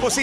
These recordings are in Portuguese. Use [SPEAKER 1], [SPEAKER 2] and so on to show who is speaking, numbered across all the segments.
[SPEAKER 1] Você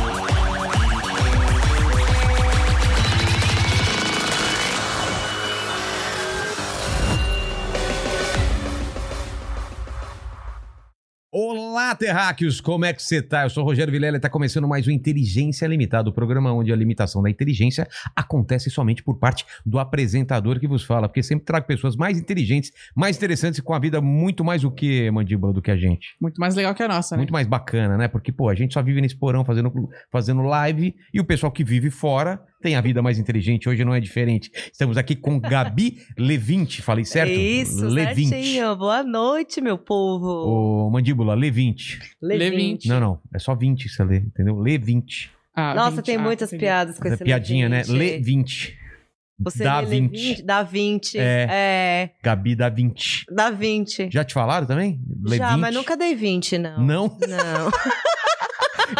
[SPEAKER 1] Olá, terráqueos! Como é que você tá? Eu sou o Rogério Vilela e tá começando mais um Inteligência Limitada, o programa onde a limitação da inteligência acontece somente por parte do apresentador que vos fala, porque sempre trago pessoas mais inteligentes, mais interessantes e com a vida muito mais o que, mandíbula, do que a gente.
[SPEAKER 2] Muito mais legal que a nossa, né?
[SPEAKER 1] Muito mais bacana, né? Porque, pô, a gente só vive nesse porão fazendo, fazendo live e o pessoal que vive fora tem a vida mais inteligente. Hoje não é diferente. Estamos aqui com Gabi Levinte, falei certo?
[SPEAKER 3] Isso,
[SPEAKER 1] Levinte.
[SPEAKER 3] certinho. Boa noite, meu povo.
[SPEAKER 1] Ô, mandíbula, Levinte.
[SPEAKER 2] Levinte.
[SPEAKER 1] Não, não. É só 20 que você lê, entendeu? Lê 20.
[SPEAKER 2] Ah,
[SPEAKER 3] Nossa,
[SPEAKER 2] 20,
[SPEAKER 3] tem
[SPEAKER 2] ah,
[SPEAKER 3] muitas
[SPEAKER 2] entendi.
[SPEAKER 3] piadas com
[SPEAKER 1] Essa
[SPEAKER 3] esse
[SPEAKER 1] piadinha,
[SPEAKER 3] Levinte.
[SPEAKER 1] né? Lê 20.
[SPEAKER 3] Você
[SPEAKER 1] dá
[SPEAKER 3] lê
[SPEAKER 1] 20.
[SPEAKER 3] Levinte, Dá 20.
[SPEAKER 1] É.
[SPEAKER 3] É.
[SPEAKER 1] Gabi dá 20.
[SPEAKER 3] Dá 20.
[SPEAKER 1] Já te falaram também? Lê
[SPEAKER 3] Já,
[SPEAKER 1] 20?
[SPEAKER 3] mas nunca dei 20, não.
[SPEAKER 1] Não,
[SPEAKER 3] Não.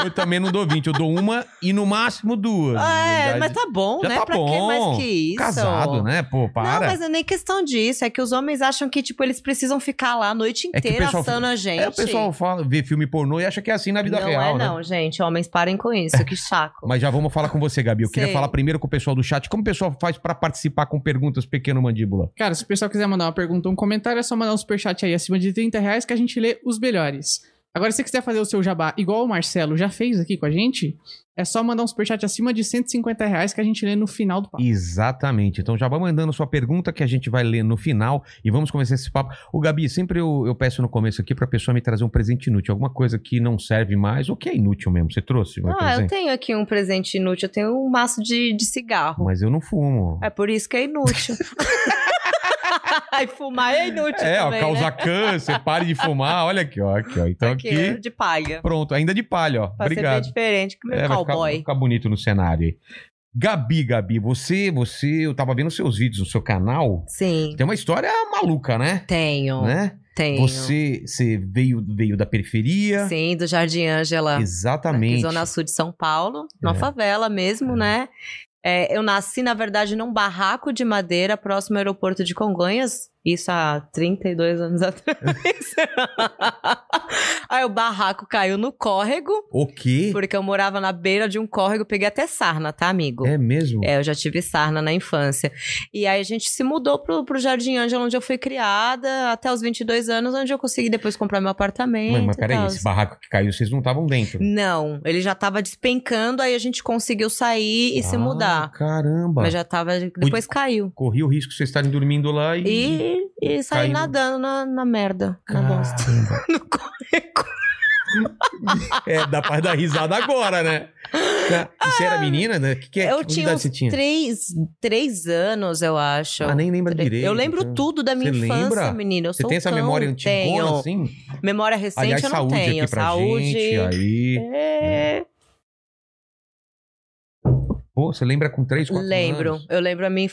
[SPEAKER 1] eu também não dou 20. Eu dou uma e no máximo duas.
[SPEAKER 3] é,
[SPEAKER 1] Na
[SPEAKER 3] mas
[SPEAKER 1] verdade,
[SPEAKER 3] tá bom,
[SPEAKER 1] Já
[SPEAKER 3] né?
[SPEAKER 1] tá
[SPEAKER 3] pra que
[SPEAKER 1] bom.
[SPEAKER 3] mais que isso?
[SPEAKER 1] Casado, né? Pô, para.
[SPEAKER 3] Não, mas não é nem questão disso. É que os homens acham que, tipo, eles precisam ficar lá a noite
[SPEAKER 1] É que o
[SPEAKER 3] inteira
[SPEAKER 1] pessoal
[SPEAKER 3] assando a gente.
[SPEAKER 1] É, o pessoal fala, vê filme pornô e acha que é assim na vida
[SPEAKER 3] não
[SPEAKER 1] real,
[SPEAKER 3] é,
[SPEAKER 1] né?
[SPEAKER 3] não, gente. Homens, parem com isso. Que saco.
[SPEAKER 1] Mas já vamos falar com você, Gabi. Eu queria
[SPEAKER 3] Sei.
[SPEAKER 1] falar primeiro com o pessoal do chat. Como o pessoal faz pra participar com perguntas, pequeno mandíbula?
[SPEAKER 2] Cara, se o pessoal quiser mandar uma pergunta ou um comentário, é só mandar um superchat aí acima de 30 reais que a gente lê os melhores. Agora, se você quiser fazer o seu jabá igual o Marcelo já fez aqui com a gente, é só mandar um superchat acima de 150 reais que a gente lê no final do papo.
[SPEAKER 1] Exatamente. Então já vai mandando sua pergunta que a gente vai ler no final e vamos começar esse papo. O Gabi, sempre eu, eu peço no começo aqui pra pessoa me trazer um presente inútil, alguma coisa que não serve mais ou que é inútil mesmo. Você trouxe um
[SPEAKER 3] Ah, eu
[SPEAKER 1] presente?
[SPEAKER 3] tenho aqui um presente inútil. Eu tenho um maço de, de cigarro.
[SPEAKER 1] Mas eu não fumo.
[SPEAKER 3] É por isso que é inútil. e fumar é inútil
[SPEAKER 1] É, ó,
[SPEAKER 3] também,
[SPEAKER 1] causa
[SPEAKER 3] né?
[SPEAKER 1] câncer, pare de fumar. Olha aqui, ó. Aqui, ó. Então
[SPEAKER 3] Aqui,
[SPEAKER 1] aqui,
[SPEAKER 3] de palha.
[SPEAKER 1] pronto. Ainda de palha, ó.
[SPEAKER 3] Pra ser bem
[SPEAKER 1] Obrigado.
[SPEAKER 3] diferente que o meu
[SPEAKER 1] É, vai ficar, vai
[SPEAKER 3] cowboy.
[SPEAKER 1] ficar bonito no cenário aí. Gabi, Gabi, você, você, eu tava vendo seus vídeos no seu canal.
[SPEAKER 3] Sim.
[SPEAKER 1] Tem uma história maluca, né?
[SPEAKER 3] Tenho,
[SPEAKER 1] Né?
[SPEAKER 3] tenho.
[SPEAKER 1] Você, você veio, veio da periferia.
[SPEAKER 3] Sim, do Jardim Ângela.
[SPEAKER 1] Exatamente.
[SPEAKER 3] Aqui, Zona Sul de São Paulo, numa
[SPEAKER 1] É.
[SPEAKER 3] favela mesmo, né? É, eu nasci, na verdade, num barraco de madeira próximo ao aeroporto de Congonhas. Isso há 32 anos atrás. Aí o barraco caiu no córrego,
[SPEAKER 1] O quê?
[SPEAKER 3] porque eu morava na beira de um córrego, peguei até sarna, tá, amigo?
[SPEAKER 1] É mesmo?
[SPEAKER 3] É, eu já tive sarna na infância. E aí a gente se mudou pro, pro Jardim Ângela, onde eu fui criada, até os 22 anos, onde eu consegui depois comprar meu apartamento.
[SPEAKER 1] Mas,
[SPEAKER 3] e
[SPEAKER 1] mas peraí,
[SPEAKER 3] tal.
[SPEAKER 1] esse barraco que caiu, vocês não estavam dentro.
[SPEAKER 3] É, então, Não, ele já tava despencando, aí a gente conseguiu sair e se
[SPEAKER 1] Ah,
[SPEAKER 3] mudar.
[SPEAKER 1] Caramba.
[SPEAKER 3] Mas já tava. Depois caiu.
[SPEAKER 1] Corri o risco de vocês estarem dormindo lá e.
[SPEAKER 3] E, e saí
[SPEAKER 1] Caiu. Ah.
[SPEAKER 3] nadando na, na merda, na bosta.
[SPEAKER 1] Caramba.
[SPEAKER 3] No córrego.
[SPEAKER 1] É, dá pra dar risada agora, né? E você era menina, né? Que, que, é-
[SPEAKER 3] Ah, Eu
[SPEAKER 1] que
[SPEAKER 3] tinha
[SPEAKER 1] idade
[SPEAKER 3] uns
[SPEAKER 1] você tinha?
[SPEAKER 3] três, três anos, eu acho.
[SPEAKER 1] Ah, nem lembra
[SPEAKER 3] Tre-
[SPEAKER 1] direito.
[SPEAKER 3] eu lembro
[SPEAKER 1] então.
[SPEAKER 3] tudo da minha
[SPEAKER 1] Você
[SPEAKER 3] infância,
[SPEAKER 1] lembra?
[SPEAKER 3] menina. Eu
[SPEAKER 1] Você
[SPEAKER 3] sou
[SPEAKER 1] tem essa
[SPEAKER 3] cão,
[SPEAKER 1] memória antigona,
[SPEAKER 3] tenho.
[SPEAKER 1] assim?
[SPEAKER 3] Memória recente
[SPEAKER 1] Aliás,
[SPEAKER 3] eu não
[SPEAKER 1] saúde
[SPEAKER 3] tenho.
[SPEAKER 1] aqui pra
[SPEAKER 3] saúde.
[SPEAKER 1] gente. Aí. hum,
[SPEAKER 3] É,
[SPEAKER 1] Pô, você lembra com três, quatro
[SPEAKER 3] lembro.
[SPEAKER 1] anos?
[SPEAKER 3] Eu lembro a mim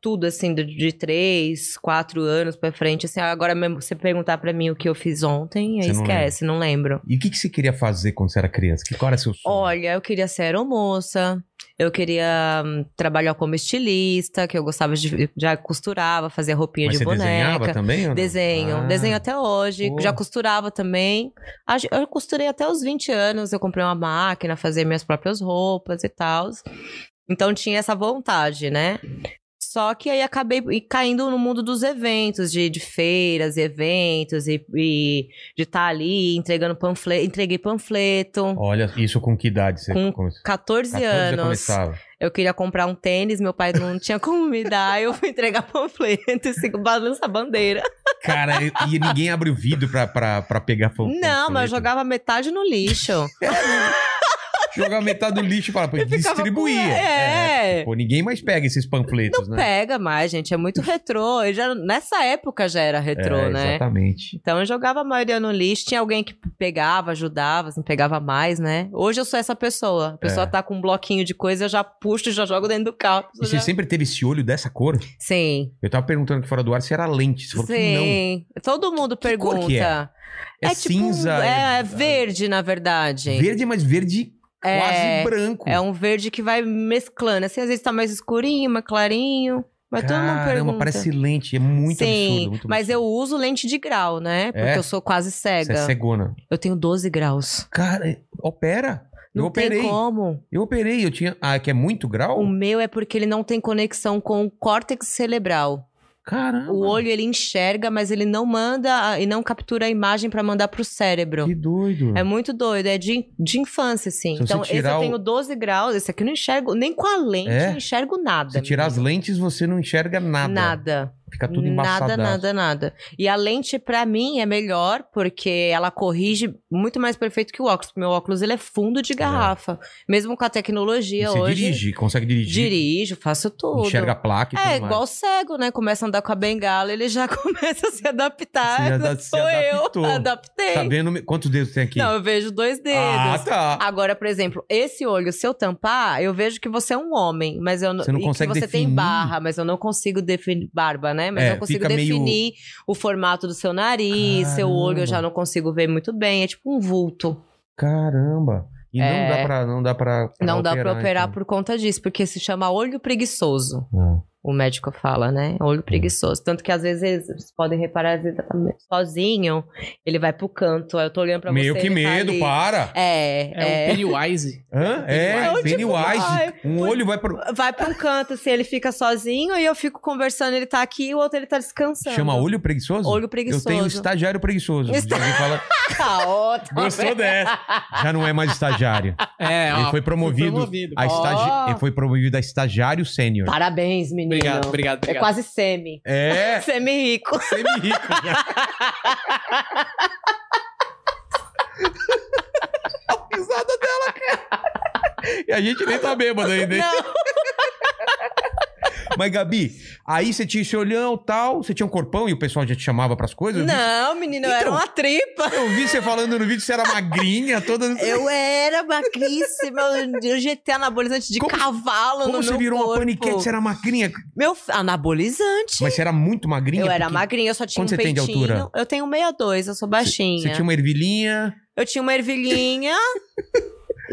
[SPEAKER 3] tudo assim, de, de três, quatro anos pra frente. Assim, agora mesmo, você perguntar pra mim o que eu fiz ontem, aí
[SPEAKER 1] Você não
[SPEAKER 3] esquece, não lembro.
[SPEAKER 1] E o que, que você queria fazer quando você era criança? Que qual era seu sonho?
[SPEAKER 3] Olha, eu queria ser aeromoça, eu queria hum, trabalhar como estilista, que eu gostava de. Já costurava, fazia roupinha
[SPEAKER 1] Mas
[SPEAKER 3] de
[SPEAKER 1] você desenhava
[SPEAKER 3] boneca.
[SPEAKER 1] também? ou não?
[SPEAKER 3] Desenho,
[SPEAKER 1] Ah,
[SPEAKER 3] desenho até hoje.
[SPEAKER 1] pô.
[SPEAKER 3] Já costurava também. Acho- Eu costurei até os 20 anos. Eu comprei uma máquina, fazia minhas próprias roupas e tal. Então tinha essa vontade, né? Só que aí acabei e- caindo no mundo dos eventos, de, de feiras e eventos, e, e de estar ali entregando panfleto. Entreguei panfleto.
[SPEAKER 1] Olha, isso com que idade você
[SPEAKER 3] Com
[SPEAKER 1] começou?
[SPEAKER 3] 14,
[SPEAKER 1] 14 já
[SPEAKER 3] anos.
[SPEAKER 1] começava.
[SPEAKER 3] Eu queria comprar um tênis, meu pai não tinha como me dar, eu fui entregar panfleto e sigo balança a bandeira.
[SPEAKER 1] Cara, e e ninguém abre o vidro pra, pra, pra pegar fogo.
[SPEAKER 3] não, mas eu jogava metade no lixo.
[SPEAKER 1] Jogava metade do lixo e falava, pô,
[SPEAKER 3] Ficava com-
[SPEAKER 1] distribuía.
[SPEAKER 3] É.
[SPEAKER 1] Pô, ninguém mais pega esses panfletos,
[SPEAKER 3] Não
[SPEAKER 1] né?
[SPEAKER 3] pega mais, gente, é muito retrô. Eu já- nessa época já era retrô,
[SPEAKER 1] É,
[SPEAKER 3] né?
[SPEAKER 1] Exatamente.
[SPEAKER 3] Então eu jogava a maioria no lixo, tinha alguém que pegava, ajudava, assim, pegava mais, né? Hoje eu sou essa pessoa. A pessoa tá com um bloquinho de coisa, eu já puxo e já jogo dentro do carro. A
[SPEAKER 1] É. E
[SPEAKER 3] pessoa
[SPEAKER 1] você
[SPEAKER 3] já-
[SPEAKER 1] sempre teve esse olho dessa cor?
[SPEAKER 3] Sim,
[SPEAKER 1] Eu tava perguntando aqui fora do ar se era lente. Você falou que não.
[SPEAKER 3] sim. Todo mundo
[SPEAKER 1] cor
[SPEAKER 3] pergunta.
[SPEAKER 1] que é? É,
[SPEAKER 3] tipo
[SPEAKER 1] cinza.
[SPEAKER 3] um- é, é verde, na verdade.
[SPEAKER 1] Verde, mas verde
[SPEAKER 3] é,
[SPEAKER 1] quase branco.
[SPEAKER 3] um é um verde que vai mesclando. Assim, às vezes tá mais escurinho, mais clarinho. Mas todo mundo
[SPEAKER 1] Caramba,
[SPEAKER 3] pergunta.
[SPEAKER 1] parece lente, é muito
[SPEAKER 3] Sim,
[SPEAKER 1] absurdo. muito
[SPEAKER 3] mas eu
[SPEAKER 1] absurdo.
[SPEAKER 3] uso lente de grau, né? Porque
[SPEAKER 1] É?
[SPEAKER 3] eu sou quase
[SPEAKER 1] Você
[SPEAKER 3] cega.
[SPEAKER 1] é cegona.
[SPEAKER 3] Eu tenho 12 graus.
[SPEAKER 1] Cara, opera.
[SPEAKER 3] Não
[SPEAKER 1] eu
[SPEAKER 3] tem
[SPEAKER 1] operei.
[SPEAKER 3] como.
[SPEAKER 1] Eu operei, eu tinha... Ah, que é muito grau?
[SPEAKER 3] O meu é porque ele não tem conexão com o córtex cerebral.
[SPEAKER 1] Caramba.
[SPEAKER 3] O olho ele enxerga, mas ele não manda a- e não captura a imagem pra mandar pro cérebro.
[SPEAKER 1] Que doido.
[SPEAKER 3] É muito doido, é de, de infância, assim.
[SPEAKER 1] Se você
[SPEAKER 3] então, esse
[SPEAKER 1] tirar
[SPEAKER 3] eu
[SPEAKER 1] o-
[SPEAKER 3] tenho 12 graus, esse aqui eu não enxergo, nem com a lente
[SPEAKER 1] É?
[SPEAKER 3] eu não enxergo nada.
[SPEAKER 1] Se tirar as
[SPEAKER 3] menino.
[SPEAKER 1] lentes, você não enxerga nada.
[SPEAKER 3] Nada.
[SPEAKER 1] Fica tudo embaçado.
[SPEAKER 3] nada, nada, nada. E a lente, pra mim, é melhor, porque ela corrige muito mais perfeito que o óculos. Meu óculos, ele é fundo de garrafa. Mesmo com a tecnologia
[SPEAKER 1] Você
[SPEAKER 3] hoje.
[SPEAKER 1] dirige, consegue dirigir.
[SPEAKER 3] Dirijo, faço tudo.
[SPEAKER 1] Enxerga a placa e tudo
[SPEAKER 3] É,
[SPEAKER 1] mais.
[SPEAKER 3] igual cego, né? Começa a andar com a bengala, ele já começa a se
[SPEAKER 1] Você já
[SPEAKER 3] adaptar.
[SPEAKER 1] da- se
[SPEAKER 3] Sou
[SPEAKER 1] adaptou.
[SPEAKER 3] eu, adaptei.
[SPEAKER 1] Tá vendo quantos dedos tem aqui?
[SPEAKER 3] É. Não, eu vejo dois dedos.
[SPEAKER 1] ah, tá.
[SPEAKER 3] Agora, por exemplo, esse olho, se eu tampar, eu vejo que você é um homem, mas eu
[SPEAKER 1] Você não
[SPEAKER 3] e
[SPEAKER 1] consegue
[SPEAKER 3] que você tem
[SPEAKER 1] definir.
[SPEAKER 3] barra, mas eu não consigo definir barba, né? Mas
[SPEAKER 1] É,
[SPEAKER 3] eu consigo
[SPEAKER 1] fica meio-
[SPEAKER 3] definir o formato do seu nariz, seu olho eu já
[SPEAKER 1] Caramba.
[SPEAKER 3] não consigo ver muito bem, é tipo um vulto.
[SPEAKER 1] Caramba. E não
[SPEAKER 3] É.
[SPEAKER 1] dá pra. Não dá pra, pra
[SPEAKER 3] não dá pra operar
[SPEAKER 1] então.
[SPEAKER 3] por conta disso, porque se chama olho preguiçoso.
[SPEAKER 1] Ah.
[SPEAKER 3] O médico fala, né?
[SPEAKER 1] Hum.
[SPEAKER 3] Olho preguiçoso. Tanto que às vezes eles vocês podem reparar, às vezes tá sozinho, ele vai pro canto. aí Eu tô olhando pra
[SPEAKER 1] Meu
[SPEAKER 3] você.
[SPEAKER 1] que
[SPEAKER 3] ele tá
[SPEAKER 1] medo, um
[SPEAKER 3] ali.
[SPEAKER 1] para!
[SPEAKER 3] É,
[SPEAKER 2] É, o Pennywise.
[SPEAKER 1] Hã? É,
[SPEAKER 3] Não, tipo,
[SPEAKER 1] Pennywise.
[SPEAKER 3] ai,
[SPEAKER 1] um
[SPEAKER 3] putz.
[SPEAKER 1] olho vai pro.
[SPEAKER 3] vai pra um canto, assim, ele fica sozinho e eu fico conversando, ele tá aqui e o outro ele tá descansando.
[SPEAKER 1] Chama olho preguiçoso?
[SPEAKER 3] Olho preguiçoso.
[SPEAKER 1] Eu tenho estagiário preguiçoso.
[SPEAKER 3] Está-
[SPEAKER 1] Alguém fala,
[SPEAKER 3] Ah, ó, tá
[SPEAKER 1] Gostou
[SPEAKER 3] vendo?
[SPEAKER 1] dessa? já não é mais estagiário.
[SPEAKER 2] É,
[SPEAKER 1] Ele
[SPEAKER 2] ó.
[SPEAKER 1] foi promovido.
[SPEAKER 2] promovido.
[SPEAKER 1] A estagi-
[SPEAKER 3] Ó. Tá.
[SPEAKER 1] Ele foi promovido a estagiário sênior.
[SPEAKER 3] Parabéns, menino.
[SPEAKER 2] Obrigado, obrigado,
[SPEAKER 3] É
[SPEAKER 2] obrigado.
[SPEAKER 3] quase semi.
[SPEAKER 1] É,
[SPEAKER 3] Semi-rico.
[SPEAKER 1] semi-rico. né? já. A pisada dela, cara. E a gente nem tá bêbado ainda, hein?
[SPEAKER 3] Não,
[SPEAKER 1] Mas, Gabi, aí você tinha esse olhão tal, você tinha um corpão e o pessoal já te chamava pras coisas? Eu vi-
[SPEAKER 3] não, menino, eu era
[SPEAKER 1] Então.
[SPEAKER 3] uma tripa.
[SPEAKER 1] Eu vi você falando no vídeo que você era magrinha, toda.
[SPEAKER 3] Eu era magríssima, eu- um eu injetei anabolizante de
[SPEAKER 1] Como-
[SPEAKER 3] cavalo
[SPEAKER 1] Como
[SPEAKER 3] no
[SPEAKER 1] você
[SPEAKER 3] meu
[SPEAKER 1] virou uma
[SPEAKER 3] corpo.
[SPEAKER 1] paniquete, você era magrinha.
[SPEAKER 3] Meu, f- anabolizante.
[SPEAKER 1] Mas você era muito magrinha?
[SPEAKER 3] eu era
[SPEAKER 1] porque
[SPEAKER 3] magrinha, eu só tinha
[SPEAKER 1] Quanto
[SPEAKER 3] um
[SPEAKER 1] você tem de
[SPEAKER 3] peitinho.
[SPEAKER 1] altura?
[SPEAKER 3] Eu tenho um 62, eu sou baixinha.
[SPEAKER 1] Você tinha uma ervilhinha.
[SPEAKER 3] Eu tinha uma ervilhinha,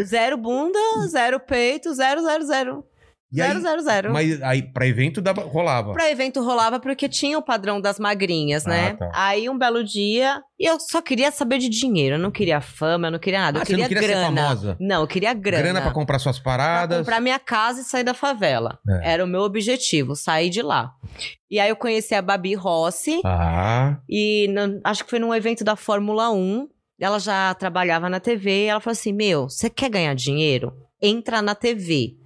[SPEAKER 3] zero bunda, zero peito, zero, zero, zero.
[SPEAKER 1] E
[SPEAKER 3] Zero,
[SPEAKER 1] aí,
[SPEAKER 3] zero, zero.
[SPEAKER 1] Mas aí, pra evento, dava, rolava.
[SPEAKER 3] Pra evento rolava porque tinha o padrão das magrinhas,
[SPEAKER 1] Ah,
[SPEAKER 3] né?
[SPEAKER 1] tá.
[SPEAKER 3] Aí um belo dia, e eu só queria saber de dinheiro, eu não queria fama, eu não queria nada,
[SPEAKER 1] Ah,
[SPEAKER 3] eu
[SPEAKER 1] você não
[SPEAKER 3] queria,
[SPEAKER 1] queria ser
[SPEAKER 3] grana.
[SPEAKER 1] famosa?
[SPEAKER 3] Não, eu queria grana.
[SPEAKER 1] Grana, pra comprar suas
[SPEAKER 3] pra
[SPEAKER 1] paradas.
[SPEAKER 3] comprar minha casa e sair da favela.
[SPEAKER 1] É.
[SPEAKER 3] Era o meu objetivo, sair de lá. E aí eu conheci a Babi Rossi,
[SPEAKER 1] Ah,
[SPEAKER 3] E na- acho que foi num evento da Fórmula 1. Ela já trabalhava na TV. E ela falou assim: Meu, você quer ganhar dinheiro? Entra na TV.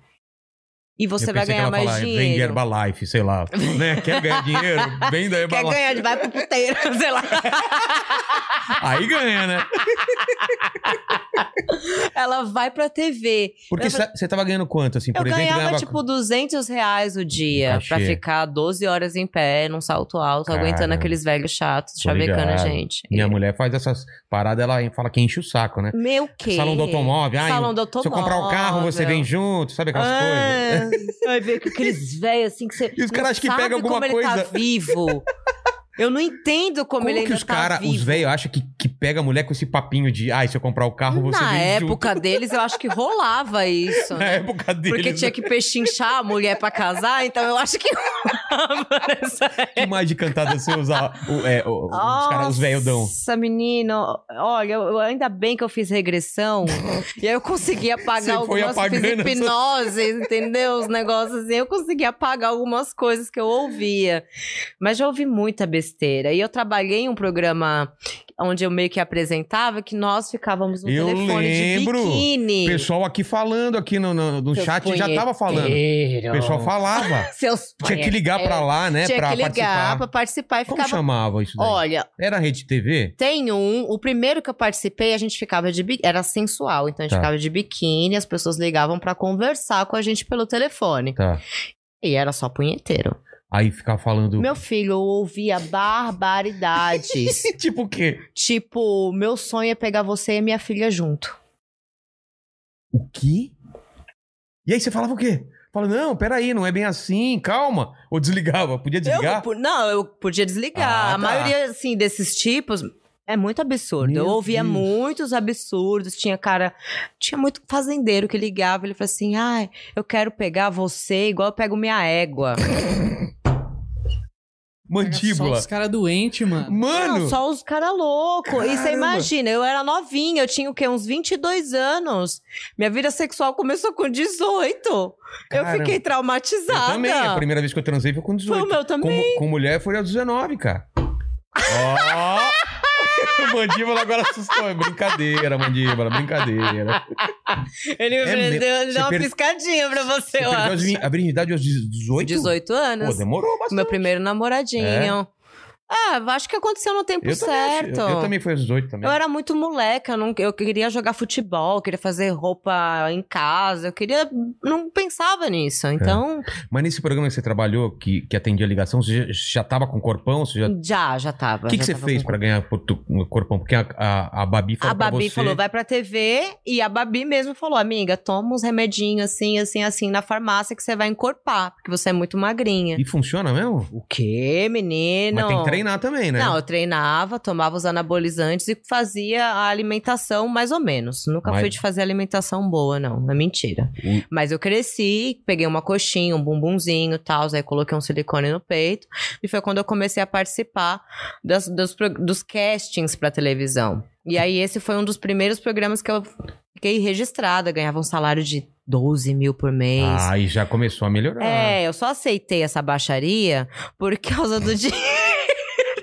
[SPEAKER 3] E você
[SPEAKER 1] eu
[SPEAKER 3] vai
[SPEAKER 1] pensei que
[SPEAKER 3] ganhar
[SPEAKER 1] ela
[SPEAKER 3] mais
[SPEAKER 1] falava, Vende
[SPEAKER 3] dinheiro.
[SPEAKER 1] Herbalife, sei lá. né? Quer ganhar dinheiro? Vende a
[SPEAKER 3] Quer
[SPEAKER 1] Herbalife.
[SPEAKER 3] ganhar, vai pro puteiro, sei lá.
[SPEAKER 1] Aí ganha, né?
[SPEAKER 3] Ela vai pra TV.
[SPEAKER 1] Porque
[SPEAKER 3] Eu
[SPEAKER 1] você você tava ganhando quanto, assim?
[SPEAKER 3] Eu
[SPEAKER 1] Por evento,
[SPEAKER 3] ganhava,
[SPEAKER 1] ganhava...
[SPEAKER 3] tipo, 200 reais o dia
[SPEAKER 1] Um cachê.
[SPEAKER 3] pra ficar 12 horas em pé, num salto alto,
[SPEAKER 1] Caramba.
[SPEAKER 3] aguentando aqueles velhos chatos,
[SPEAKER 1] Tô
[SPEAKER 3] chavecando a
[SPEAKER 1] ligado.
[SPEAKER 3] gente.
[SPEAKER 1] é. Minha mulher faz essas paradas, ela fala que enche o saco, né?
[SPEAKER 3] Meu que?
[SPEAKER 1] Salão do automóvel. Ai,
[SPEAKER 3] Salão do
[SPEAKER 1] se eu
[SPEAKER 3] automóvel.
[SPEAKER 1] comprar um carro, você vem junto, sabe aquelas coisas?
[SPEAKER 3] Ah, Vai ver com aqueles velhos assim que você.
[SPEAKER 1] E os caras
[SPEAKER 3] não
[SPEAKER 1] acham que
[SPEAKER 3] sabe
[SPEAKER 1] pega alguma
[SPEAKER 3] como Ele
[SPEAKER 1] coisa.
[SPEAKER 3] tá vivo. Eu não entendo como,
[SPEAKER 1] Como
[SPEAKER 3] ele
[SPEAKER 1] que
[SPEAKER 3] ainda
[SPEAKER 1] os
[SPEAKER 3] tá
[SPEAKER 1] caras,
[SPEAKER 3] vivo.
[SPEAKER 1] os velhos, acham que, que pega a mulher com esse papinho de ai, se eu comprar o carro, você É,
[SPEAKER 3] Na
[SPEAKER 1] vem
[SPEAKER 3] época deles, eu acho que rolava isso.
[SPEAKER 1] junto.
[SPEAKER 3] né?
[SPEAKER 1] Na época deles. né?
[SPEAKER 3] Porque tinha que pechinchar a mulher pra casar, então eu acho que rolava nessa
[SPEAKER 1] Que mais de cantada você usar o, é, o- os caras, os velhos dão.
[SPEAKER 3] Nossa, menino. Olha, eu, eu- ainda bem que eu fiz regressão. e aí eu consegui
[SPEAKER 1] Você
[SPEAKER 3] apagar
[SPEAKER 1] foi
[SPEAKER 3] algumas
[SPEAKER 1] apagando
[SPEAKER 3] fiz
[SPEAKER 1] essas-
[SPEAKER 3] hipnose, entendeu? Os negócios assim. Eu consegui apagar algumas coisas que eu ouvia. Mas já ouvi muita besteira. E eu trabalhei em um programa onde eu meio que apresentava que nós ficávamos no
[SPEAKER 1] Eu
[SPEAKER 3] telefone
[SPEAKER 1] lembro.
[SPEAKER 3] de biquíni.
[SPEAKER 1] O pessoal aqui falando, aqui no, no, no
[SPEAKER 3] Seus
[SPEAKER 1] chat, já tava falando. O
[SPEAKER 3] punheteiros.
[SPEAKER 1] pessoal falava.
[SPEAKER 3] Seus
[SPEAKER 1] Tinha que ligar pra lá, né?
[SPEAKER 3] é, Tinha
[SPEAKER 1] pra
[SPEAKER 3] que ligar
[SPEAKER 1] participar.
[SPEAKER 3] pra participar e
[SPEAKER 1] Como
[SPEAKER 3] ficava.
[SPEAKER 1] chamava isso daí?
[SPEAKER 3] Olha,
[SPEAKER 1] Era rede TV?
[SPEAKER 3] Tem um. O primeiro que eu participei, a gente ficava de biquíni. Era sensual, então a gente
[SPEAKER 1] Tá.
[SPEAKER 3] ficava de biquíni, as pessoas ligavam pra conversar com a gente pelo telefone.
[SPEAKER 1] Tá.
[SPEAKER 3] E era só punheteiro.
[SPEAKER 1] Aí ficava falando.
[SPEAKER 3] Meu filho, eu ouvia barbaridades.
[SPEAKER 1] tipo o quê?
[SPEAKER 3] tipo, meu sonho é pegar você e minha filha junto.
[SPEAKER 1] O quê? E aí você falava o quê? Fala, não, peraí, não é bem assim, calma. Ou desligava, podia desligar?
[SPEAKER 3] Eu, não, eu podia desligar.
[SPEAKER 1] Ah,
[SPEAKER 3] A
[SPEAKER 1] tá.
[SPEAKER 3] maioria, assim, desses tipos é muito absurdo.
[SPEAKER 1] Meu
[SPEAKER 3] eu ouvia
[SPEAKER 1] Deus.
[SPEAKER 3] muitos absurdos. Tinha cara. Tinha muito fazendeiro que ligava. Ele falou assim: ai, eu quero pegar você igual eu pego minha égua.
[SPEAKER 2] Só
[SPEAKER 1] Mandíbula.
[SPEAKER 2] os caras doentes, mano.
[SPEAKER 1] Mano!
[SPEAKER 3] Não, só os caras loucos. E
[SPEAKER 1] Caramba.
[SPEAKER 3] você imagina, eu era novinha, eu tinha o quê? Uns 22 anos. Minha vida sexual começou com 18.
[SPEAKER 1] Caramba.
[SPEAKER 3] Eu fiquei
[SPEAKER 1] Eu
[SPEAKER 3] traumatizada.
[SPEAKER 1] também. A primeira vez que eu transei foi com
[SPEAKER 3] Foi
[SPEAKER 1] 18.
[SPEAKER 3] o meu também.
[SPEAKER 1] Com, com mulher foi aos 19, cara. Ó! mandíbula agora assustou. É brincadeira, mandíbula, brincadeira.
[SPEAKER 3] Ele me
[SPEAKER 1] É mesmo.
[SPEAKER 3] prendeu, ele
[SPEAKER 1] Você
[SPEAKER 3] deu uma
[SPEAKER 1] per-
[SPEAKER 3] piscadinha pra
[SPEAKER 1] Você
[SPEAKER 3] você, eu
[SPEAKER 1] perdeu as
[SPEAKER 3] acho.
[SPEAKER 1] vi- a virgindade aos 18?
[SPEAKER 3] 18 anos.
[SPEAKER 1] Pô, demorou bastante. É?
[SPEAKER 3] Meu primeiro namoradinho. Ah, acho que aconteceu no tempo
[SPEAKER 1] eu
[SPEAKER 3] certo.
[SPEAKER 1] Também, acho- eu, eu também fui aos 18 também.
[SPEAKER 3] Eu era muito moleca, eu, não, eu queria jogar futebol, eu queria fazer roupa em casa, eu queria. Não pensava nisso.
[SPEAKER 1] É.
[SPEAKER 3] Então,
[SPEAKER 1] Mas nesse programa que você trabalhou, que, que atendia a ligação, você já, já tava com corpão? Você já...
[SPEAKER 3] já, já tava.
[SPEAKER 1] O que,
[SPEAKER 3] já
[SPEAKER 1] que você
[SPEAKER 3] tava
[SPEAKER 1] fez
[SPEAKER 3] com-
[SPEAKER 1] pra ganhar por tu- um corpão? Porque a, a, a Babi falou
[SPEAKER 3] A Babi
[SPEAKER 1] pra você...
[SPEAKER 3] falou, vai pra TV, e a Babi mesmo falou, amiga, toma uns remedinhos assim, assim, assim, na farmácia que você vai encorpar, porque você é muito magrinha.
[SPEAKER 1] E funciona mesmo?
[SPEAKER 3] O quê, menino?
[SPEAKER 1] Mas tem que treinar também, né?
[SPEAKER 3] Não, eu treinava, tomava os anabolizantes e fazia a alimentação mais ou menos. Nunca
[SPEAKER 1] Mas-
[SPEAKER 3] fui de fazer alimentação boa, não. É mentira.
[SPEAKER 1] Hum.
[SPEAKER 3] Mas eu cresci, peguei uma coxinha, um bumbumzinho e tal. Aí coloquei um silicone no peito. E foi quando eu comecei a participar das- dos, pro- dos castings pra televisão. E aí esse foi um dos primeiros programas que eu fiquei registrada. Ganhava um salário de 12 mil por mês.
[SPEAKER 1] Ah, e já começou a melhorar.
[SPEAKER 3] É, eu só aceitei essa baixaria por causa do dinheiro.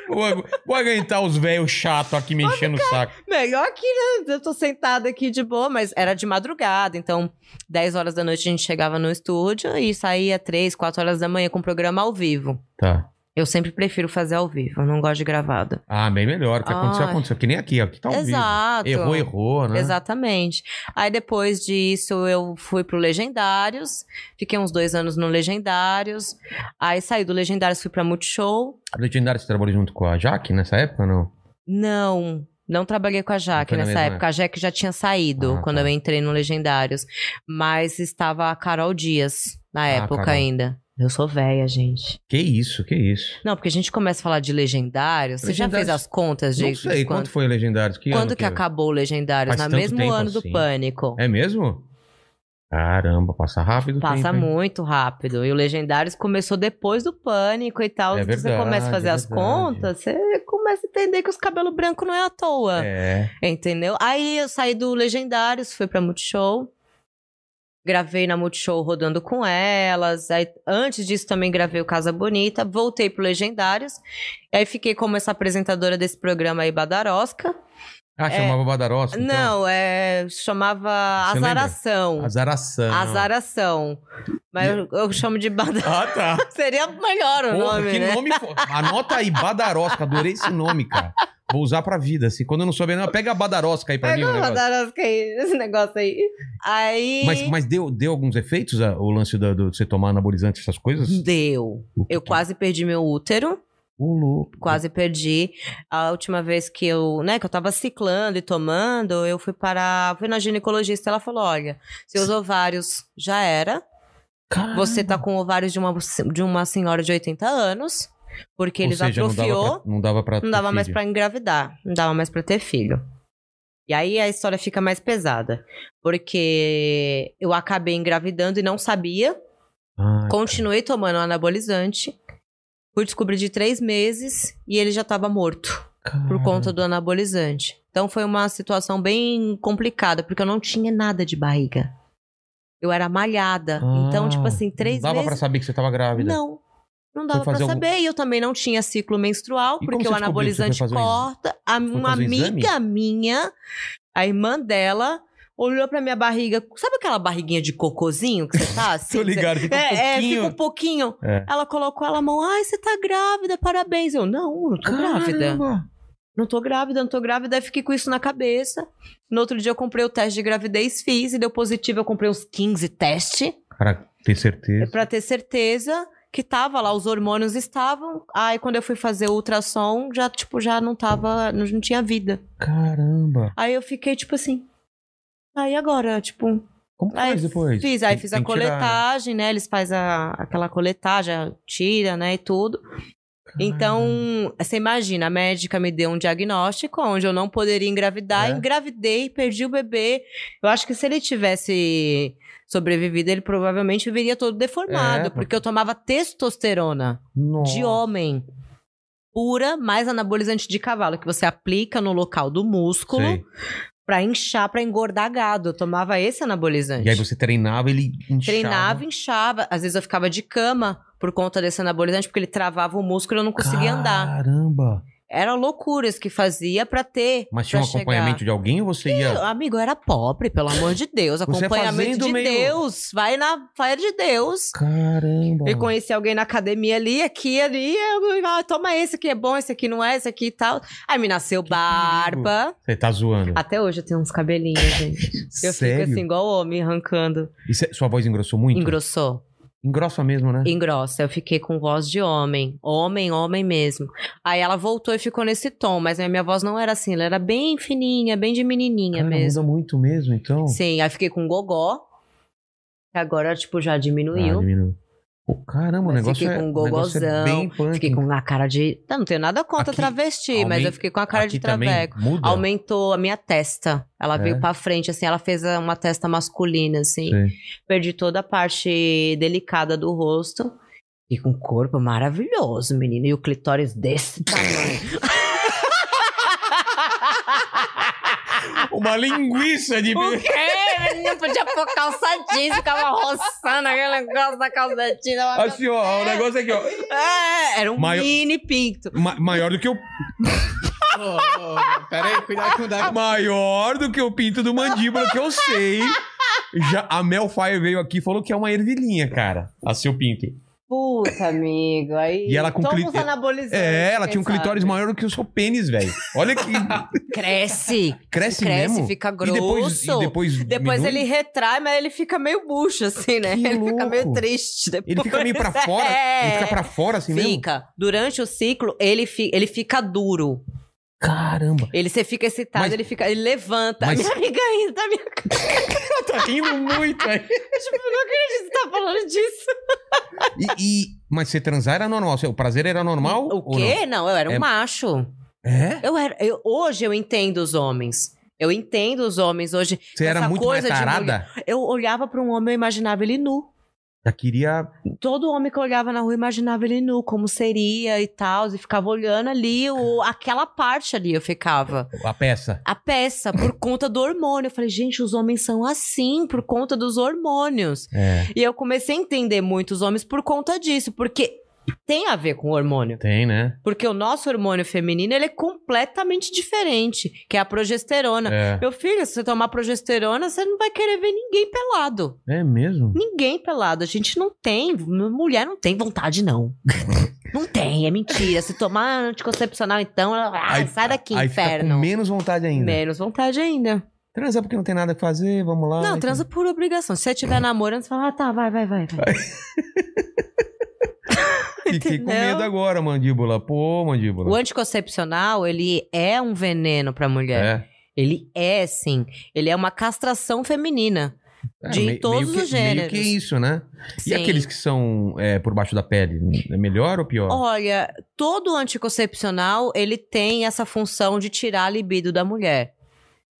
[SPEAKER 1] Vou, agu- vou aguentar os velhos chato aqui me enchendo o saco.
[SPEAKER 3] Melhor que né? eu tô sentada aqui de boa, mas era de madrugada, então 10 horas da noite a gente chegava no estúdio e saía 3, 4 horas da manhã com o programa ao vivo.
[SPEAKER 1] Tá.
[SPEAKER 3] Eu sempre prefiro fazer ao vivo, eu não gosto de gravado.
[SPEAKER 1] Ah, bem melhor. O que aconteceu,
[SPEAKER 3] Ai.
[SPEAKER 1] aconteceu. Que nem aqui, ó. Que tá ao vivo.
[SPEAKER 3] Exato.
[SPEAKER 1] Errou, errou, né?
[SPEAKER 3] Exatamente. Aí depois disso eu fui pro Legendários, fiquei uns dois anos no Legendários, aí saí do Legendários, fui pra Multishow.
[SPEAKER 1] A Legendária você trabalhou junto com a Jaque nessa época, não?
[SPEAKER 3] Não, não trabalhei com a Jaque
[SPEAKER 1] foi na
[SPEAKER 3] nessa
[SPEAKER 1] mesma
[SPEAKER 3] época. A Jaque já tinha saído
[SPEAKER 1] Ah,
[SPEAKER 3] quando
[SPEAKER 1] tá.
[SPEAKER 3] eu entrei no Legendários. Mas estava a Carol Dias na época
[SPEAKER 1] Ah, Carol.
[SPEAKER 3] ainda. Eu sou velha, gente.
[SPEAKER 1] Que isso, que isso.
[SPEAKER 3] Não, porque a gente começa a falar de Legendários. Você já
[SPEAKER 1] Legendários-
[SPEAKER 3] fez as contas de,
[SPEAKER 1] não sei,
[SPEAKER 3] de
[SPEAKER 1] quanto,
[SPEAKER 3] quando,
[SPEAKER 1] foi a Legendários? Que
[SPEAKER 3] quando
[SPEAKER 1] ano
[SPEAKER 3] que acabou o Legendários?
[SPEAKER 1] Faz
[SPEAKER 3] no
[SPEAKER 1] tanto
[SPEAKER 3] mesmo
[SPEAKER 1] tempo
[SPEAKER 3] ano
[SPEAKER 1] assim.
[SPEAKER 3] do Pânico.
[SPEAKER 1] É mesmo? Caramba, passa rápido o
[SPEAKER 3] Passa
[SPEAKER 1] tempo, hein?
[SPEAKER 3] muito rápido. E o Legendários começou depois do pânico e tal.
[SPEAKER 1] É
[SPEAKER 3] Então você
[SPEAKER 1] verdade,
[SPEAKER 3] começa a fazer
[SPEAKER 1] é
[SPEAKER 3] as
[SPEAKER 1] verdade.
[SPEAKER 3] contas, você começa a entender que os cabelos brancos não é à toa.
[SPEAKER 1] É.
[SPEAKER 3] Entendeu? Aí eu saí do Legendários, fui pra Multishow. Gravei na Multishow rodando com elas. Aí, antes disso, também gravei o Casa Bonita. Voltei pro Legendários. Aí fiquei como essa apresentadora desse programa aí, Badarosca.
[SPEAKER 1] Ah,
[SPEAKER 3] É.
[SPEAKER 1] chamava Badarosca? então?
[SPEAKER 3] Não, é, chamava
[SPEAKER 1] Você lembra?
[SPEAKER 3] Azaração.
[SPEAKER 1] Azaração.
[SPEAKER 3] Azaração. Mas eu, eu chamo de Badarosca.
[SPEAKER 1] Ah, tá.
[SPEAKER 3] Seria melhor o
[SPEAKER 1] Porra,
[SPEAKER 3] nome,
[SPEAKER 1] que
[SPEAKER 3] né?
[SPEAKER 1] nome fo- Anota aí, Badarosca. Adorei esse nome, cara. Vou usar pra vida. Se quando eu não souber, não, pega a Badarosca aí pra
[SPEAKER 3] Pega
[SPEAKER 1] mim. o
[SPEAKER 3] uma
[SPEAKER 1] um negócio.
[SPEAKER 3] Badarosca aí, esse negócio aí. Aí...
[SPEAKER 1] Mas, mas deu, deu alguns efeitos ah, o lance da- do, de você tomar anabolizante, essas coisas?
[SPEAKER 3] Deu. Eu quase perdi meu útero,
[SPEAKER 1] Ô, louco.
[SPEAKER 3] quase perdi. A última vez que eu, né, que eu tava ciclando e tomando, eu fui para, fui na ginecologista, ela falou: "Olha, seus ovários já era.
[SPEAKER 1] Caramba.
[SPEAKER 3] Você tá com ovários de uma de uma senhora de 80 anos, porque
[SPEAKER 1] Ou
[SPEAKER 3] eles
[SPEAKER 1] seja, não dava
[SPEAKER 3] atrofiou,
[SPEAKER 1] pra- Não dava pra.
[SPEAKER 3] não
[SPEAKER 1] ter
[SPEAKER 3] dava mais
[SPEAKER 1] filho.
[SPEAKER 3] pra engravidar, não dava mais pra ter filho." E aí a história fica mais pesada, porque eu acabei engravidando e não sabia.
[SPEAKER 1] Ah,
[SPEAKER 3] Continuei tomando anabolizante. Fui descobrir de três meses e ele já estava morto
[SPEAKER 1] cara.
[SPEAKER 3] por conta do anabolizante. Então foi uma situação bem complicada, porque eu não tinha nada de barriga. Eu era malhada.
[SPEAKER 1] Ah,
[SPEAKER 3] então, tipo assim, três
[SPEAKER 1] Não dava pra
[SPEAKER 3] meses.
[SPEAKER 1] saber que você tava grávida.
[SPEAKER 3] não. Não dava
[SPEAKER 1] Foi
[SPEAKER 3] pra
[SPEAKER 1] fazer algum-
[SPEAKER 3] saber. E eu também não tinha ciclo menstrual,
[SPEAKER 1] E como
[SPEAKER 3] porque
[SPEAKER 1] você
[SPEAKER 3] o
[SPEAKER 1] descobriu que você
[SPEAKER 3] anabolizante
[SPEAKER 1] foi fazer um exa-
[SPEAKER 3] corta. A, uma
[SPEAKER 1] fazer um exame?
[SPEAKER 3] amiga minha, a irmã dela, olhou pra minha barriga. Sabe aquela barriguinha de cocôzinho que você tá assim?
[SPEAKER 1] Tô
[SPEAKER 3] que você-
[SPEAKER 1] ligado, fica um
[SPEAKER 3] é, é,
[SPEAKER 1] pouquinho.
[SPEAKER 3] fica um pouquinho.
[SPEAKER 1] É.
[SPEAKER 3] Ela colocou ela a mão, ai, você tá grávida, parabéns. Eu, não, não tô é grávida.
[SPEAKER 1] Caramba.
[SPEAKER 3] Não tô grávida, não tô grávida. Aí fiquei com isso na cabeça. No outro dia eu comprei o teste de gravidez, fiz e deu positivo. Eu comprei uns 15 testes
[SPEAKER 1] Cara,
[SPEAKER 3] um
[SPEAKER 1] ter certeza.
[SPEAKER 3] É pra ter certeza que tava lá, os hormônios estavam. Aí quando eu fui fazer o ultrassom, já, tipo, já não tava, não, não tinha vida.
[SPEAKER 1] Caramba.
[SPEAKER 3] Aí eu fiquei, tipo assim. Aí agora, tipo,
[SPEAKER 1] Como que
[SPEAKER 3] Aí
[SPEAKER 1] faz depois?
[SPEAKER 3] Fiz, aí
[SPEAKER 1] Tem-
[SPEAKER 3] fiz
[SPEAKER 1] tem
[SPEAKER 3] a
[SPEAKER 1] que tirar.
[SPEAKER 3] coletagem, né? Eles fazem a- aquela coletagem, tira, né? E tudo. Então, você imagina, a médica me deu um diagnóstico onde eu não poderia engravidar.
[SPEAKER 1] É.
[SPEAKER 3] Engravidei, perdi o bebê. Eu acho que se ele tivesse sobrevivido, ele provavelmente viria todo deformado,
[SPEAKER 1] É,
[SPEAKER 3] porque eu tomava testosterona
[SPEAKER 1] Nossa.
[SPEAKER 3] de homem. pura mais anabolizante de cavalo, que você aplica no local do músculo
[SPEAKER 1] Sei.
[SPEAKER 3] pra inchar, pra engordar gado. Eu tomava esse anabolizante.
[SPEAKER 1] E aí você treinava, ele inchava.
[SPEAKER 3] Treinava, inchava. Às vezes eu ficava de cama por conta desse anabolizante, porque ele travava o músculo e eu não conseguia andar.
[SPEAKER 1] Caramba.
[SPEAKER 3] Era loucuras que fazia pra ter.
[SPEAKER 1] Mas tinha um
[SPEAKER 3] pra chegar.
[SPEAKER 1] acompanhamento de alguém ou você ia...
[SPEAKER 3] Eu, amigo, eu era pobre, pelo amor de Deus. Acompanhamento
[SPEAKER 1] é fazendo
[SPEAKER 3] de
[SPEAKER 1] meio-
[SPEAKER 3] Deus. Vai na vai de Deus.
[SPEAKER 1] Caramba.
[SPEAKER 3] Eu conheci alguém na academia ali, aqui, ali. Eu, ah, toma esse aqui é bom, esse aqui não é, esse aqui e tal. Aí me nasceu barba.
[SPEAKER 1] Você tá zoando.
[SPEAKER 3] Até hoje eu tenho uns cabelinhos, gente. Ah, Eu
[SPEAKER 1] Sério?
[SPEAKER 3] fico assim, igual homem, arrancando.
[SPEAKER 1] E cê- sua voz engrossou muito?
[SPEAKER 3] Engrossou.
[SPEAKER 1] Engrossa mesmo, né?
[SPEAKER 3] Engrossa. Eu fiquei com voz de homem. Homem, homem mesmo. Aí ela voltou e ficou nesse tom, mas a minha voz não era assim. Ela era bem fininha, bem de menininha
[SPEAKER 1] Cara,
[SPEAKER 3] é mesmo.
[SPEAKER 1] muda muito mesmo, então.
[SPEAKER 3] Sim, aí fiquei com gogó. que Agora, tipo, já
[SPEAKER 1] Ah,
[SPEAKER 3] diminuiu.
[SPEAKER 1] diminuiu. Pô, caramba, o
[SPEAKER 3] Mas
[SPEAKER 1] negócio
[SPEAKER 3] fiquei
[SPEAKER 1] é,
[SPEAKER 3] com um
[SPEAKER 1] o negócio é
[SPEAKER 3] gogozão,
[SPEAKER 1] bem punk.
[SPEAKER 3] Fiquei com a cara de. Não, não tenho nada contra
[SPEAKER 1] Aqui,
[SPEAKER 3] travesti, mas
[SPEAKER 1] aumen-
[SPEAKER 3] eu fiquei com a cara
[SPEAKER 1] Aqui
[SPEAKER 3] de traveco.
[SPEAKER 1] Também muda.
[SPEAKER 3] Aumentou a minha testa. Ela
[SPEAKER 1] É?
[SPEAKER 3] veio pra frente, assim, ela fez uma testa masculina, assim.
[SPEAKER 1] Sim.
[SPEAKER 3] Perdi toda a parte delicada do rosto. E com um corpo maravilhoso, menino. E o clitóris desse tamanho.
[SPEAKER 1] Ah, Uma linguiça de...
[SPEAKER 3] O quê? Menino podia pôr calça jeans, ficava roçando aquele negócio da calça jeans. Uma...
[SPEAKER 1] Assim, ó, o negócio é que, ó.
[SPEAKER 3] É, era um
[SPEAKER 1] Maior-
[SPEAKER 3] mini pinto.
[SPEAKER 1] ma- maior do que o.
[SPEAKER 2] Ô, ô, pera aí, cuidado, cuidado.
[SPEAKER 1] Maior do que o pinto do mandíbula, que eu sei. Já, a Mel Fire veio aqui e falou que é uma ervilhinha, cara. A seu pinto.
[SPEAKER 3] Puta, amigo. Aí.
[SPEAKER 1] E ela com
[SPEAKER 3] Toma
[SPEAKER 1] cli-
[SPEAKER 3] uns anabolizantes,
[SPEAKER 1] É, ela tinha um
[SPEAKER 3] quem
[SPEAKER 1] clitóris
[SPEAKER 3] sabe?
[SPEAKER 1] maior do que o seu pênis, velho. Olha que.
[SPEAKER 3] Cresce.
[SPEAKER 1] Cresce,
[SPEAKER 3] Cresce,
[SPEAKER 1] É assim mesmo.
[SPEAKER 3] fica
[SPEAKER 1] E
[SPEAKER 3] grosso.
[SPEAKER 1] depois, e depois,
[SPEAKER 3] Depois
[SPEAKER 1] diminui?
[SPEAKER 3] ele retrai, mas ele fica meio bucho, assim, né?
[SPEAKER 1] Que
[SPEAKER 3] ele fica
[SPEAKER 1] louco.
[SPEAKER 3] meio triste depois.
[SPEAKER 1] Ele fica meio pra fora.
[SPEAKER 3] É.
[SPEAKER 1] Ele fica pra fora assim mesmo.
[SPEAKER 3] Fica. Durante o ciclo, ele, fi- ele fica duro.
[SPEAKER 1] Caramba.
[SPEAKER 3] Ele, você fica excitado,
[SPEAKER 1] Mas-
[SPEAKER 3] ele fica. Ele levanta.
[SPEAKER 1] Mas-
[SPEAKER 3] Minha amiga ainda, tá minha
[SPEAKER 1] tá rindo muito aí.
[SPEAKER 3] Tipo, eu não acredito que você tá falando disso.
[SPEAKER 1] E, e- mas você transar era normal? O seu prazer era normal?
[SPEAKER 3] O
[SPEAKER 1] ou
[SPEAKER 3] quê? Não? eu era um
[SPEAKER 1] É-
[SPEAKER 3] macho.
[SPEAKER 1] não? É?
[SPEAKER 3] Eu era, eu- hoje eu entendo os homens. Eu entendo os homens hoje.
[SPEAKER 1] Você era
[SPEAKER 3] Essa
[SPEAKER 1] muito mais
[SPEAKER 3] coisa de
[SPEAKER 1] tarada?
[SPEAKER 3] Eu olhava pra um homem, eu imaginava ele nu.
[SPEAKER 1] Já queria.
[SPEAKER 3] Todo homem que eu olhava na rua, eu imaginava ele nu, como seria e tal. E ficava olhando ali, o, aquela parte ali eu ficava.
[SPEAKER 1] A peça.
[SPEAKER 3] A peça, por conta do hormônio. Eu falei, gente, os homens são assim, por conta dos hormônios.
[SPEAKER 1] É.
[SPEAKER 3] E eu comecei a entender muito os homens por conta disso, porque tem a ver com o hormônio.
[SPEAKER 1] Tem, né?
[SPEAKER 3] Porque o nosso hormônio feminino, ele é completamente diferente, que é a progesterona.
[SPEAKER 1] É.
[SPEAKER 3] Meu filho, se você tomar progesterona, você não vai querer ver ninguém pelado.
[SPEAKER 1] É mesmo?
[SPEAKER 3] Ninguém pelado. A gente não tem, mulher não tem vontade, não. não tem, é mentira. Se tomar anticoncepcional, então, ah,
[SPEAKER 1] Aí- tá,
[SPEAKER 3] sai daqui,
[SPEAKER 1] Aí fica com
[SPEAKER 3] inferno.
[SPEAKER 1] menos vontade ainda.
[SPEAKER 3] Menos vontade ainda.
[SPEAKER 1] Transa porque não tem nada que fazer, vamos lá.
[SPEAKER 3] não, transa por obrigação. Se você
[SPEAKER 1] É.
[SPEAKER 3] tiver namorando, você fala, ah, tá, vai, vai, vai. vai.
[SPEAKER 1] Fiquei com
[SPEAKER 3] entendeu?
[SPEAKER 1] medo agora, mandíbula. Pô,
[SPEAKER 3] O
[SPEAKER 1] mandíbula.
[SPEAKER 3] anticoncepcional, ele é um veneno pra mulher.
[SPEAKER 1] É.
[SPEAKER 3] Ele é, sim. Ele é uma castração feminina.
[SPEAKER 1] É,
[SPEAKER 3] De
[SPEAKER 1] mei-
[SPEAKER 3] todos
[SPEAKER 1] meio que-
[SPEAKER 3] os gêneros.
[SPEAKER 1] Meio que isso, né?
[SPEAKER 3] Sim.
[SPEAKER 1] E aqueles que são é, por baixo da pele, é melhor ou pior?
[SPEAKER 3] Olha, todo anticoncepcional, ele tem essa função de tirar a libido da mulher.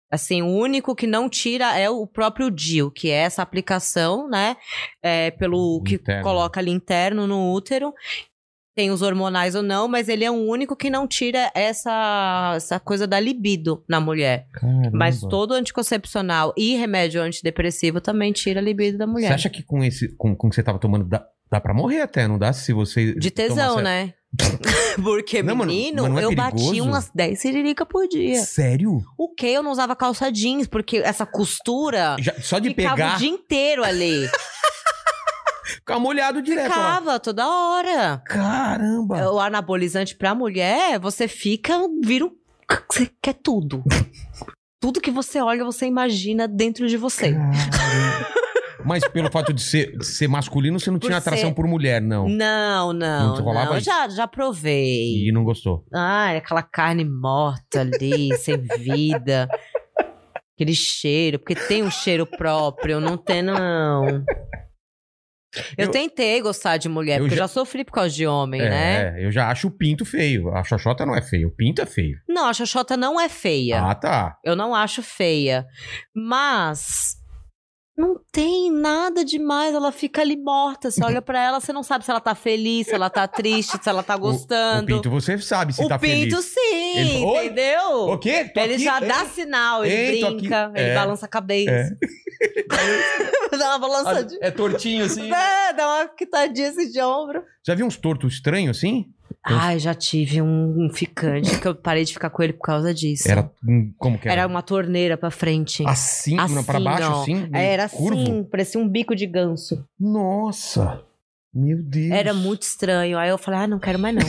[SPEAKER 3] Assim, o único que não tira é o próprio DIL, que é essa aplicação, né? É, pelo que
[SPEAKER 1] Interno.
[SPEAKER 3] coloca ali interno no útero. Tem os hormonais ou não, mas ele é o único que não tira essa, essa coisa da libido na mulher.
[SPEAKER 1] Caramba.
[SPEAKER 3] Mas todo anticoncepcional e remédio antidepressivo também tira a libido da mulher.
[SPEAKER 1] Você acha que com esse com, com o que você tava tomando dá, dá pra morrer até, não dá? Se você.
[SPEAKER 3] De tesão,
[SPEAKER 1] tomar
[SPEAKER 3] né? Porque,
[SPEAKER 1] Não, mano,
[SPEAKER 3] menino,
[SPEAKER 1] mas não é
[SPEAKER 3] eu bati
[SPEAKER 1] perigoso?
[SPEAKER 3] umas 10 siririca por dia.
[SPEAKER 1] Sério?
[SPEAKER 3] O que? Eu não usava calça jeans, porque essa costura
[SPEAKER 1] Já- só de
[SPEAKER 3] ficava
[SPEAKER 1] pegar,
[SPEAKER 3] o dia inteiro ali.
[SPEAKER 1] ficar molhado direto. lá.
[SPEAKER 3] ficava toda hora.
[SPEAKER 1] Caramba!
[SPEAKER 3] O anabolizante pra mulher, você fica, vira um... Você quer tudo. tudo que você olha, você imagina dentro de você.
[SPEAKER 1] Caramba. Mas pelo fato de ser, de ser masculino, você não
[SPEAKER 3] Por
[SPEAKER 1] tinha atração
[SPEAKER 3] ser-
[SPEAKER 1] por mulher, não.
[SPEAKER 3] Não, não,
[SPEAKER 1] Não rolava
[SPEAKER 3] não. Eu
[SPEAKER 1] isso?
[SPEAKER 3] Já, já provei.
[SPEAKER 1] E não gostou.
[SPEAKER 3] Ai, aquela carne morta ali, sem vida. Aquele cheiro, porque tem um cheiro próprio, não tem, não. Eu,
[SPEAKER 1] Eu-
[SPEAKER 3] tentei gostar de mulher,
[SPEAKER 1] eu
[SPEAKER 3] porque eu
[SPEAKER 1] já-
[SPEAKER 3] já sofri por causa de homem,
[SPEAKER 1] é,
[SPEAKER 3] né?
[SPEAKER 1] eu já acho o pinto feio. A xoxota não é feio. O pinto é feio.
[SPEAKER 3] Não, a Xoxota não é feia.
[SPEAKER 1] Ah, tá.
[SPEAKER 3] Eu não acho feia. Mas Não tem nada demais, ela fica ali morta. Você olha pra ela, você não sabe se ela tá feliz, se ela tá triste, se ela tá gostando.
[SPEAKER 1] O, o Pinto, você sabe se
[SPEAKER 3] O
[SPEAKER 1] tá
[SPEAKER 3] Pinto,
[SPEAKER 1] feliz.
[SPEAKER 3] sim,
[SPEAKER 1] Ele fala, "Oi,
[SPEAKER 3] entendeu?
[SPEAKER 1] O quê? Tô
[SPEAKER 3] ele
[SPEAKER 1] aqui,
[SPEAKER 3] já
[SPEAKER 1] é.
[SPEAKER 4] Ah,
[SPEAKER 3] dá sinal, ele
[SPEAKER 1] Ei, tô aqui.
[SPEAKER 3] brinca, ele
[SPEAKER 1] É.
[SPEAKER 3] balança a cabeça. dá uma balançadinha.
[SPEAKER 4] É tortinho assim.
[SPEAKER 3] É, dá uma quitadinha assim de ombro.
[SPEAKER 1] Já viu uns tortos estranhos assim?
[SPEAKER 3] Ai, já tive um, um ficante que eu parei de ficar com ele por causa disso.
[SPEAKER 1] Era hum, como que era?
[SPEAKER 3] Era uma torneira pra frente.
[SPEAKER 1] assim,
[SPEAKER 3] assim,
[SPEAKER 1] não, pra baixo
[SPEAKER 3] ó.
[SPEAKER 1] assim, meio
[SPEAKER 3] Era
[SPEAKER 1] curvo.
[SPEAKER 3] assim, parecia um bico de ganso.
[SPEAKER 1] Nossa. Meu Deus.
[SPEAKER 3] Era muito estranho. Aí eu falei, ah, não quero mais não.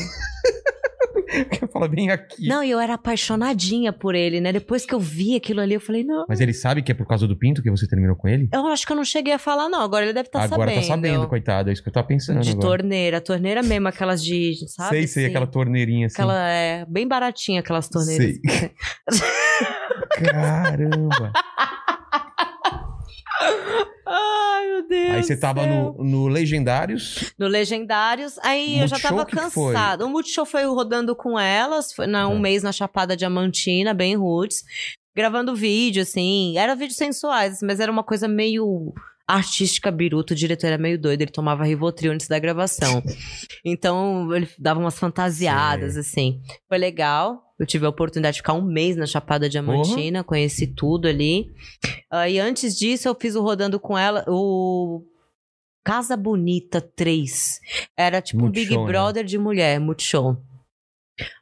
[SPEAKER 1] Fala bem aqui.
[SPEAKER 3] não, e eu era apaixonadinha por ele, né? Depois que eu vi aquilo ali, eu falei, não.
[SPEAKER 1] Mas ele sabe que é por causa do Pinto que você terminou com ele?
[SPEAKER 3] Eu acho que eu não cheguei a falar, não. Agora ele deve estar
[SPEAKER 1] agora
[SPEAKER 3] sabendo.
[SPEAKER 1] tá sabendo, coitado. É isso que eu tava pensando
[SPEAKER 3] De
[SPEAKER 1] agora.
[SPEAKER 3] torneira. Torneira mesmo, aquelas de, sabe?
[SPEAKER 1] sei, sei,
[SPEAKER 3] assim?
[SPEAKER 1] aquela torneirinha assim.
[SPEAKER 3] Aquela é bem baratinha, aquelas torneiras.
[SPEAKER 1] Sei. Caramba.
[SPEAKER 3] Ai, meu Deus.
[SPEAKER 1] Aí você tava
[SPEAKER 3] do céu.
[SPEAKER 1] no, no Legendários.
[SPEAKER 3] No Legendários. Aí eu já
[SPEAKER 1] Multishow,
[SPEAKER 3] tava
[SPEAKER 1] que que foi?
[SPEAKER 3] cansada. O Multishow foi rodando com elas, foi na, um
[SPEAKER 1] Tá.
[SPEAKER 3] mês na Chapada Diamantina, bem roots. Gravando vídeo, assim. Era vídeos sensuais, mas era uma coisa meio artística, biruta. O diretor era meio doido, ele tomava Rivotril antes da gravação. então, ele dava umas fantasiadas, assim. Foi legal. Eu tive a oportunidade de ficar um mês na Chapada Diamantina, conheci tudo ali. Ah, e antes disso, eu fiz o Rodando com ela, o Casa Bonita 3. Era tipo um Big
[SPEAKER 1] Multishow, né?
[SPEAKER 3] Brother de mulher, Multishow.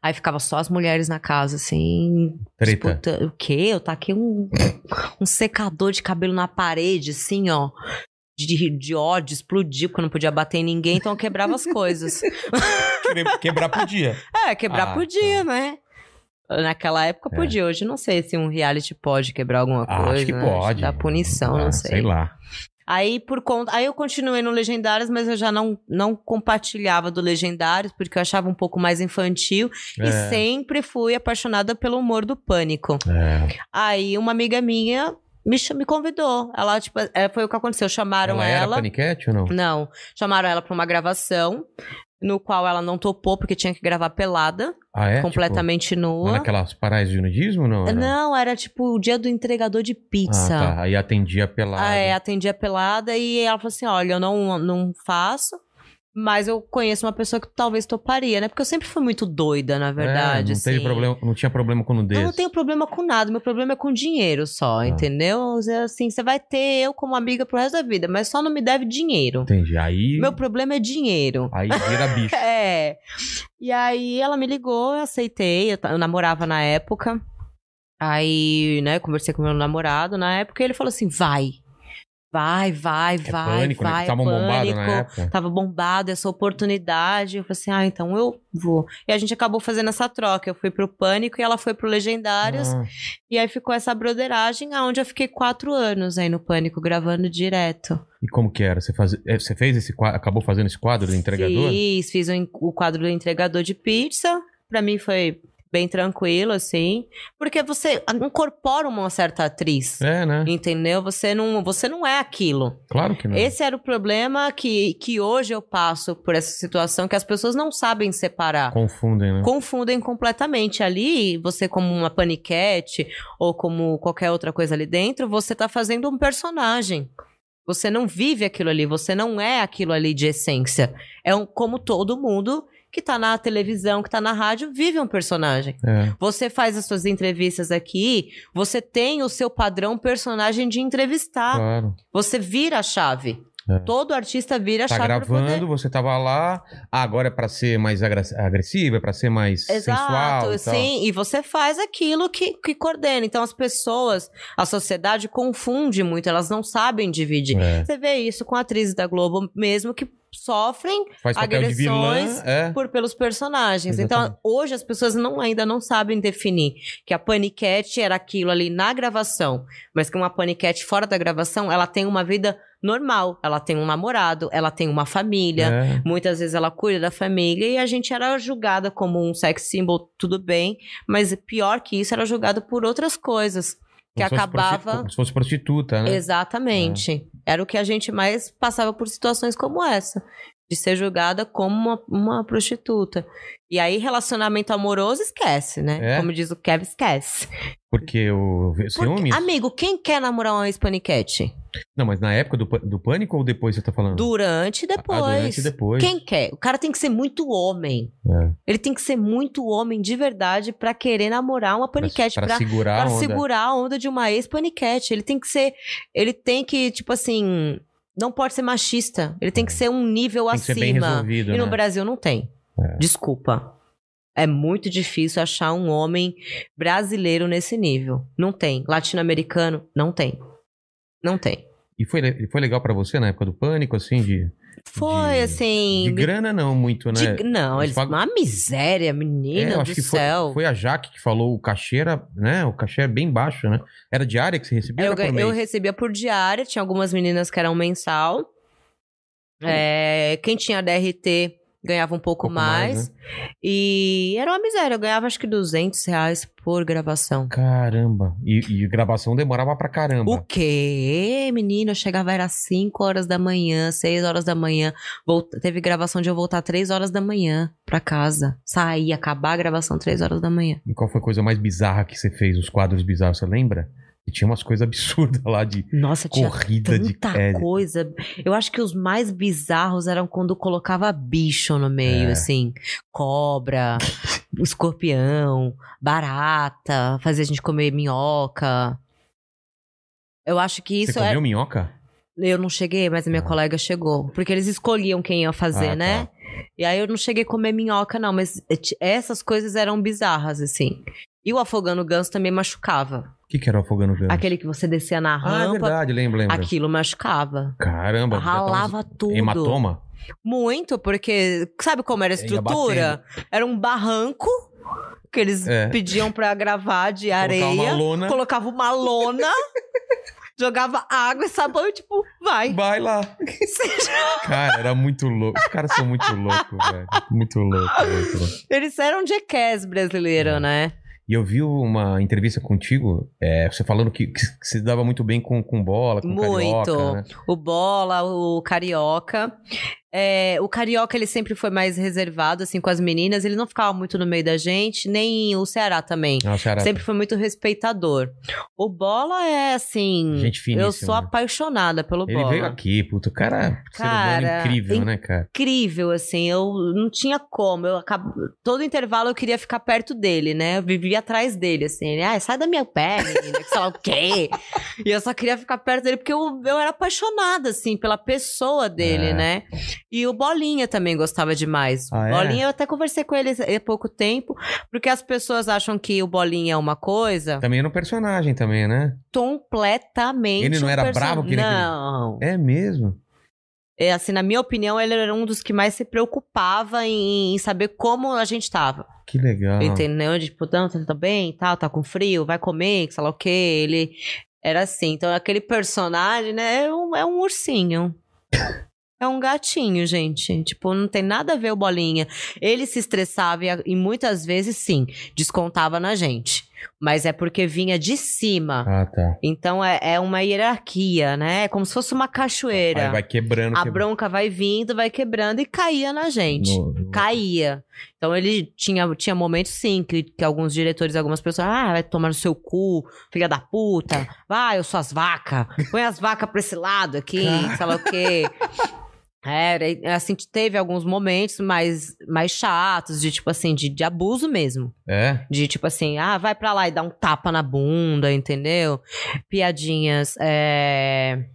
[SPEAKER 3] Aí ficava só as mulheres na casa, assim.
[SPEAKER 1] Treta.
[SPEAKER 3] disputando. O quê? Eu taquei um, um secador de cabelo na parede, assim, ó. De, de ódio, explodiu, porque eu não podia bater em ninguém, então eu quebrava as coisas. Tipo,
[SPEAKER 1] Querer- Quebrar podia.
[SPEAKER 3] É, quebrar
[SPEAKER 1] Ah,
[SPEAKER 3] podia, né? Naquela época
[SPEAKER 1] É.
[SPEAKER 3] podia, hoje não sei se um reality pode quebrar alguma
[SPEAKER 1] Ah,
[SPEAKER 3] coisa.
[SPEAKER 1] acho que
[SPEAKER 3] né?
[SPEAKER 1] pode.
[SPEAKER 3] Dá punição,
[SPEAKER 1] Ah,
[SPEAKER 3] não sei.
[SPEAKER 1] Sei lá.
[SPEAKER 3] Aí por conta, aí eu continuei no Legendários, mas eu já não, não compartilhava do Legendários porque eu achava um pouco mais infantil e sempre fui apaixonada pelo humor do pânico.
[SPEAKER 1] É.
[SPEAKER 3] Aí uma amiga minha me, cha- me convidou. Ela tipo, é, foi o que aconteceu, chamaram
[SPEAKER 1] Ela
[SPEAKER 3] ela.
[SPEAKER 1] era paniquete ou não?
[SPEAKER 3] Não, chamaram ela pra uma gravação no qual ela não topou porque tinha que gravar pelada,
[SPEAKER 1] Ah, é?
[SPEAKER 3] completamente
[SPEAKER 1] Tipo, não
[SPEAKER 3] nua.
[SPEAKER 1] naquelas paradas de nudismo, não? Era-
[SPEAKER 3] Não, era tipo o dia do entregador de pizza.
[SPEAKER 1] Ah, tá. Aí atendia pela.
[SPEAKER 3] Ah, é, atendia pelada e ela falou assim: olha, eu não, não faço, mas eu conheço uma pessoa que talvez toparia, né? Porque eu sempre fui muito doida, na verdade.
[SPEAKER 1] É, não teve
[SPEAKER 3] assim.
[SPEAKER 1] problema, não tinha problema com nudez.
[SPEAKER 3] Eu não tenho problema com nada, meu problema é com dinheiro só,
[SPEAKER 1] Ah.
[SPEAKER 3] entendeu? Assim, você vai ter eu como amiga pro resto da vida, mas só não me deve dinheiro.
[SPEAKER 1] Entendi. Aí,
[SPEAKER 3] Meu problema é dinheiro.
[SPEAKER 1] aí vira bicho.
[SPEAKER 3] É. E aí ela me ligou, eu aceitei, eu, ta- eu namorava na época. Aí, né, conversei com meu namorado na época e ele falou assim: vai. Vai, vai,
[SPEAKER 1] É
[SPEAKER 3] vai,
[SPEAKER 1] pânico, né?
[SPEAKER 3] vai.
[SPEAKER 1] Estavam bombados
[SPEAKER 3] pânico.
[SPEAKER 1] na época.
[SPEAKER 3] Tava bombado essa oportunidade. Eu falei assim: ah, então eu vou. E a gente acabou fazendo essa troca. Eu fui pro Pânico e ela foi pro Legendários.
[SPEAKER 1] Ah,
[SPEAKER 3] E aí ficou essa broderagem, aonde eu fiquei quatro anos aí no Pânico, gravando direto.
[SPEAKER 1] e como que era? Você, faz... é, você fez esse quadro, acabou fazendo esse quadro do entregador?
[SPEAKER 3] Fiz, fiz o en- o quadro do entregador de pizza. Pra mim foi bem tranquilo, assim. Porque você incorpora uma certa atriz.
[SPEAKER 1] É, né?
[SPEAKER 3] Entendeu? Você não, você não é aquilo.
[SPEAKER 1] Claro que não.
[SPEAKER 3] Esse era o problema que, que hoje eu passo por essa situação que as pessoas não sabem separar.
[SPEAKER 1] Confundem, né?
[SPEAKER 3] Confundem completamente. Ali, você, como uma paniquete ou como qualquer outra coisa ali dentro, você tá fazendo um personagem. Você não vive aquilo ali, você não é aquilo ali de essência. É um, como todo mundo que tá na televisão, que tá na rádio, vive um personagem.
[SPEAKER 1] É.
[SPEAKER 3] Você faz as suas entrevistas aqui, você tem o seu padrão personagem de entrevistar.
[SPEAKER 1] Claro.
[SPEAKER 3] Você vira a chave.
[SPEAKER 1] É.
[SPEAKER 3] Todo artista vira a
[SPEAKER 1] Tá
[SPEAKER 3] chave pra poder-
[SPEAKER 1] gravando, você tava lá. Ah, agora é pra ser mais agra- agressiva, é pra ser mais sensual.
[SPEAKER 3] Exato,
[SPEAKER 1] e tal.
[SPEAKER 3] sim. E você faz aquilo que, que coordena. Então as pessoas, a sociedade confunde muito, elas não sabem dividir.
[SPEAKER 1] É.
[SPEAKER 3] Você vê isso com atrizes da Globo mesmo que sofrem
[SPEAKER 1] Faz papel de vilã.
[SPEAKER 3] Agressões
[SPEAKER 1] É.
[SPEAKER 3] por pelos personagens. Então
[SPEAKER 1] Exatamente.
[SPEAKER 3] hoje as pessoas não, ainda não sabem definir que a paniquete era aquilo ali na gravação, mas que uma paniquete fora da gravação, ela tem uma vida normal, ela tem um namorado, ela tem uma família.
[SPEAKER 1] É.
[SPEAKER 3] Muitas vezes ela cuida da família e a gente era julgada como um sex symbol, tudo bem, mas pior que isso, era julgada por outras coisas. Que
[SPEAKER 1] Como se fosse
[SPEAKER 3] acabava-
[SPEAKER 1] prostitu- Como se fosse prostituta, né?
[SPEAKER 3] Exatamente. Era o que a gente mais passava por situações como essa, de ser julgada como uma, uma prostituta. E aí, relacionamento amoroso, esquece, né?
[SPEAKER 1] É?
[SPEAKER 3] Como diz o Kevin, esquece.
[SPEAKER 1] Porque o
[SPEAKER 3] Porque,
[SPEAKER 1] ciúme.
[SPEAKER 3] amigo, quem quer namorar uma ex-paniquete?
[SPEAKER 1] Não, mas na época do, pa- do pânico ou depois você tá falando?
[SPEAKER 3] Durante e depois.
[SPEAKER 1] Ah, durante e depois.
[SPEAKER 3] Quem quer? O cara tem que ser muito homem.
[SPEAKER 1] É,
[SPEAKER 3] Ele tem que ser muito homem de verdade pra querer namorar uma
[SPEAKER 1] pra,
[SPEAKER 3] paniquete,
[SPEAKER 1] pra
[SPEAKER 3] é pra,
[SPEAKER 1] segurar a
[SPEAKER 3] pra
[SPEAKER 1] onda.
[SPEAKER 3] segurar a onda de uma ex-paniquete. Ele tem que ser. Ele tem que, tipo assim. Não pode ser machista. Ele tem que ser um nível
[SPEAKER 1] É. Tem que
[SPEAKER 3] acima.
[SPEAKER 1] ser bem resolvido,
[SPEAKER 3] E no
[SPEAKER 1] né?
[SPEAKER 3] Brasil não tem.
[SPEAKER 1] É.
[SPEAKER 3] Desculpa. É muito difícil achar um homem brasileiro nesse nível. Não tem. Latino-americano, não tem. Não tem.
[SPEAKER 1] E foi, le- foi legal pra você na época do pânico, assim, de,
[SPEAKER 3] Foi
[SPEAKER 1] De-
[SPEAKER 3] assim.
[SPEAKER 1] de
[SPEAKER 3] me-
[SPEAKER 1] grana não muito, né?
[SPEAKER 3] de- Não,
[SPEAKER 1] Eles
[SPEAKER 3] eles.
[SPEAKER 1] pagam-
[SPEAKER 3] Uma miséria,
[SPEAKER 1] É,
[SPEAKER 3] menina
[SPEAKER 1] eu
[SPEAKER 3] do
[SPEAKER 1] acho que foi,
[SPEAKER 3] céu.
[SPEAKER 1] foi a Jaque que falou o cachê era, né? O cachê é bem baixo, né? Era diária que você recebia? ou
[SPEAKER 3] Eu,
[SPEAKER 1] era por
[SPEAKER 3] ga- eu
[SPEAKER 1] mês?
[SPEAKER 3] recebia por diária, tinha algumas meninas que eram mensal. É, quem tinha DRT ganhava um pouco,
[SPEAKER 1] Uhum. Pouco
[SPEAKER 3] mais.
[SPEAKER 1] mais, né?
[SPEAKER 3] E era uma miséria, eu ganhava acho que 200 reais por gravação.
[SPEAKER 1] Caramba. E, e gravação demorava pra caramba.
[SPEAKER 3] O quê, menino? Eu chegava, era 5 horas da manhã, 6 horas da manhã. Volta- teve gravação de eu voltar 3 horas da manhã pra casa. Sair, acabar a gravação 3 horas da manhã.
[SPEAKER 1] E qual foi a coisa mais bizarra que você fez? Os quadros bizarros, você lembra? E tinha umas coisas absurdas lá de
[SPEAKER 3] Nossa, tinha
[SPEAKER 1] corrida de
[SPEAKER 3] tanta
[SPEAKER 1] é,
[SPEAKER 3] coisa. Eu acho que os mais bizarros eram quando colocava bicho no meio,
[SPEAKER 1] É.
[SPEAKER 3] assim. Cobra, escorpião, barata, fazia a gente comer minhoca. Eu acho que
[SPEAKER 1] Você
[SPEAKER 3] isso é
[SPEAKER 1] comeu
[SPEAKER 3] era.
[SPEAKER 1] minhoca?
[SPEAKER 3] Eu não cheguei, mas a minha
[SPEAKER 1] Ah.
[SPEAKER 3] colega chegou. Porque eles escolhiam quem ia fazer,
[SPEAKER 1] Ah,
[SPEAKER 3] né?
[SPEAKER 1] tá.
[SPEAKER 3] E aí eu não cheguei a comer minhoca, não. Mas eh, ti- essas coisas eram bizarras, assim. E o afogando ganso também machucava.
[SPEAKER 1] O que, que era o afogando ganso?
[SPEAKER 3] Aquele que você descia na
[SPEAKER 1] Ah, é
[SPEAKER 3] rampa,
[SPEAKER 1] verdade, lembro, lembro.
[SPEAKER 3] aquilo machucava.
[SPEAKER 1] Caramba, já tá uns-
[SPEAKER 3] Ralava tudo.
[SPEAKER 1] hematoma.
[SPEAKER 3] Muito, porque sabe como era a
[SPEAKER 1] Ia né?
[SPEAKER 3] estrutura? Era um barranco que eles
[SPEAKER 1] É.
[SPEAKER 3] pediam pra gravar de areia.
[SPEAKER 1] Colocava uma lona,
[SPEAKER 3] colocava uma lona, jogava água e sabão e tipo, vai.
[SPEAKER 1] vai lá. Cara, era muito louco. Os caras são muito loucos, velho. Muito louco, muito louco.
[SPEAKER 3] Eles eram de jackass brasileiro,
[SPEAKER 1] É.
[SPEAKER 3] né?
[SPEAKER 1] E eu vi uma entrevista contigo, é, você falando que, que você dava muito bem com, com bola, com
[SPEAKER 3] Muito.
[SPEAKER 1] carioca, né?
[SPEAKER 3] O Bola, o Carioca. É, o Carioca, ele sempre foi mais reservado, assim, com as meninas. Ele não ficava muito no meio da gente, nem o Ceará também.
[SPEAKER 1] Ah, o Ceará.
[SPEAKER 3] Sempre foi muito respeitador. O Bola é assim.
[SPEAKER 1] Gente finíssima,
[SPEAKER 3] eu sou
[SPEAKER 1] né?
[SPEAKER 3] apaixonada pelo
[SPEAKER 1] Ele
[SPEAKER 3] Bola.
[SPEAKER 1] veio aqui, puto. O cara, é ser humano
[SPEAKER 3] Cara,
[SPEAKER 1] incrível,
[SPEAKER 3] in-
[SPEAKER 1] né, cara?
[SPEAKER 3] Incrível, assim, eu não tinha como. Eu acab... Todo intervalo eu queria ficar perto dele, né? Eu vivia atrás dele, assim. Ele, ah, sai da minha pé, menina, que sei lá o quê. E eu só queria ficar perto dele, porque eu, eu era apaixonada, assim, pela pessoa dele,
[SPEAKER 1] É.
[SPEAKER 3] né? E o Bolinha também gostava demais.
[SPEAKER 1] Ah, é?
[SPEAKER 3] Bolinha, eu até conversei com ele há pouco tempo, porque as pessoas acham que o Bolinha é uma coisa.
[SPEAKER 1] Também era um personagem também, né?
[SPEAKER 3] completamente.
[SPEAKER 1] Ele não
[SPEAKER 3] um
[SPEAKER 1] era
[SPEAKER 3] person-
[SPEAKER 1] bravo que nem aquele-
[SPEAKER 3] Não.
[SPEAKER 1] É mesmo.
[SPEAKER 3] É, assim, na minha opinião, ele era um dos que mais se preocupava em, em saber como a gente tava.
[SPEAKER 1] Que legal.
[SPEAKER 3] Entendeu? De, Tipo, não, tá, tá bem, tal, tá com frio, vai comer, que sei lá o quê. Ele era assim. Então, aquele personagem, né, é um, é um ursinho. É um gatinho, gente. Tipo, não tem nada a ver o bolinha. Ele se estressava e, a- e muitas vezes, sim, descontava na gente. Mas é porque vinha de cima.
[SPEAKER 1] Ah, tá.
[SPEAKER 3] Então é, é uma hierarquia, né? É como se fosse uma
[SPEAKER 1] Aí
[SPEAKER 3] cachoeira.
[SPEAKER 1] vai quebrando.
[SPEAKER 3] a
[SPEAKER 1] quebrando.
[SPEAKER 3] bronca vai vindo, vai quebrando e caía na gente.
[SPEAKER 1] No- no-
[SPEAKER 3] Caía. Então ele tinha, tinha momentos sim que, que alguns diretores, algumas pessoas, ah, vai tomar no seu cu, filha da puta, vai, eu sou as vacas, põe as vacas pra esse lado aqui, sei lá o quê. Era, e, assim, teve alguns momentos mais, mais chatos, de tipo assim, de- de abuso mesmo.
[SPEAKER 1] É?
[SPEAKER 3] De tipo assim, ah, vai pra lá e dá um tapa na bunda, entendeu? Piadinhas é,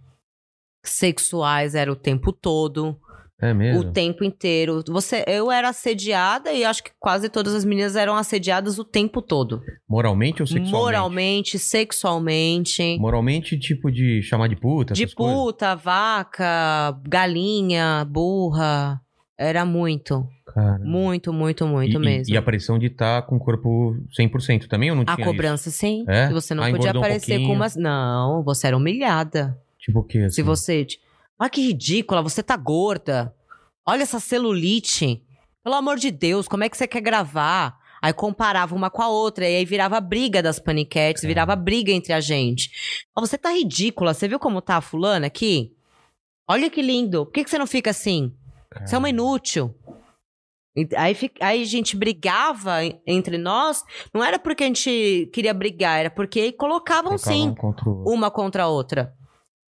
[SPEAKER 3] sexuais era o tempo todo,
[SPEAKER 1] É mesmo?
[SPEAKER 3] o tempo inteiro. Você, eu era assediada e acho que quase todas as meninas eram assediadas o tempo todo.
[SPEAKER 1] Moralmente ou sexualmente?
[SPEAKER 3] Moralmente, sexualmente.
[SPEAKER 1] Moralmente, tipo de chamar de puta?
[SPEAKER 3] de
[SPEAKER 1] essas coisas?
[SPEAKER 3] puta, vaca, galinha, burra. Era muito,
[SPEAKER 1] Cara.
[SPEAKER 3] muito, muito,
[SPEAKER 1] É. E-
[SPEAKER 3] muito
[SPEAKER 1] e,
[SPEAKER 3] mesmo.
[SPEAKER 1] E a pressão de estar com o corpo 100% também ou não
[SPEAKER 3] A
[SPEAKER 1] tinha
[SPEAKER 3] cobrança, sim.
[SPEAKER 1] É?
[SPEAKER 3] E Você não
[SPEAKER 1] Ah,
[SPEAKER 3] podia
[SPEAKER 1] engordou um
[SPEAKER 3] aparecer com
[SPEAKER 1] pouquinho.
[SPEAKER 3] umas. Não, você era humilhada.
[SPEAKER 1] isso? Tipo o quê?
[SPEAKER 3] Se
[SPEAKER 1] assim?
[SPEAKER 3] você. Olha que ridícula, você tá gorda. Olha essa celulite. Pelo amor de Deus, como é que você quer gravar? Aí comparava uma com a outra, e aí virava briga das paniquetes,
[SPEAKER 1] Caramba.
[SPEAKER 3] virava briga entre a gente. Ó, você tá ridícula, você viu como tá a fulana aqui? Olha que lindo, por que, que você não fica assim?
[SPEAKER 1] Cara.
[SPEAKER 3] Você é uma inútil. E Aí, fi- aí a gente brigava en- entre nós, não era porque a gente queria brigar, era porque colocavam
[SPEAKER 1] Colocava
[SPEAKER 3] sim
[SPEAKER 1] um contra o outro.
[SPEAKER 3] uma contra a outra.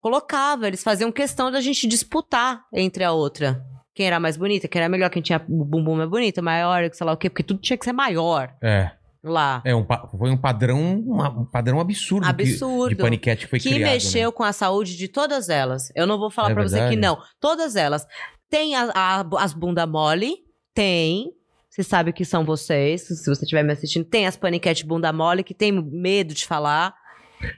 [SPEAKER 3] colocava, eles faziam questão da gente disputar entre a outra. Quem era mais bonita, quem era melhor, quem tinha o bumbum mais bonito, maior, sei lá o quê, porque tudo tinha que ser maior
[SPEAKER 1] É.
[SPEAKER 3] lá.
[SPEAKER 1] é um, pa- foi um padrão, uma- um padrão absurdo, que-
[SPEAKER 3] Absurdo.
[SPEAKER 1] de paniquete que foi
[SPEAKER 3] que
[SPEAKER 1] criado. né?
[SPEAKER 3] mexeu com a saúde de todas elas. Eu não vou falar
[SPEAKER 1] É
[SPEAKER 3] pra você que
[SPEAKER 1] verdade?
[SPEAKER 3] não. Todas elas. Tem a- a- as bunda mole, tem. Você sabe que são vocês, se você estiver me assistindo. Tem as paniquete bunda mole, que tem medo de falar.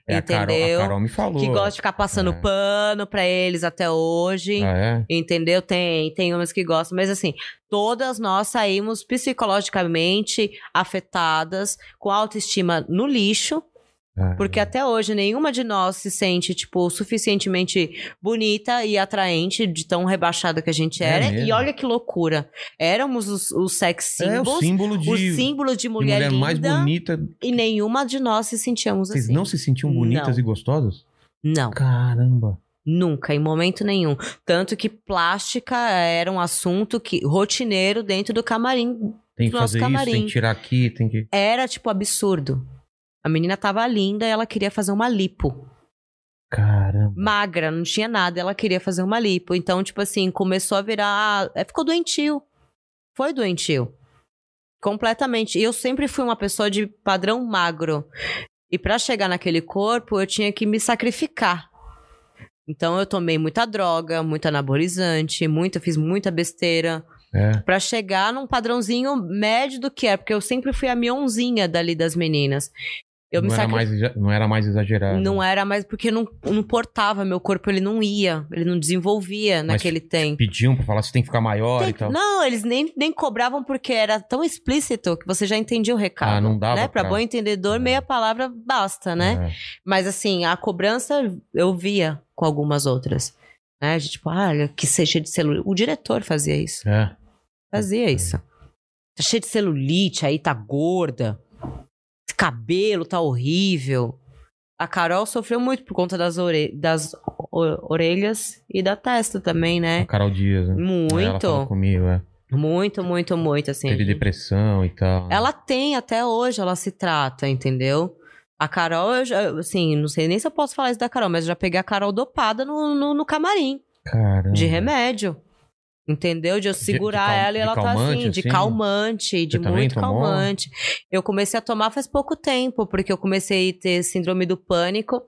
[SPEAKER 1] É, a Carol,
[SPEAKER 3] entendeu?
[SPEAKER 1] a Carol me falou.
[SPEAKER 3] Que gosta de ficar passando
[SPEAKER 1] É.
[SPEAKER 3] pano pra eles até hoje.
[SPEAKER 1] Ah, é?
[SPEAKER 3] Entendeu? Tem, tem umas que gostam, mas assim, todas nós saímos psicologicamente afetadas, com a autoestima no lixo,
[SPEAKER 1] Ah,
[SPEAKER 3] porque até hoje nenhuma de nós se sente, tipo, suficientemente bonita e atraente de tão rebaixada que a gente
[SPEAKER 1] É
[SPEAKER 3] era.
[SPEAKER 1] mesmo.
[SPEAKER 3] e olha que loucura. Éramos os, os sex
[SPEAKER 1] é o
[SPEAKER 3] symbols,
[SPEAKER 1] símbolo de,
[SPEAKER 3] o símbolo de
[SPEAKER 1] de
[SPEAKER 3] mulher,
[SPEAKER 1] mulher, mais
[SPEAKER 3] linda,
[SPEAKER 1] bonita.
[SPEAKER 3] e nenhuma de nós se sentíamos
[SPEAKER 1] Vocês
[SPEAKER 3] assim.
[SPEAKER 1] não se sentiam
[SPEAKER 3] Não.
[SPEAKER 1] bonitas e gostosas?
[SPEAKER 3] Não.
[SPEAKER 1] Caramba.
[SPEAKER 3] Nunca, em momento nenhum. Tanto que plástica era um assunto que rotineiro dentro do camarim
[SPEAKER 1] Tem que fazer
[SPEAKER 3] Nosso
[SPEAKER 1] isso, tem
[SPEAKER 3] camarim.
[SPEAKER 1] que tirar aqui, tem que.
[SPEAKER 3] era tipo absurdo. A menina tava linda, ela queria fazer uma lipo.
[SPEAKER 1] Caramba.
[SPEAKER 3] Magra, não tinha nada, ela queria fazer uma lipo. Então, tipo assim, começou a virar, é, ficou doentio. Foi doentio. Completamente. E eu sempre fui uma pessoa de padrão magro. E pra chegar naquele corpo, eu tinha que me sacrificar. Então eu tomei muita droga, muito anabolizante, muito, fiz muita besteira
[SPEAKER 1] É.
[SPEAKER 3] Pra chegar num padrãozinho médio do que é, porque eu sempre fui a mionzinha dali das meninas. Eu
[SPEAKER 1] não,
[SPEAKER 3] me
[SPEAKER 1] era
[SPEAKER 3] sacrifiquei.
[SPEAKER 1] mais, exa- não era mais exagerado.
[SPEAKER 3] Não é. era mais porque não, não portava, meu corpo ele não ia, ele não desenvolvia naquele tempo.
[SPEAKER 1] Pediam pra falar, você tem que ficar maior e
[SPEAKER 3] Tem-
[SPEAKER 1] tal.
[SPEAKER 3] Não, eles nem, nem cobravam porque era tão explícito que você já entendia o recado.
[SPEAKER 1] Ah, não dava
[SPEAKER 3] Né? Pra
[SPEAKER 1] pra-
[SPEAKER 3] bom entendedor,
[SPEAKER 1] É.
[SPEAKER 3] meia palavra basta, né?
[SPEAKER 1] É.
[SPEAKER 3] Mas assim, a cobrança eu via com algumas outras. Né? De tipo, ah, que seja de celular. O diretor fazia isso.
[SPEAKER 1] É.
[SPEAKER 3] Fazia isso. Tá cheio de celulite aí, tá gorda. Esse cabelo tá horrível. A Carol sofreu muito por conta das, ore- das o- orelhas e da testa também,
[SPEAKER 1] A
[SPEAKER 3] né?
[SPEAKER 1] Carol Dias, né? Ela falou
[SPEAKER 3] Muito,
[SPEAKER 1] comigo, é.
[SPEAKER 3] muito, muito, muito, assim.
[SPEAKER 1] Teve depressão e tal.
[SPEAKER 3] Ela tem até hoje, ela se trata, entendeu? A Carol, eu já- assim, não sei nem se eu posso falar isso da Carol, mas eu já peguei a Carol dopada no, no, no camarim
[SPEAKER 1] Caramba.
[SPEAKER 3] de remédio. Entendeu? De eu
[SPEAKER 1] Uhum. de
[SPEAKER 3] segurar
[SPEAKER 1] cal-
[SPEAKER 3] ela e
[SPEAKER 1] de
[SPEAKER 3] ela tá
[SPEAKER 1] calmante,
[SPEAKER 3] assim, de
[SPEAKER 1] assim?
[SPEAKER 3] calmante, de
[SPEAKER 1] Você também
[SPEAKER 3] muito
[SPEAKER 1] tomou?
[SPEAKER 3] calmante. Eu comecei a tomar faz pouco tempo, porque eu comecei a ter síndrome do pânico,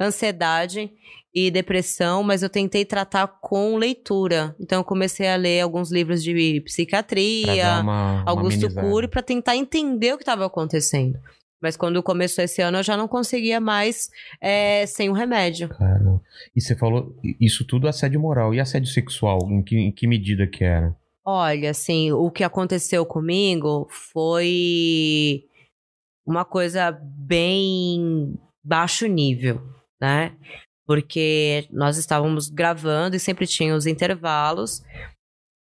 [SPEAKER 3] ansiedade e depressão, mas eu tentei tratar com leitura. Então eu comecei a ler alguns livros de
[SPEAKER 1] Pra
[SPEAKER 3] psiquiatria,
[SPEAKER 1] dar uma, uma
[SPEAKER 3] Augusto
[SPEAKER 1] amenizada.
[SPEAKER 3] Cury para tentar entender o que estava acontecendo. Mas quando começou esse ano, eu já não conseguia mais é, sem o remédio.
[SPEAKER 1] Caramba. E você falou, isso tudo é assédio moral. E assédio sexual, em que, em que medida que era?
[SPEAKER 3] Olha, assim, o que aconteceu comigo foi uma coisa bem baixo nível, né? Porque nós estávamos gravando e sempre tinha os intervalos.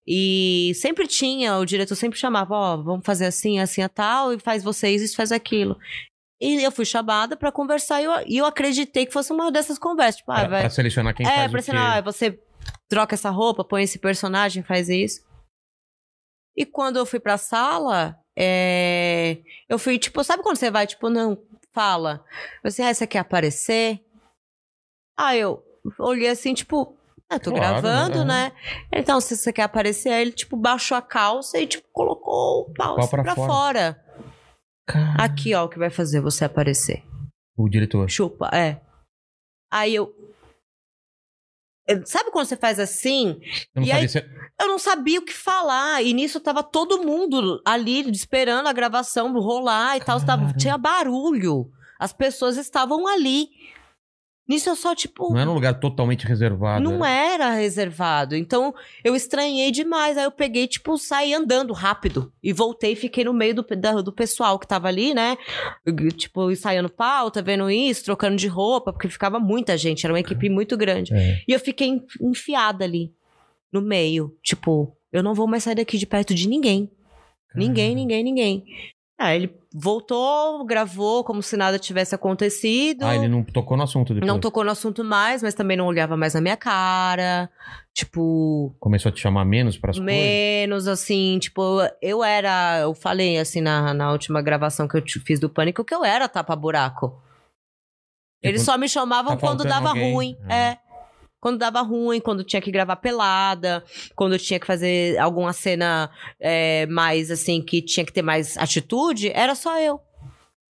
[SPEAKER 3] E sempre tinha, o diretor sempre chamava, ó, vamos fazer assim, assim, a tal, e faz vocês, isso, faz aquilo. E eu fui chamada para conversar e eu, e eu acreditei que fosse uma dessas conversas. Tipo, ah,
[SPEAKER 1] pra,
[SPEAKER 3] vai,
[SPEAKER 1] pra selecionar quem
[SPEAKER 3] é,
[SPEAKER 1] faz
[SPEAKER 3] pra
[SPEAKER 1] o quê.
[SPEAKER 3] assim, ah, você troca essa roupa, põe esse personagem, faz isso. E quando eu fui pra sala, é, eu fui, tipo, sabe quando você vai, tipo, não, fala. Eu assim, ah, você quer aparecer? Aí eu olhei assim, tipo, ah, tô
[SPEAKER 1] Claro,
[SPEAKER 3] gravando,
[SPEAKER 1] né?
[SPEAKER 3] né? Então, se você quer aparecer, aí ele, tipo, baixou a calça e, tipo, colocou o pau
[SPEAKER 1] Pau
[SPEAKER 3] assim,
[SPEAKER 1] pra
[SPEAKER 3] pra,
[SPEAKER 1] fora. Uhum.
[SPEAKER 3] fora. ah,
[SPEAKER 1] Cara,
[SPEAKER 3] Aqui, ó, o que vai fazer você aparecer.
[SPEAKER 1] O diretor.
[SPEAKER 3] Chupa, é. Aí eu. eu- Sabe quando você faz assim?
[SPEAKER 1] Eu não
[SPEAKER 3] E
[SPEAKER 1] sabia
[SPEAKER 3] aí-
[SPEAKER 1] se...
[SPEAKER 3] Eu não sabia o que falar. E nisso tava todo mundo ali esperando a gravação rolar e tal. Tava,
[SPEAKER 1] Caramba.
[SPEAKER 3] tinha barulho. As pessoas estavam ali. Nisso eu só, tipo.
[SPEAKER 1] Não era um lugar totalmente reservado. né?
[SPEAKER 3] Não era reservado. Então, eu estranhei demais. Aí eu peguei, tipo, saí andando rápido. E voltei e fiquei no meio do, pe- da- do pessoal que tava ali, né? Tipo, ensaiando pauta, vendo isso, trocando de roupa, porque ficava muita gente, era uma equipe muito grande.
[SPEAKER 1] É.
[SPEAKER 3] E eu fiquei en- enfiada ali, no meio. Tipo, eu não vou mais sair daqui de perto de ninguém. Ninguém, ninguém, ninguém. Ah, ele voltou, gravou como se nada tivesse acontecido.
[SPEAKER 1] Ah, ele não tocou no assunto depois.
[SPEAKER 3] Não tocou no assunto mais, mas também não olhava mais na minha cara. Tipo,
[SPEAKER 1] Começou a te chamar menos pras coisas?
[SPEAKER 3] menos assim, tipo, eu era. Eu falei assim na, na última gravação que eu te- fiz do pânico que eu era tapa-buraco. Eles
[SPEAKER 1] Tipo,
[SPEAKER 3] só me chamavam
[SPEAKER 1] tá
[SPEAKER 3] quando
[SPEAKER 1] faltando
[SPEAKER 3] dava
[SPEAKER 1] alguém.
[SPEAKER 3] ruim.
[SPEAKER 1] Ah.
[SPEAKER 3] É. quando dava ruim, quando tinha que gravar pelada, quando tinha que fazer alguma cena é, mais assim, que tinha que ter mais atitude, era só eu.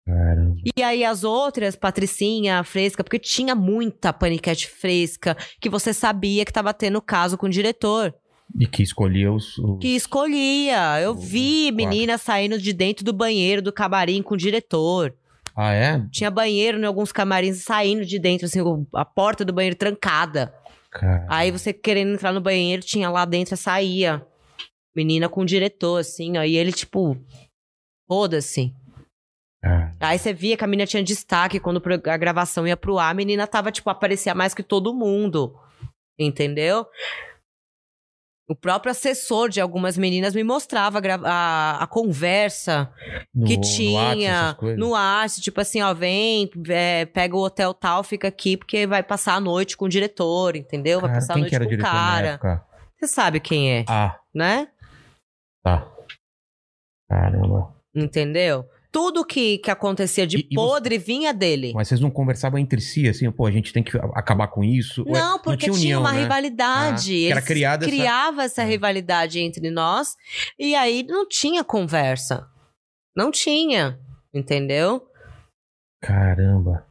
[SPEAKER 1] Caramba.
[SPEAKER 3] E aí as outras, Patricinha, Fresca, porque tinha muita paniquete fresca, que você sabia que tava tendo caso com o diretor.
[SPEAKER 1] E que escolhia os. os-
[SPEAKER 3] Que escolhia. Eu
[SPEAKER 1] Os
[SPEAKER 3] vi
[SPEAKER 1] quatro.
[SPEAKER 3] menina saindo de dentro do banheiro do camarim com o diretor.
[SPEAKER 1] Ah, é?
[SPEAKER 3] Tinha banheiro em alguns camarins saindo de dentro, assim, o- a porta do banheiro trancada.
[SPEAKER 1] Cara.
[SPEAKER 3] Aí você querendo entrar no banheiro, tinha lá dentro, saía. Menina com o diretor, assim, ó. E ele, tipo, foda-se.
[SPEAKER 1] cara.
[SPEAKER 3] Aí você via que a menina tinha destaque quando pro- a gravação ia pro ar, a menina tava, tipo, aparecia mais que todo mundo. Entendeu? O próprio assessor de algumas meninas me mostrava a, gra- a- a conversa
[SPEAKER 1] No-
[SPEAKER 3] que
[SPEAKER 1] no Whats, essas
[SPEAKER 3] tinha
[SPEAKER 1] coisas?
[SPEAKER 3] no ar, tipo assim, ó, vem, é, pega o hotel tal, fica aqui, porque vai passar a noite com o diretor, entendeu? Vai
[SPEAKER 1] Cara,
[SPEAKER 3] passar a
[SPEAKER 1] quem
[SPEAKER 3] noite
[SPEAKER 1] que era
[SPEAKER 3] com o
[SPEAKER 1] diretor na
[SPEAKER 3] cara.
[SPEAKER 1] época?
[SPEAKER 3] Você sabe quem é,
[SPEAKER 1] Ah,
[SPEAKER 3] né?
[SPEAKER 1] tá. Caramba.
[SPEAKER 3] Entendeu? Tudo que, que acontecia de
[SPEAKER 1] E- e você-
[SPEAKER 3] podre vinha dele.
[SPEAKER 1] Mas vocês não conversavam entre si, assim, pô, a gente tem que acabar com isso? Ou é-
[SPEAKER 3] Não, porque
[SPEAKER 1] tinha
[SPEAKER 3] tinha,
[SPEAKER 1] união,
[SPEAKER 3] uma
[SPEAKER 1] né?
[SPEAKER 3] rivalidade.
[SPEAKER 1] Ah, que era
[SPEAKER 3] Eles
[SPEAKER 1] criada essa-
[SPEAKER 3] criava essa
[SPEAKER 1] É.
[SPEAKER 3] rivalidade entre nós e aí não tinha conversa. Não tinha, entendeu?
[SPEAKER 1] Caramba.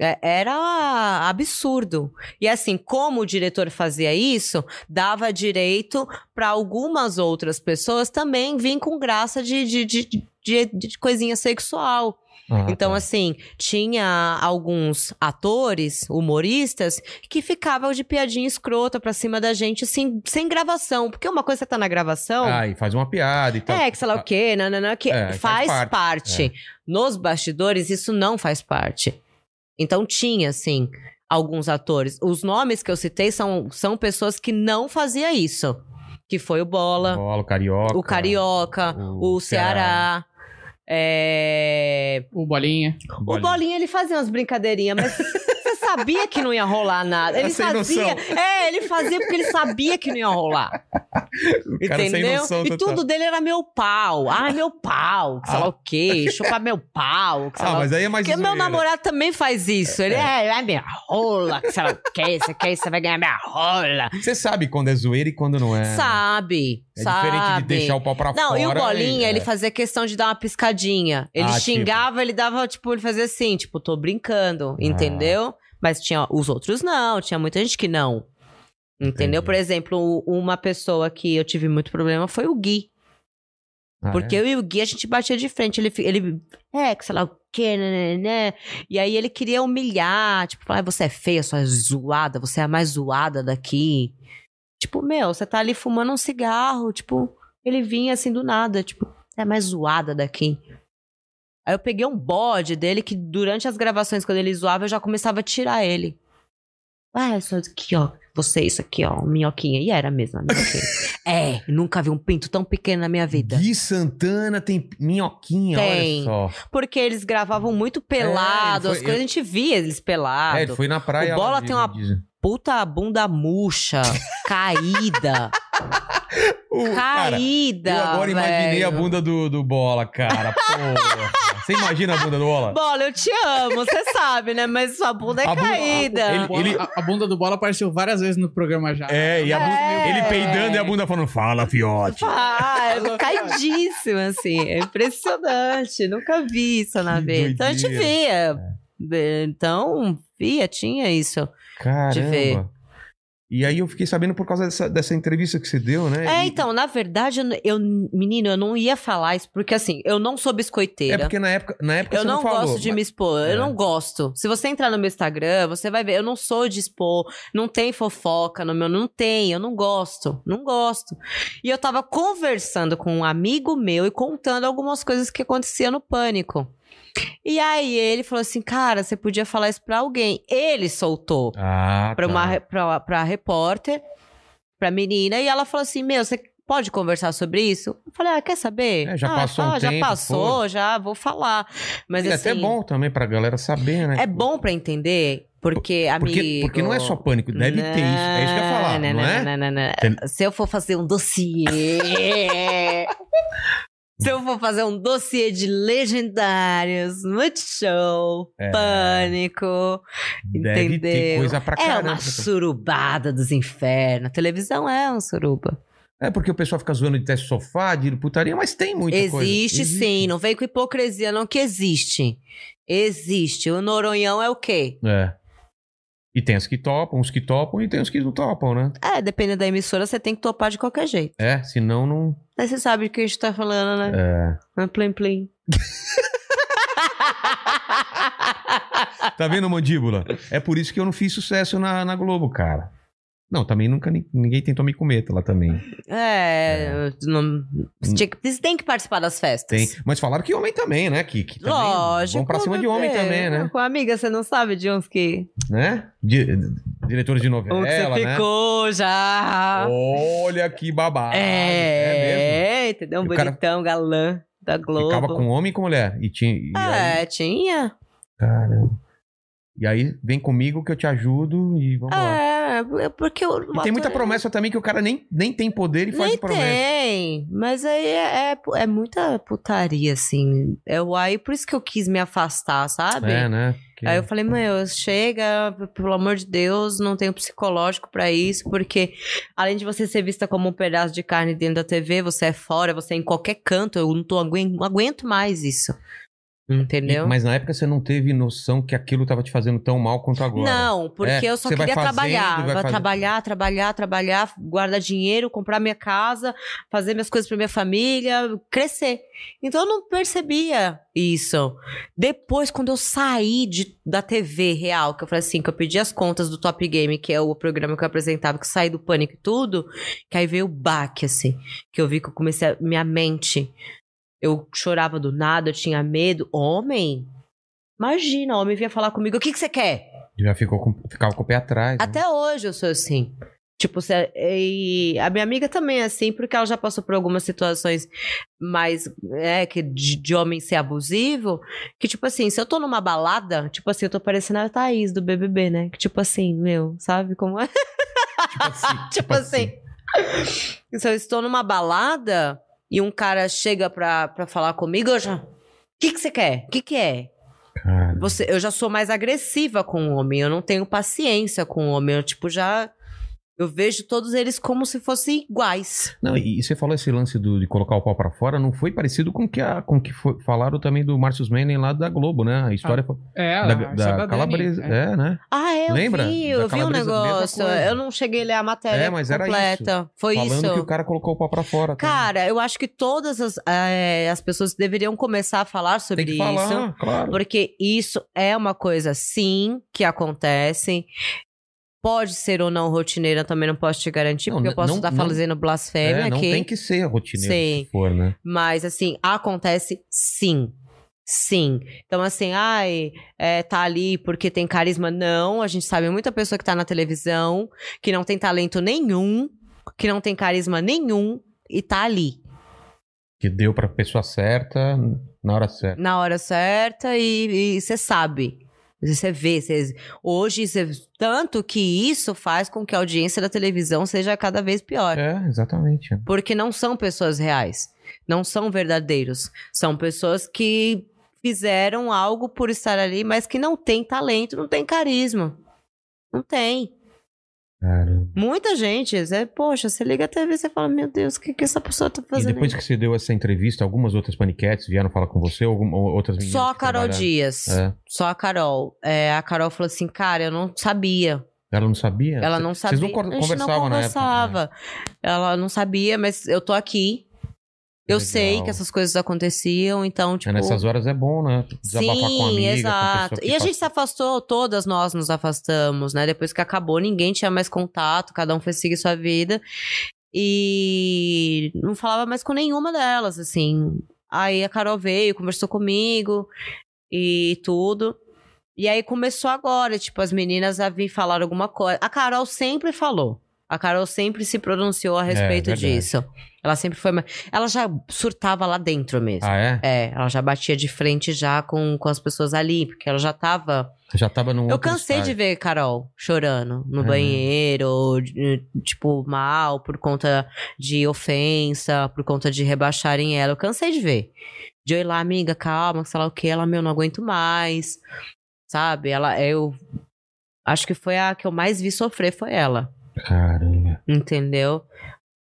[SPEAKER 3] É- Era absurdo. E assim, como o diretor fazia isso, dava direito para algumas outras pessoas também vir com graça de, de, de- de- de coisinha sexual.
[SPEAKER 1] Ah,
[SPEAKER 3] Então,
[SPEAKER 1] tá.
[SPEAKER 3] assim, tinha alguns atores, humoristas, que ficavam de piadinha escrota pra cima da gente, assim, sem gravação. Porque uma coisa que tá na gravação.
[SPEAKER 1] Ah, e faz uma piada então. Ah, e tal.
[SPEAKER 3] é, que sei lá o quê, nananã, que
[SPEAKER 1] É,
[SPEAKER 3] faz,
[SPEAKER 1] faz
[SPEAKER 3] parte.
[SPEAKER 1] parte. é.
[SPEAKER 3] Nos bastidores, isso não faz parte. Então, tinha, assim, alguns atores. Os nomes que eu citei são, são pessoas que não fazia isso. Que foi o Bola,
[SPEAKER 1] Bola, o carioca.
[SPEAKER 3] o Carioca, o,
[SPEAKER 1] o
[SPEAKER 3] Ceará. É...
[SPEAKER 2] O Bolinha.
[SPEAKER 3] O Bolinha, ele fazia umas brincadeirinhas, mas você sabia que não ia rolar nada.
[SPEAKER 1] Era
[SPEAKER 3] Ele
[SPEAKER 1] sem
[SPEAKER 3] fazia. É, ele fazia porque ele sabia que não ia rolar.
[SPEAKER 1] O cara tá. sem
[SPEAKER 3] entendeu?
[SPEAKER 1] noção
[SPEAKER 3] e
[SPEAKER 1] total.
[SPEAKER 3] tudo dele era meu pau. Ah, meu pau, que sei lá
[SPEAKER 1] Ah.
[SPEAKER 3] o quê, chupar meu pau, que sei
[SPEAKER 1] Ah,
[SPEAKER 3] lá o
[SPEAKER 1] mas aí é mais
[SPEAKER 3] porque meu
[SPEAKER 1] zoeira.
[SPEAKER 3] namorado também faz isso. Ele é, é minha rola, que sei lá o quê, você quer, você vai ganhar minha rola.
[SPEAKER 1] Você sabe quando é zoeira e quando não é.
[SPEAKER 3] Sabe,
[SPEAKER 1] É
[SPEAKER 3] sabe.
[SPEAKER 1] diferente de deixar o pau pra
[SPEAKER 3] Não,
[SPEAKER 1] fora.
[SPEAKER 3] e o Bolinha,
[SPEAKER 1] é.
[SPEAKER 3] ele fazia questão de dar uma piscadinha. Ele
[SPEAKER 1] Ah,
[SPEAKER 3] xingava, ele dava, tipo, ele fazia assim, tipo, tô brincando,
[SPEAKER 1] Ah.
[SPEAKER 3] entendeu? Mas tinha os outros não, tinha muita gente que não. Entendeu?
[SPEAKER 1] Entendi.
[SPEAKER 3] Por exemplo, u- uma pessoa que eu tive muito problema foi o Gui.
[SPEAKER 1] Ah, é?
[SPEAKER 3] porque eu e o Gui, a gente batia de frente. Ele, fi- ele é, que sei lá o quê, né, né, né. E aí ele queria humilhar, tipo, falar, "Ah, você é feia, sua zoada, você é a mais zoada daqui. Tipo, meu, você tá ali fumando um cigarro, tipo, ele vinha assim do nada, tipo, você é a mais zoada daqui. Aí eu peguei um bode dele que durante as gravações, quando ele zoava, eu já começava a tirar ele. Ah, isso aqui, ó. Você, é isso aqui, ó, minhoquinha. E era mesmo a minhoquinha. é, nunca vi um pinto tão pequeno na minha vida.
[SPEAKER 1] Gui Santana tem minhoquinha,
[SPEAKER 3] Tem.
[SPEAKER 1] olha só.
[SPEAKER 3] Porque eles gravavam muito pelado,
[SPEAKER 1] É, ele
[SPEAKER 3] as
[SPEAKER 1] foi-
[SPEAKER 3] coisas a gente via eles
[SPEAKER 1] É, ele
[SPEAKER 3] pelado.
[SPEAKER 1] foi na praia.
[SPEAKER 3] O Bola
[SPEAKER 1] lá
[SPEAKER 3] tem uma-
[SPEAKER 1] de-
[SPEAKER 3] Puta bunda murcha, caída,
[SPEAKER 1] O- cara,
[SPEAKER 3] caída.
[SPEAKER 1] eu agora imaginei
[SPEAKER 3] velho.
[SPEAKER 1] a bunda do, do Bola, cara. Porra. Você imagina a bunda do Bola?
[SPEAKER 3] Bola, eu te amo, você sabe, né? Mas sua bunda é
[SPEAKER 1] A bunda-
[SPEAKER 3] caída.
[SPEAKER 1] ele-
[SPEAKER 2] Bola-
[SPEAKER 1] ele-
[SPEAKER 2] Ah, a, a bunda do Bola apareceu várias vezes no programa já.
[SPEAKER 1] É, e a bunda,
[SPEAKER 3] É.
[SPEAKER 1] ele peidando e a bunda falando, fala, fiote.
[SPEAKER 3] Ah,
[SPEAKER 2] Ela-
[SPEAKER 3] caidíssimo, assim. É impressionante. Nunca vi isso na
[SPEAKER 1] Que
[SPEAKER 3] vida. Então a gente
[SPEAKER 1] doideira. É.
[SPEAKER 3] via. Então, via, tinha isso. ver.
[SPEAKER 1] Caramba. E aí eu fiquei sabendo por causa dessa, dessa entrevista que você deu, né?
[SPEAKER 3] É,
[SPEAKER 1] E-
[SPEAKER 3] então, na verdade, eu, eu- menino, eu não ia falar isso, porque assim, eu não sou biscoiteira.
[SPEAKER 1] É porque na época, na época
[SPEAKER 3] Eu
[SPEAKER 1] você
[SPEAKER 3] não,
[SPEAKER 1] não, falou.
[SPEAKER 3] gosto de me expor,
[SPEAKER 1] É.
[SPEAKER 3] eu não gosto. Se você entrar no meu Instagram, você vai ver, eu não sou de expor, não tem fofoca no meu, não tem, eu não gosto, não gosto. E eu tava conversando com um amigo meu e contando algumas coisas que acontecia no pânico. E aí ele falou assim, cara, você podia falar isso pra alguém. Ele soltou
[SPEAKER 1] Ah,
[SPEAKER 3] pra,
[SPEAKER 1] tá.
[SPEAKER 3] uma, re- pra, pra repórter, pra menina, e ela falou assim: Meu, você pode conversar sobre isso? Eu falei: Ah, quer saber?
[SPEAKER 1] É, já
[SPEAKER 3] "Ah,
[SPEAKER 1] passou um
[SPEAKER 3] fala, Já
[SPEAKER 1] tempo,
[SPEAKER 3] passou, já vou falar. Mas
[SPEAKER 1] E é
[SPEAKER 3] assim.
[SPEAKER 1] até bom também pra galera saber, né?
[SPEAKER 3] É bom pra entender, porque, amigo. Né,
[SPEAKER 1] Porque, porque não é só pânico, deve ter isso. É isso que eu ia falar, não, é?
[SPEAKER 3] não, não, não, não.
[SPEAKER 1] Tem-
[SPEAKER 3] Se eu for fazer um dossiê. Se eu for fazer um dossiê de legendários, Multishow,
[SPEAKER 1] É.
[SPEAKER 3] Pânico,
[SPEAKER 1] Deve ter
[SPEAKER 3] Entendeu?
[SPEAKER 1] coisa pra
[SPEAKER 3] é
[SPEAKER 1] caramba.
[SPEAKER 3] uma surubada dos infernos. A televisão é um suruba.
[SPEAKER 1] É porque o pessoal fica zoando de teste de sofá, de putaria, mas tem muita coisa.
[SPEAKER 3] existe sim, não vem com hipocrisia não que existe. Existe. O Noronhão é o quê?
[SPEAKER 1] É. E tem os que topam, os que topam e tem os que não topam, né?
[SPEAKER 3] É, dependendo da emissora, você tem que topar de qualquer jeito.
[SPEAKER 1] É, senão não.
[SPEAKER 3] Mas você sabe do que a gente tá falando, né?
[SPEAKER 1] É.
[SPEAKER 3] É. Plim, plim.
[SPEAKER 1] Tá vendo, mandíbula? É por isso que eu não fiz sucesso na, na Globo, cara. Não, também nunca ni- ninguém tentou me comer tá lá também.
[SPEAKER 3] É, não- você, tinha que- você tem que participar das festas.
[SPEAKER 1] Tem. Mas falaram que homem também, né? Que, que também
[SPEAKER 3] Lógico.
[SPEAKER 1] Vão pra cima de homem
[SPEAKER 3] bebê.
[SPEAKER 1] também, né?
[SPEAKER 3] Com a amiga, você não sabe de uns que.
[SPEAKER 1] né? Di- diretores de novela,
[SPEAKER 3] Um que você
[SPEAKER 1] né?
[SPEAKER 3] ficou já.
[SPEAKER 1] Olha que babado. mesmo.
[SPEAKER 3] é, entendeu? Um
[SPEAKER 1] E o cara-
[SPEAKER 3] bonitão, galã da Globo.
[SPEAKER 1] Ficava com homem e com mulher. E tinha. E, aí,
[SPEAKER 3] É, tinha.
[SPEAKER 1] caramba. E aí, vem comigo que eu te ajudo e vamos lá.
[SPEAKER 3] É, porque o.
[SPEAKER 1] E tem muita promessa também que o cara nem, nem tem poder e faz
[SPEAKER 3] Nem
[SPEAKER 1] promessa.
[SPEAKER 3] tem, mas aí é, é, é muita putaria, assim. Eu, aí por isso que eu quis me afastar, sabe?
[SPEAKER 1] É, né? Que-
[SPEAKER 3] Aí eu falei, meu, chega, p- pelo amor de Deus, não tenho psicológico pra isso, porque além de você ser vista como um pedaço de carne dentro da TV, você é fora, você é em qualquer canto, eu não, tô, aguen- não aguento mais isso.
[SPEAKER 1] Hum, E-
[SPEAKER 3] Entendeu?
[SPEAKER 1] Mas na época você não teve noção que aquilo tava te fazendo tão mal quanto agora.
[SPEAKER 3] Não, porque
[SPEAKER 1] É,
[SPEAKER 3] eu só
[SPEAKER 1] você vai
[SPEAKER 3] queria
[SPEAKER 1] fazendo,
[SPEAKER 3] trabalhar.
[SPEAKER 1] vai
[SPEAKER 3] Vai
[SPEAKER 1] fazendo.
[SPEAKER 3] trabalhar, trabalhar, trabalhar, guardar dinheiro, comprar minha casa, fazer minhas coisas pra minha família, crescer. Então eu não percebia isso. Depois, quando eu saí de- da TV real, que eu falei assim, que eu pedi as contas do Top Game, que é o programa que eu apresentava, que eu saí do pânico e tudo, que aí veio o baque, assim, que eu vi que eu comecei a. Minha mente. Eu chorava do nada, eu tinha medo. Homem? Imagina, homem vinha falar comigo, o que, que você quer?
[SPEAKER 1] Já ficou com- ficava com o pé atrás. né?
[SPEAKER 3] Até hoje eu sou assim. Tipo, se- e a minha amiga também é assim, porque ela já passou por algumas situações mais, é, que de, de homem ser abusivo, que tipo assim, se eu tô numa balada, tipo assim, eu tô parecendo a Thaís do BBB, né? Que tipo assim, meu, sabe como é?
[SPEAKER 1] Tipo assim.
[SPEAKER 3] tipo assim. Se eu estou numa balada e um cara chega pra, pra falar comigo, eu já... O que que você quer? O que que é?
[SPEAKER 1] Cara,
[SPEAKER 3] Você- eu já sou mais agressiva com o homem, eu não tenho paciência com o homem, eu tipo já eu vejo todos eles como se fossem iguais.
[SPEAKER 1] Não, e, e você falou esse lance do- de colocar o pau pra fora, não foi parecido com que a, com que foi- falaram também do Márcio Manning lá da Globo, né? A história foi-
[SPEAKER 2] É,
[SPEAKER 1] da,
[SPEAKER 2] a
[SPEAKER 1] da
[SPEAKER 2] história Dani,
[SPEAKER 1] calabresa,
[SPEAKER 2] é.
[SPEAKER 1] é, né?
[SPEAKER 3] Ah, é, eu
[SPEAKER 1] Lembra?
[SPEAKER 3] vi,
[SPEAKER 1] Da
[SPEAKER 3] eu vi um
[SPEAKER 1] calabresa, mesma
[SPEAKER 3] negócio.
[SPEAKER 1] coisa.
[SPEAKER 3] Eu não cheguei a ler a matéria
[SPEAKER 1] É, mas era
[SPEAKER 3] completa. Foi
[SPEAKER 1] Falando
[SPEAKER 3] isso.
[SPEAKER 1] que o cara colocou o pau pra fora. tá?
[SPEAKER 3] Cara, eu acho que todas as, eh, as pessoas deveriam começar a falar sobre
[SPEAKER 1] tem que
[SPEAKER 3] isso.
[SPEAKER 1] falar, claro.
[SPEAKER 3] Porque isso é uma coisa, sim, que acontece. Pode ser ou não rotineira, também não posso te garantir,
[SPEAKER 1] Não,
[SPEAKER 3] porque eu
[SPEAKER 1] n-
[SPEAKER 3] posso
[SPEAKER 1] não-
[SPEAKER 3] estar
[SPEAKER 1] não-
[SPEAKER 3] fazendo blasfêmia
[SPEAKER 1] É, não
[SPEAKER 3] aqui.
[SPEAKER 1] tem que ser rotineiro
[SPEAKER 3] Sim.
[SPEAKER 1] se for, né?
[SPEAKER 3] Mas, assim, acontece sim. Sim. Então, assim, ai, é, tá ali porque tem carisma. Não, a gente sabe muita pessoa que tá na televisão, que não tem talento nenhum, que não tem carisma nenhum e tá ali
[SPEAKER 1] Que deu pra pessoa certa na hora certa.
[SPEAKER 3] na hora certa e você sabe. Você vê, cê- hoje, cê- tanto que isso faz com que a audiência da televisão seja cada vez pior.
[SPEAKER 1] É, exatamente.
[SPEAKER 3] Porque não são pessoas reais. Não são verdadeiros. São pessoas que fizeram algo por estar ali, mas que não tem talento, não tem carisma. Não tem.
[SPEAKER 1] Cara.
[SPEAKER 3] Muita gente, é, poxa, você liga a TV e você fala, meu Deus, o que, que essa pessoa tá
[SPEAKER 1] E
[SPEAKER 3] fazendo?
[SPEAKER 1] depois que você deu essa entrevista, algumas outras paniquetes vieram falar com você? Alguma, ou outras
[SPEAKER 3] aí?"
[SPEAKER 1] meninas
[SPEAKER 3] Só a
[SPEAKER 1] que
[SPEAKER 3] Carol
[SPEAKER 1] trabalharam?
[SPEAKER 3] Dias.
[SPEAKER 1] É.
[SPEAKER 3] Só a Carol. É, a Carol falou assim, cara, eu não sabia.
[SPEAKER 1] Ela não sabia?
[SPEAKER 3] Ela não sabia.
[SPEAKER 1] É, Vocês não cor-
[SPEAKER 3] A gente
[SPEAKER 1] conversavam
[SPEAKER 3] não
[SPEAKER 1] na época, né?
[SPEAKER 3] conversava. Ela não sabia, mas eu tô aqui. Eu
[SPEAKER 1] Legal.
[SPEAKER 3] sei que essas coisas aconteciam, então, tipo.
[SPEAKER 1] É, Nessas horas é bom, né? Desabafar com a amiga, com a pessoa que
[SPEAKER 3] E a gente
[SPEAKER 1] passa-
[SPEAKER 3] se afastou, todas nós nos afastamos, né? Depois que acabou, ninguém tinha mais contato, cada um foi seguir sua vida. E não falava mais com nenhuma delas, assim. Aí a Carol veio, conversou comigo e tudo. E aí começou agora, tipo, as meninas a vir falar alguma coisa. A Carol sempre falou. A Carol sempre se pronunciou a respeito
[SPEAKER 1] É, verdade.
[SPEAKER 3] disso. Ela sempre foi. ma- Ela já surtava lá dentro mesmo.
[SPEAKER 1] Ah, é?
[SPEAKER 3] É, ela já batia de frente já com, com as pessoas ali, porque ela já tava
[SPEAKER 1] Já tava num
[SPEAKER 3] Eu
[SPEAKER 1] Um outro
[SPEAKER 3] cansei de
[SPEAKER 1] estágio.
[SPEAKER 3] ver Carol chorando no
[SPEAKER 1] É.
[SPEAKER 3] banheiro, ou, de- tipo, mal por conta de ofensa, por conta de rebaixarem ela. Eu cansei de ver. De eu ir lá, amiga, calma, sei lá o que, ela, meu, não aguento mais. Sabe? Ela, eu. Acho que foi a que eu mais vi sofrer, foi ela.
[SPEAKER 1] Caramba.
[SPEAKER 3] Entendeu?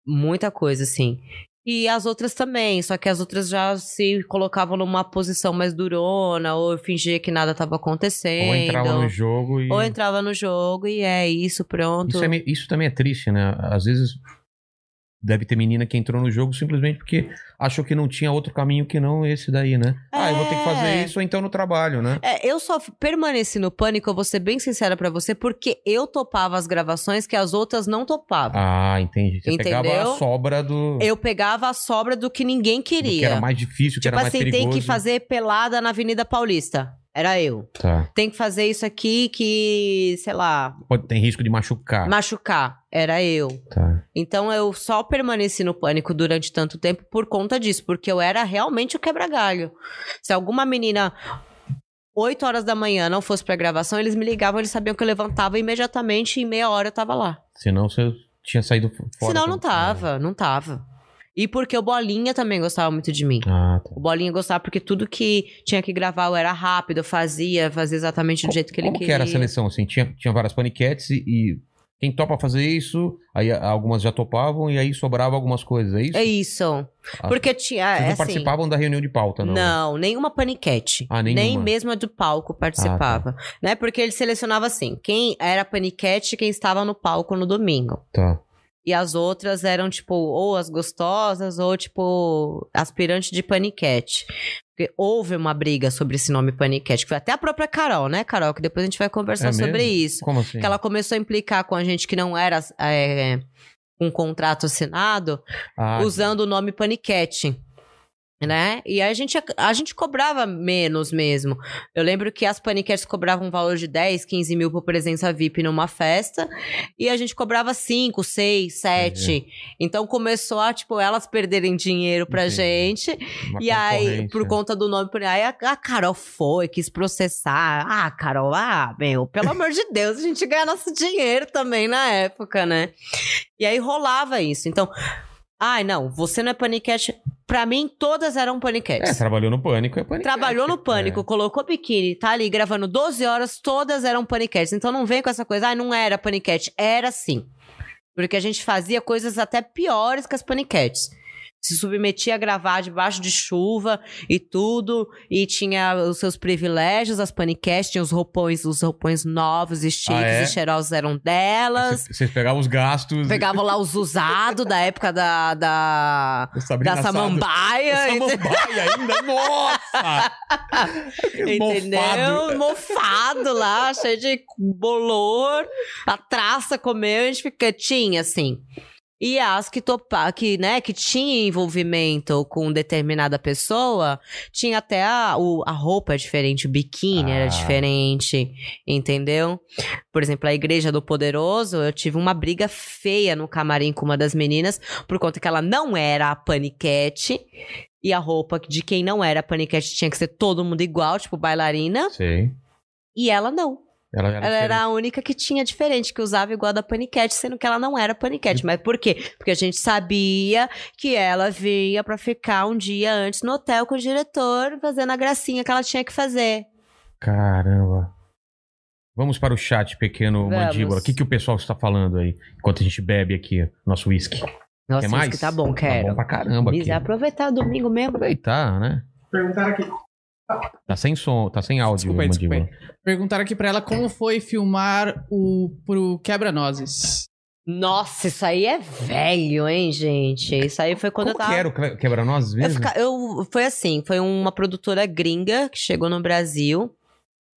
[SPEAKER 3] Muita coisa, assim. E as outras também, só que as outras já se colocavam numa posição mais durona, ou fingia que nada tava acontecendo.
[SPEAKER 1] Ou entrava no jogo e.
[SPEAKER 3] Ou então entrava no jogo e é isso, pronto.
[SPEAKER 1] Isso, é meio- isso também é triste, né? Às vezes deve ter menina que entrou no jogo simplesmente porque achou que não tinha outro caminho que não esse daí, né? Ah, eu vou ter que fazer
[SPEAKER 3] É.
[SPEAKER 1] isso ou então no trabalho, né?
[SPEAKER 3] É, eu só f- permaneci no pânico, eu vou ser bem sincera pra você, porque eu topava as gravações que as outras não topavam.
[SPEAKER 1] Ah, entendi. Você pegava a
[SPEAKER 3] Entendeu?
[SPEAKER 1] sobra do, do
[SPEAKER 3] Eu pegava a sobra do que ninguém queria.
[SPEAKER 1] que era mais difícil, que
[SPEAKER 3] tipo
[SPEAKER 1] era mais
[SPEAKER 3] assim,
[SPEAKER 1] perigoso.
[SPEAKER 3] tem que fazer pelada na Avenida Paulista. Era eu.
[SPEAKER 1] Tá.
[SPEAKER 3] Tem que fazer isso aqui que, sei lá,
[SPEAKER 1] Pode, tem risco de machucar.
[SPEAKER 3] machucar. Era eu.
[SPEAKER 1] Tá.
[SPEAKER 3] Então eu só permaneci no pânico durante tanto tempo por conta disso, porque eu era realmente o quebra-galho. Se alguma menina 8 horas da manhã não fosse pra gravação, eles me ligavam, eles sabiam que eu levantava imediatamente e em meia hora eu tava lá.
[SPEAKER 1] Senão você tinha saído fo- fora.
[SPEAKER 3] Senão
[SPEAKER 1] do-
[SPEAKER 3] não tava, não tava. E porque o Bolinha também gostava muito de mim.
[SPEAKER 1] Ah, tá.
[SPEAKER 3] O Bolinha gostava porque tudo que tinha que gravar eu era rápido, eu fazia, fazia exatamente do jeito que ele
[SPEAKER 1] Como
[SPEAKER 3] queria.
[SPEAKER 1] que era a seleção? Assim, tinha, tinha várias paniquetes e, e quem topa fazer isso, aí a- algumas já topavam e aí sobrava algumas coisas, é isso?
[SPEAKER 3] É isso.
[SPEAKER 1] Ah,
[SPEAKER 3] Porque tinha.
[SPEAKER 1] Vocês
[SPEAKER 3] é
[SPEAKER 1] não
[SPEAKER 3] assim,
[SPEAKER 1] participavam da reunião de pauta, não? né?
[SPEAKER 3] Não, nenhuma paniquete.
[SPEAKER 1] Ah, nenhuma. Ah, tá.
[SPEAKER 3] Nem mesmo a do palco participava. né? Porque ele selecionava assim, quem era paniquete e quem estava no palco no domingo.
[SPEAKER 1] Tá.
[SPEAKER 3] E as outras eram, tipo, ou as gostosas, ou, tipo, aspirante de paniquete. Porque houve uma briga sobre esse nome paniquete, que foi até a própria Carol, né, Carol? Que depois a gente vai conversar
[SPEAKER 1] É
[SPEAKER 3] sobre
[SPEAKER 1] mesmo?
[SPEAKER 3] isso.
[SPEAKER 1] Como assim?
[SPEAKER 3] Que ela começou a implicar com a gente que não era é, um contrato assinado,
[SPEAKER 1] Ah,
[SPEAKER 3] usando o nome paniquete. Né? E aí a gente, a gente cobrava menos mesmo. Eu lembro que as paniquetes cobravam um valor de 10, 15 mil por presença VIP numa festa. E a gente cobrava 5, 6, 7. Então começou a, tipo, elas perderem dinheiro pra
[SPEAKER 1] Entendi.
[SPEAKER 3] gente.
[SPEAKER 1] uma
[SPEAKER 3] E aí,
[SPEAKER 1] concorrência.
[SPEAKER 3] por conta do nome, por aí a, a Carol foi, quis processar. Ah, Carol, ah, meu, pelo amor de Deus, a gente ganha nosso dinheiro também na época, né? E aí rolava isso. Então, ai, não, você não é paniquete. Pra mim, todas eram
[SPEAKER 1] É,
[SPEAKER 3] paniquetes.
[SPEAKER 1] trabalhou no pânico, é pânico.
[SPEAKER 3] Trabalhou no pânico, colocou biquíni, tá ali gravando 12 horas, todas eram paniquetes. Então não vem com essa coisa, ai, não era paniquete. Era sim. Porque a gente fazia coisas até piores que as paniquetes. Se submetia a gravar debaixo de chuva e tudo, e tinha os seus privilégios, as paniquetes, tinha os roupões, os roupões novos e chiques
[SPEAKER 1] Ah, é?
[SPEAKER 3] e cheirosos eram delas.
[SPEAKER 1] Vocês pegavam os gastos.
[SPEAKER 3] Pegavam lá os usados da época da, da,
[SPEAKER 1] Sabrina
[SPEAKER 3] da
[SPEAKER 1] Sato.
[SPEAKER 3] samambaia. entendeu?
[SPEAKER 1] Samambaia ainda, nossa! Mofado.
[SPEAKER 3] Entendeu? Mofado lá, cheio de bolor. A traça comeu, a gente fica tinha, assim. E as que topa, que, né, que tinha envolvimento com determinada pessoa, tinha até a, o- a roupa é diferente, o biquíni
[SPEAKER 1] Ah.
[SPEAKER 3] era diferente, entendeu? Por exemplo, a Igreja do Poderoso, eu tive uma briga feia no camarim com uma das meninas, por conta que ela não era a paniquete. E a roupa de quem não era paniquete tinha que ser todo mundo igual, tipo bailarina.
[SPEAKER 1] Sei.
[SPEAKER 3] E ela não.
[SPEAKER 1] Ela, era
[SPEAKER 3] Ela era a única que tinha diferente, que usava igual a da paniquete, sendo que ela não era paniquete. Mas por quê? Porque a gente sabia que ela vinha pra ficar um dia antes no hotel com o diretor, fazendo a gracinha que ela tinha que fazer.
[SPEAKER 1] Caramba. Vamos para o chat, pequeno
[SPEAKER 3] Vamos.
[SPEAKER 1] mandíbula. O que, que o pessoal está falando aí? Enquanto a gente bebe aqui nosso uísque.
[SPEAKER 3] Nossa,
[SPEAKER 1] Quer
[SPEAKER 3] isso
[SPEAKER 1] mais?
[SPEAKER 3] que tá bom,
[SPEAKER 1] Tá
[SPEAKER 3] quero.
[SPEAKER 1] bom pra caramba aqui.
[SPEAKER 3] Isa, aproveitar o domingo mesmo.
[SPEAKER 1] Aproveitar, né?
[SPEAKER 2] Perguntaram aqui.
[SPEAKER 1] Tá sem som, tá sem áudio,
[SPEAKER 2] Desculpa aí, desculpa
[SPEAKER 1] mandíbula.
[SPEAKER 2] aí. Perguntaram aqui pra ela como foi filmar o pro Quebra-Nozes.
[SPEAKER 3] Nossa, isso aí é velho, hein, gente? Isso aí foi quando
[SPEAKER 1] Como
[SPEAKER 3] eu tava.
[SPEAKER 1] que era o que- quebra-nozes
[SPEAKER 3] Eu
[SPEAKER 1] mesmo?
[SPEAKER 3] fica- eu- foi assim, foi uma produtora gringa que chegou no Brasil.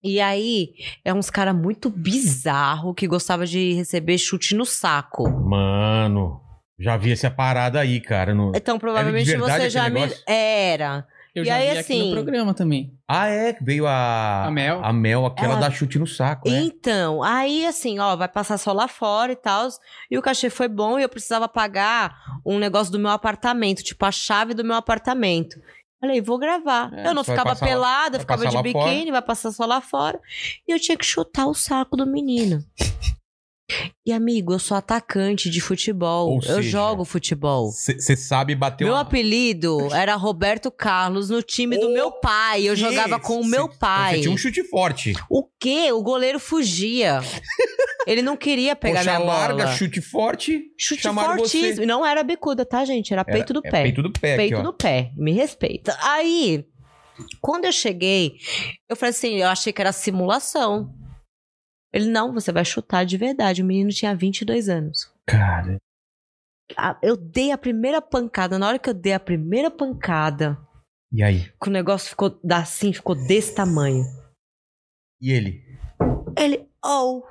[SPEAKER 3] E aí, é uns cara muito bizarro que gostava de receber chute no saco.
[SPEAKER 1] Mano, já vi essa parada aí, cara. no-
[SPEAKER 3] Então, provavelmente
[SPEAKER 1] verdade
[SPEAKER 3] você
[SPEAKER 1] aquele
[SPEAKER 3] já me.
[SPEAKER 1] negócio?
[SPEAKER 3] Era.
[SPEAKER 2] Eu
[SPEAKER 3] E
[SPEAKER 2] já
[SPEAKER 3] aí,
[SPEAKER 2] vi aqui
[SPEAKER 3] assim,
[SPEAKER 2] no programa também.
[SPEAKER 1] Ah, é? que Veio a...
[SPEAKER 2] A Mel.
[SPEAKER 1] A Mel, aquela
[SPEAKER 3] Ela-
[SPEAKER 1] dá chute no saco, né?
[SPEAKER 3] Então, aí assim, ó, vai passar só lá fora e tal. E o cachê foi bom e eu precisava pagar um negócio do meu apartamento, tipo a chave do meu apartamento. Falei, vou gravar.
[SPEAKER 1] É,
[SPEAKER 3] eu não
[SPEAKER 1] vai
[SPEAKER 3] ficava
[SPEAKER 1] passar lá-
[SPEAKER 3] pelada,
[SPEAKER 1] vai
[SPEAKER 3] ficava
[SPEAKER 1] passar
[SPEAKER 3] de
[SPEAKER 1] lá fora.
[SPEAKER 3] biquíni, vai passar só lá fora. E eu tinha que chutar o saco do menino. E, amigo, eu sou atacante de futebol.
[SPEAKER 1] Ou
[SPEAKER 3] eu
[SPEAKER 1] seja,
[SPEAKER 3] jogo futebol.
[SPEAKER 1] Você sabe bater
[SPEAKER 3] Meu
[SPEAKER 1] uma-
[SPEAKER 3] apelido era Roberto Carlos no time do
[SPEAKER 1] O
[SPEAKER 3] meu pai. Eu
[SPEAKER 1] quê?
[SPEAKER 3] jogava com o
[SPEAKER 1] Cê-
[SPEAKER 3] meu pai.
[SPEAKER 1] Você tinha um chute forte.
[SPEAKER 3] O quê? O goleiro fugia. Ele não queria pegar
[SPEAKER 1] Poxa
[SPEAKER 3] minha bola.
[SPEAKER 1] larga, chute forte.
[SPEAKER 3] Chute
[SPEAKER 1] chamaram
[SPEAKER 3] fortíssimo.
[SPEAKER 1] você.
[SPEAKER 3] E Não era bicuda, tá, gente? Era peito do
[SPEAKER 1] É,
[SPEAKER 3] pé.
[SPEAKER 1] peito do pé
[SPEAKER 3] peito
[SPEAKER 1] aqui, ó.
[SPEAKER 3] no pé. Me respeita. Aí, quando eu cheguei, eu falei assim, eu achei que era simulação. Ele, não, você vai chutar de verdade. O menino tinha 22 anos.
[SPEAKER 1] Cara,
[SPEAKER 3] A- Eu dei a primeira pancada. Na hora que eu dei a primeira pancada,
[SPEAKER 1] e aí?
[SPEAKER 3] que o negócio ficou da- assim, ficou desse tamanho.
[SPEAKER 1] E ele?
[SPEAKER 3] Ele, oh,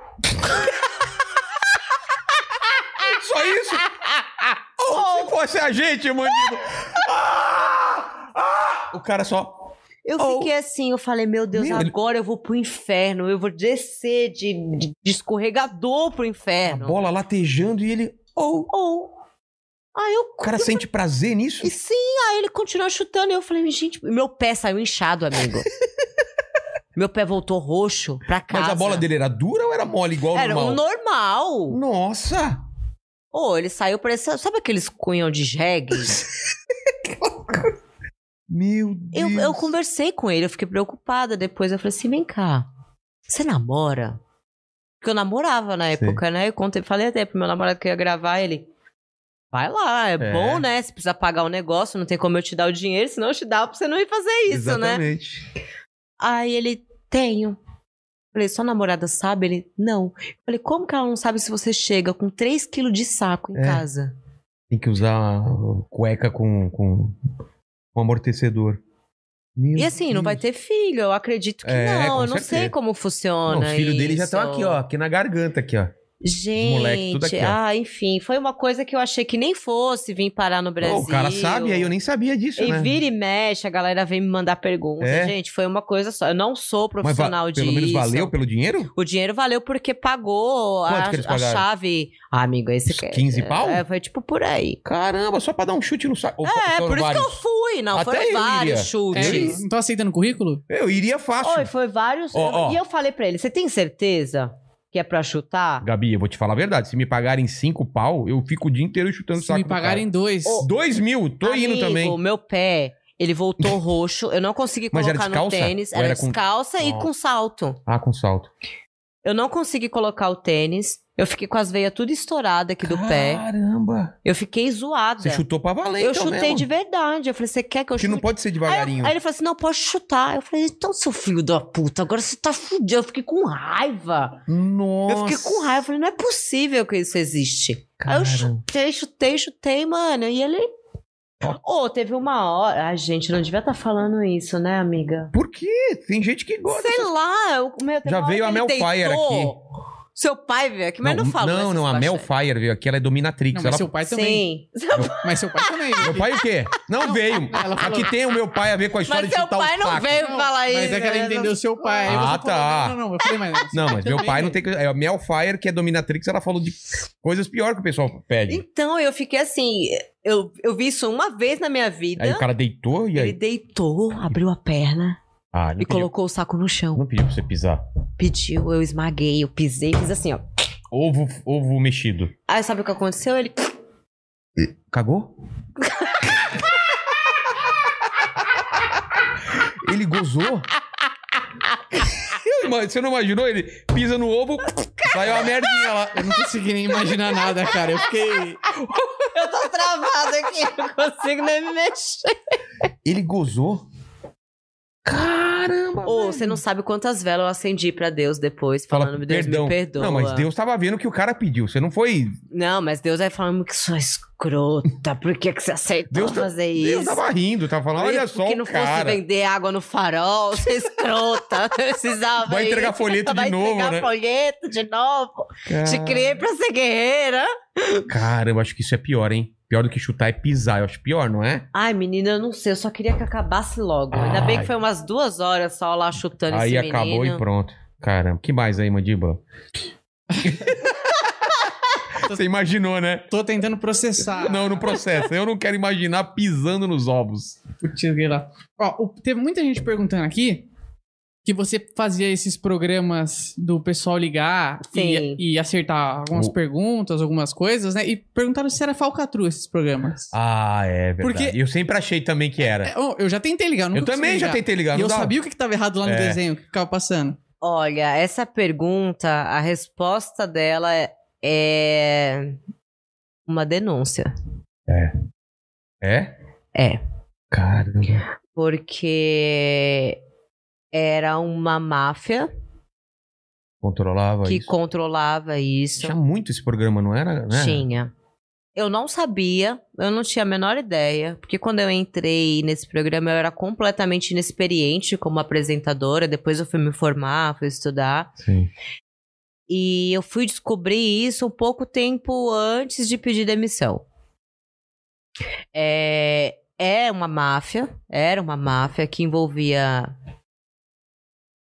[SPEAKER 1] Só isso? Oh, se fosse a gente, bandido. Ah! Ah! O cara só.
[SPEAKER 3] Eu
[SPEAKER 1] Ou-
[SPEAKER 3] fiquei assim, eu falei, meu Deus,
[SPEAKER 1] Meu, ele-
[SPEAKER 3] agora eu vou pro inferno, eu vou descer de, de- de escorregador pro
[SPEAKER 1] A
[SPEAKER 3] inferno.
[SPEAKER 1] bola latejando e ele. Oh,
[SPEAKER 3] Ou. Aí eu.
[SPEAKER 1] o cara sente prazer nisso?
[SPEAKER 3] E sim, aí ele continuou chutando e eu falei, gente, meu pé saiu inchado, amigo. meu pé voltou roxo pra casa.
[SPEAKER 1] Mas a bola dele era dura ou era mole igual
[SPEAKER 3] Era
[SPEAKER 1] normal?
[SPEAKER 3] um normal.
[SPEAKER 1] Nossa!
[SPEAKER 3] Ou ele saiu parecendo. Sabe aqueles cunhão de jegue?
[SPEAKER 1] Meu
[SPEAKER 3] Eu,
[SPEAKER 1] Deus.
[SPEAKER 3] eu conversei com ele, eu fiquei preocupada. Depois eu falei assim: vem cá, você namora? Porque eu namorava na época, né? Eu contei, falei até pro meu namorado que eu ia gravar, ele. Vai lá, é,
[SPEAKER 1] É.
[SPEAKER 3] bom, né? Se precisar pagar o negócio, não tem como eu te dar o dinheiro, senão eu te dava pra você não ir fazer isso, né?
[SPEAKER 1] Exatamente.
[SPEAKER 3] Aí ele, tenho. Falei, sua namorada sabe? Ele, não. Falei, como que ela não sabe se você chega com 3 quilos de saco em
[SPEAKER 1] É.
[SPEAKER 3] casa?
[SPEAKER 1] Tem que usar uma cueca com, com, com amortecedor. Meu
[SPEAKER 3] E assim, não vai ter filho, eu acredito que
[SPEAKER 1] É,
[SPEAKER 3] não.
[SPEAKER 1] com
[SPEAKER 3] Eu não sei
[SPEAKER 1] certeza.
[SPEAKER 3] como
[SPEAKER 1] Não,
[SPEAKER 3] funciona.
[SPEAKER 1] os filhos dele já
[SPEAKER 3] isso.
[SPEAKER 1] estão aqui, ó. Aqui na garganta, aqui, ó.
[SPEAKER 3] Gente,
[SPEAKER 1] moleque, tudo aqui, ó.
[SPEAKER 3] ah, enfim, foi uma coisa que eu achei que nem fosse vir parar no Brasil.
[SPEAKER 1] Pô, o cara sabe, aí eu nem sabia disso,
[SPEAKER 3] E
[SPEAKER 1] né?
[SPEAKER 3] vira e mexe, a galera vem me mandar perguntas.
[SPEAKER 1] É?
[SPEAKER 3] Gente, foi uma coisa só. Eu não sou
[SPEAKER 1] Mas va-
[SPEAKER 3] profissional disso.
[SPEAKER 1] pelo menos valeu pelo dinheiro?
[SPEAKER 3] O dinheiro valeu porque pagou
[SPEAKER 1] Quanto
[SPEAKER 3] a,
[SPEAKER 1] que eles
[SPEAKER 3] a
[SPEAKER 1] pagaram?
[SPEAKER 3] chave. Ah, amigo, esse
[SPEAKER 1] Uns
[SPEAKER 3] que
[SPEAKER 1] 15 pau?
[SPEAKER 3] É, foi tipo por aí.
[SPEAKER 1] Caramba, só pra dar um chute no saco. Ou
[SPEAKER 3] É,
[SPEAKER 1] foram
[SPEAKER 3] por isso
[SPEAKER 1] vários?
[SPEAKER 3] que eu fui. Não,
[SPEAKER 1] Até eu
[SPEAKER 3] foram vários
[SPEAKER 1] iria.
[SPEAKER 2] É,
[SPEAKER 3] chutes.
[SPEAKER 2] não tô aceitando currículo?
[SPEAKER 1] eu... iria fácil.
[SPEAKER 3] Oi, foi vários.
[SPEAKER 1] Ó, ó.
[SPEAKER 3] E eu falei pra ele: você tem certeza que é pra chutar?
[SPEAKER 1] Gabi, eu vou te falar a verdade. Se me pagarem cinco pau, eu fico o dia inteiro chutando
[SPEAKER 2] Se
[SPEAKER 1] saco.
[SPEAKER 2] me
[SPEAKER 1] do cara.
[SPEAKER 2] pagarem dois.
[SPEAKER 1] Dois mil, tô indo
[SPEAKER 3] Amigo,
[SPEAKER 1] também.
[SPEAKER 3] meu pé, ele voltou roxo. Eu não consegui
[SPEAKER 1] Mas era
[SPEAKER 3] colocar no
[SPEAKER 1] descalça?
[SPEAKER 3] tênis.
[SPEAKER 1] Ou
[SPEAKER 3] Era,
[SPEAKER 1] era com-
[SPEAKER 3] descalça e
[SPEAKER 1] Ó.
[SPEAKER 3] com salto.
[SPEAKER 1] Ah, com salto.
[SPEAKER 3] Eu não consegui colocar o tênis. Eu fiquei com as veias tudo estourada aqui do pé.
[SPEAKER 1] Caramba.
[SPEAKER 3] Eu fiquei zoada.
[SPEAKER 1] Você chutou pra valer,
[SPEAKER 3] eu
[SPEAKER 1] então,
[SPEAKER 3] chutei
[SPEAKER 1] mesmo.
[SPEAKER 3] de verdade. Eu falei, você quer que eu
[SPEAKER 1] Que
[SPEAKER 3] chute?
[SPEAKER 1] não pode ser
[SPEAKER 3] Aí eu-
[SPEAKER 1] devagarinho.
[SPEAKER 3] Aí ele falou assim: não, pode chutar. Eu falei, então, seu filho da puta, agora você tá fudido. Eu fiquei com raiva.
[SPEAKER 1] Nossa.
[SPEAKER 3] Eu fiquei com raiva. Eu falei, não é possível que isso existe. Aí eu chutei, chutei, chutei, mano. E ele. Ô, teve uma hora. Ai, gente, não devia estar falando isso, né, amiga?
[SPEAKER 1] Por quê? Tem gente que gosta.
[SPEAKER 3] Sei lá, eu, meu, teve
[SPEAKER 1] Já
[SPEAKER 3] uma hora
[SPEAKER 1] veio
[SPEAKER 3] que
[SPEAKER 1] a
[SPEAKER 3] ele
[SPEAKER 1] Mel Fire
[SPEAKER 3] deitou. Seu pai veio aqui, mas não, falou.
[SPEAKER 1] Não,
[SPEAKER 3] essas
[SPEAKER 1] não, a Mel
[SPEAKER 3] baixaria.
[SPEAKER 1] Fire veio aqui, ela é dominatrix.
[SPEAKER 2] Não, mas
[SPEAKER 1] ela...
[SPEAKER 2] seu pai também.
[SPEAKER 3] Sim.
[SPEAKER 2] Mas seu pai também.
[SPEAKER 1] Meu pai o quê? Não,
[SPEAKER 2] Não,
[SPEAKER 1] veio.
[SPEAKER 2] ela falou-
[SPEAKER 1] Aqui tá tem o meu pai a ver com a história
[SPEAKER 3] Mas
[SPEAKER 1] de
[SPEAKER 3] seu
[SPEAKER 1] chutar o
[SPEAKER 3] pai não
[SPEAKER 1] saco.
[SPEAKER 3] veio falar isso.
[SPEAKER 2] Mas é que ela
[SPEAKER 3] né?
[SPEAKER 2] entendeu seu pai. Aí
[SPEAKER 1] Ah,
[SPEAKER 2] você falou,
[SPEAKER 1] tá.
[SPEAKER 2] Não, não, não. Eu falei, mas.
[SPEAKER 1] Não, mas meu
[SPEAKER 2] também
[SPEAKER 1] pai
[SPEAKER 2] veio.
[SPEAKER 1] não tem... que- É a Mel Fire, que é dominatrix, ela falou de coisas pior que o pessoal pede.
[SPEAKER 3] Então eu fiquei assim. Eu, eu vi isso uma vez na minha vida.
[SPEAKER 1] Aí o cara deitou e
[SPEAKER 3] Ele
[SPEAKER 1] aí...
[SPEAKER 3] deitou, abriu a perna
[SPEAKER 1] Ah, não
[SPEAKER 3] e
[SPEAKER 1] pediu,
[SPEAKER 3] colocou o saco no chão.
[SPEAKER 1] não pediu pra você pisar.
[SPEAKER 3] Pediu, eu esmaguei, eu pisei, fiz assim, ó.
[SPEAKER 1] Ovo, ovo mexido.
[SPEAKER 3] Aí sabe o que aconteceu? Ele
[SPEAKER 1] Cagou? ele gozou? Eu ima- Você não imaginou? Ele pisa no ovo, saiu a merdinha lá.
[SPEAKER 2] Eu não consegui nem imaginar nada, cara. Eu fiquei.
[SPEAKER 3] Eu tô travada aqui, não consigo nem me mexer.
[SPEAKER 1] Ele gozou? Caramba!
[SPEAKER 3] Ou
[SPEAKER 1] velho.
[SPEAKER 3] você não sabe quantas velas eu acendi pra Deus depois,
[SPEAKER 1] Fala,
[SPEAKER 3] falando, Deus me perdoa.
[SPEAKER 1] Não, mas Deus tava vendo que o cara pediu. Você não foi.
[SPEAKER 3] Não, mas Deus vai falando que sou escrota, por que, que você aceitou
[SPEAKER 1] Deus tá-
[SPEAKER 3] fazer
[SPEAKER 1] Deus
[SPEAKER 3] isso?
[SPEAKER 1] tava rindo, tava falando, olha só
[SPEAKER 3] que
[SPEAKER 1] o
[SPEAKER 3] não
[SPEAKER 1] cara.
[SPEAKER 3] fosse vender água no farol, você é escrota, precisava
[SPEAKER 1] Vai entregar folheto
[SPEAKER 3] Vai
[SPEAKER 1] de novo,
[SPEAKER 3] entregar
[SPEAKER 1] né? Ah.
[SPEAKER 3] folheto de novo. Te criei pra ser guerreira.
[SPEAKER 1] Cara, eu acho que isso é pior, hein? Pior do que chutar é pisar. Eu acho pior, não é?
[SPEAKER 3] Ai, menina, eu não sei, eu só queria que acabasse logo. Ainda bem
[SPEAKER 1] Ai.
[SPEAKER 3] que foi umas duas horas só lá chutando
[SPEAKER 1] aí
[SPEAKER 3] esse
[SPEAKER 1] acabou
[SPEAKER 3] menino.
[SPEAKER 1] e pronto. Caramba, que mais aí, Mandiba? Você imaginou, né?
[SPEAKER 2] Tô tentando processar.
[SPEAKER 1] Não, no processo. Eu não quero imaginar pisando nos ovos.
[SPEAKER 2] Putz, sei lá. Ó, o- teve muita gente perguntando aqui que você fazia esses programas do pessoal ligar
[SPEAKER 3] Sim.
[SPEAKER 2] e, e acertar algumas
[SPEAKER 1] O-
[SPEAKER 2] perguntas, algumas coisas, né? E perguntaram se era falcatrua esses programas.
[SPEAKER 1] Ah, é verdade.
[SPEAKER 2] Porque-
[SPEAKER 1] Eu sempre achei também que era.
[SPEAKER 2] É, ó, eu já tentei ligar, nunca
[SPEAKER 1] eu também
[SPEAKER 2] consegui
[SPEAKER 1] já
[SPEAKER 2] ligar.
[SPEAKER 1] tentei ligar.
[SPEAKER 2] E
[SPEAKER 1] não
[SPEAKER 2] eu
[SPEAKER 1] dá.
[SPEAKER 2] sabia o que, que tava errado lá no
[SPEAKER 1] É.
[SPEAKER 2] desenho que ficava passando.
[SPEAKER 3] Olha, essa pergunta, a resposta dela é- é uma denúncia.
[SPEAKER 1] É?
[SPEAKER 3] É.
[SPEAKER 1] Caramba.
[SPEAKER 3] Porque era uma máfia
[SPEAKER 1] Controlava
[SPEAKER 3] que
[SPEAKER 1] isso.
[SPEAKER 3] controlava isso.
[SPEAKER 1] Tinha muito esse programa, não era? Né?
[SPEAKER 3] Tinha. Eu não sabia, eu não tinha a menor ideia, porque quando eu entrei nesse programa eu era completamente inexperiente como apresentadora. Depois eu fui me formar, fui estudar.
[SPEAKER 1] Sim.
[SPEAKER 3] E eu fui descobrir isso um pouco tempo antes de pedir demissão. É, é uma máfia, era uma máfia que envolvia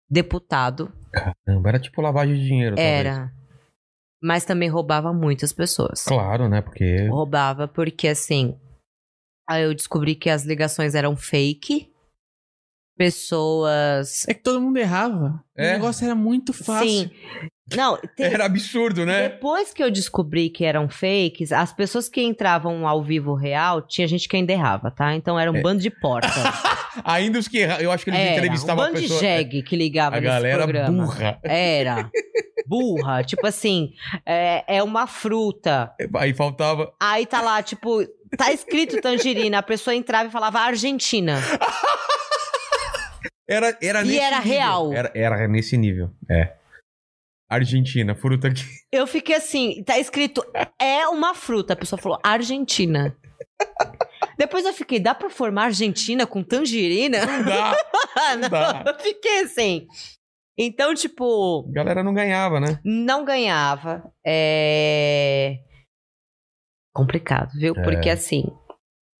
[SPEAKER 3] deputado.
[SPEAKER 1] Caramba, era tipo lavagem de dinheiro. talvez.
[SPEAKER 3] Era. Mas também roubava muitas pessoas.
[SPEAKER 1] Claro, né? Porque.
[SPEAKER 3] Roubava porque assim. Aí eu descobri que as ligações eram fake. Pessoas.
[SPEAKER 2] É que todo mundo errava.
[SPEAKER 1] É.
[SPEAKER 2] O negócio era muito fácil.
[SPEAKER 3] Sim. Não, te-
[SPEAKER 1] Era absurdo, né?
[SPEAKER 3] depois que eu descobri que eram fakes, as pessoas que entravam ao vivo real, tinha gente que ainda errava, tá? Então era um
[SPEAKER 1] É.
[SPEAKER 3] bando de porta.
[SPEAKER 1] Ainda os que erra- Eu acho que eles
[SPEAKER 3] Era, um
[SPEAKER 1] entrevistavam a
[SPEAKER 3] bando de
[SPEAKER 1] pessoa.
[SPEAKER 3] jegue que ligava
[SPEAKER 1] a
[SPEAKER 3] nesse
[SPEAKER 1] galera
[SPEAKER 3] programa.
[SPEAKER 1] burra.
[SPEAKER 3] Era. Burra. tipo assim, é- é uma fruta.
[SPEAKER 1] Aí faltava.
[SPEAKER 3] Aí tá lá, tipo, tá escrito tangerina. A pessoa entrava e falava Argentina.
[SPEAKER 1] Era, era
[SPEAKER 3] E
[SPEAKER 1] nesse
[SPEAKER 3] era
[SPEAKER 1] nível.
[SPEAKER 3] real.
[SPEAKER 1] Era, era nesse nível. É. Argentina, fruta aqui.
[SPEAKER 3] Eu fiquei assim, tá escrito é uma fruta. A pessoa falou Argentina. Depois eu fiquei, dá pra formar Argentina com tangerina? Ah,
[SPEAKER 1] Não dá. dá.
[SPEAKER 3] Não, eu fiquei assim. Então, tipo,
[SPEAKER 1] A galera não ganhava, né?
[SPEAKER 3] não ganhava. É. Complicado, viu?
[SPEAKER 1] É.
[SPEAKER 3] Porque assim,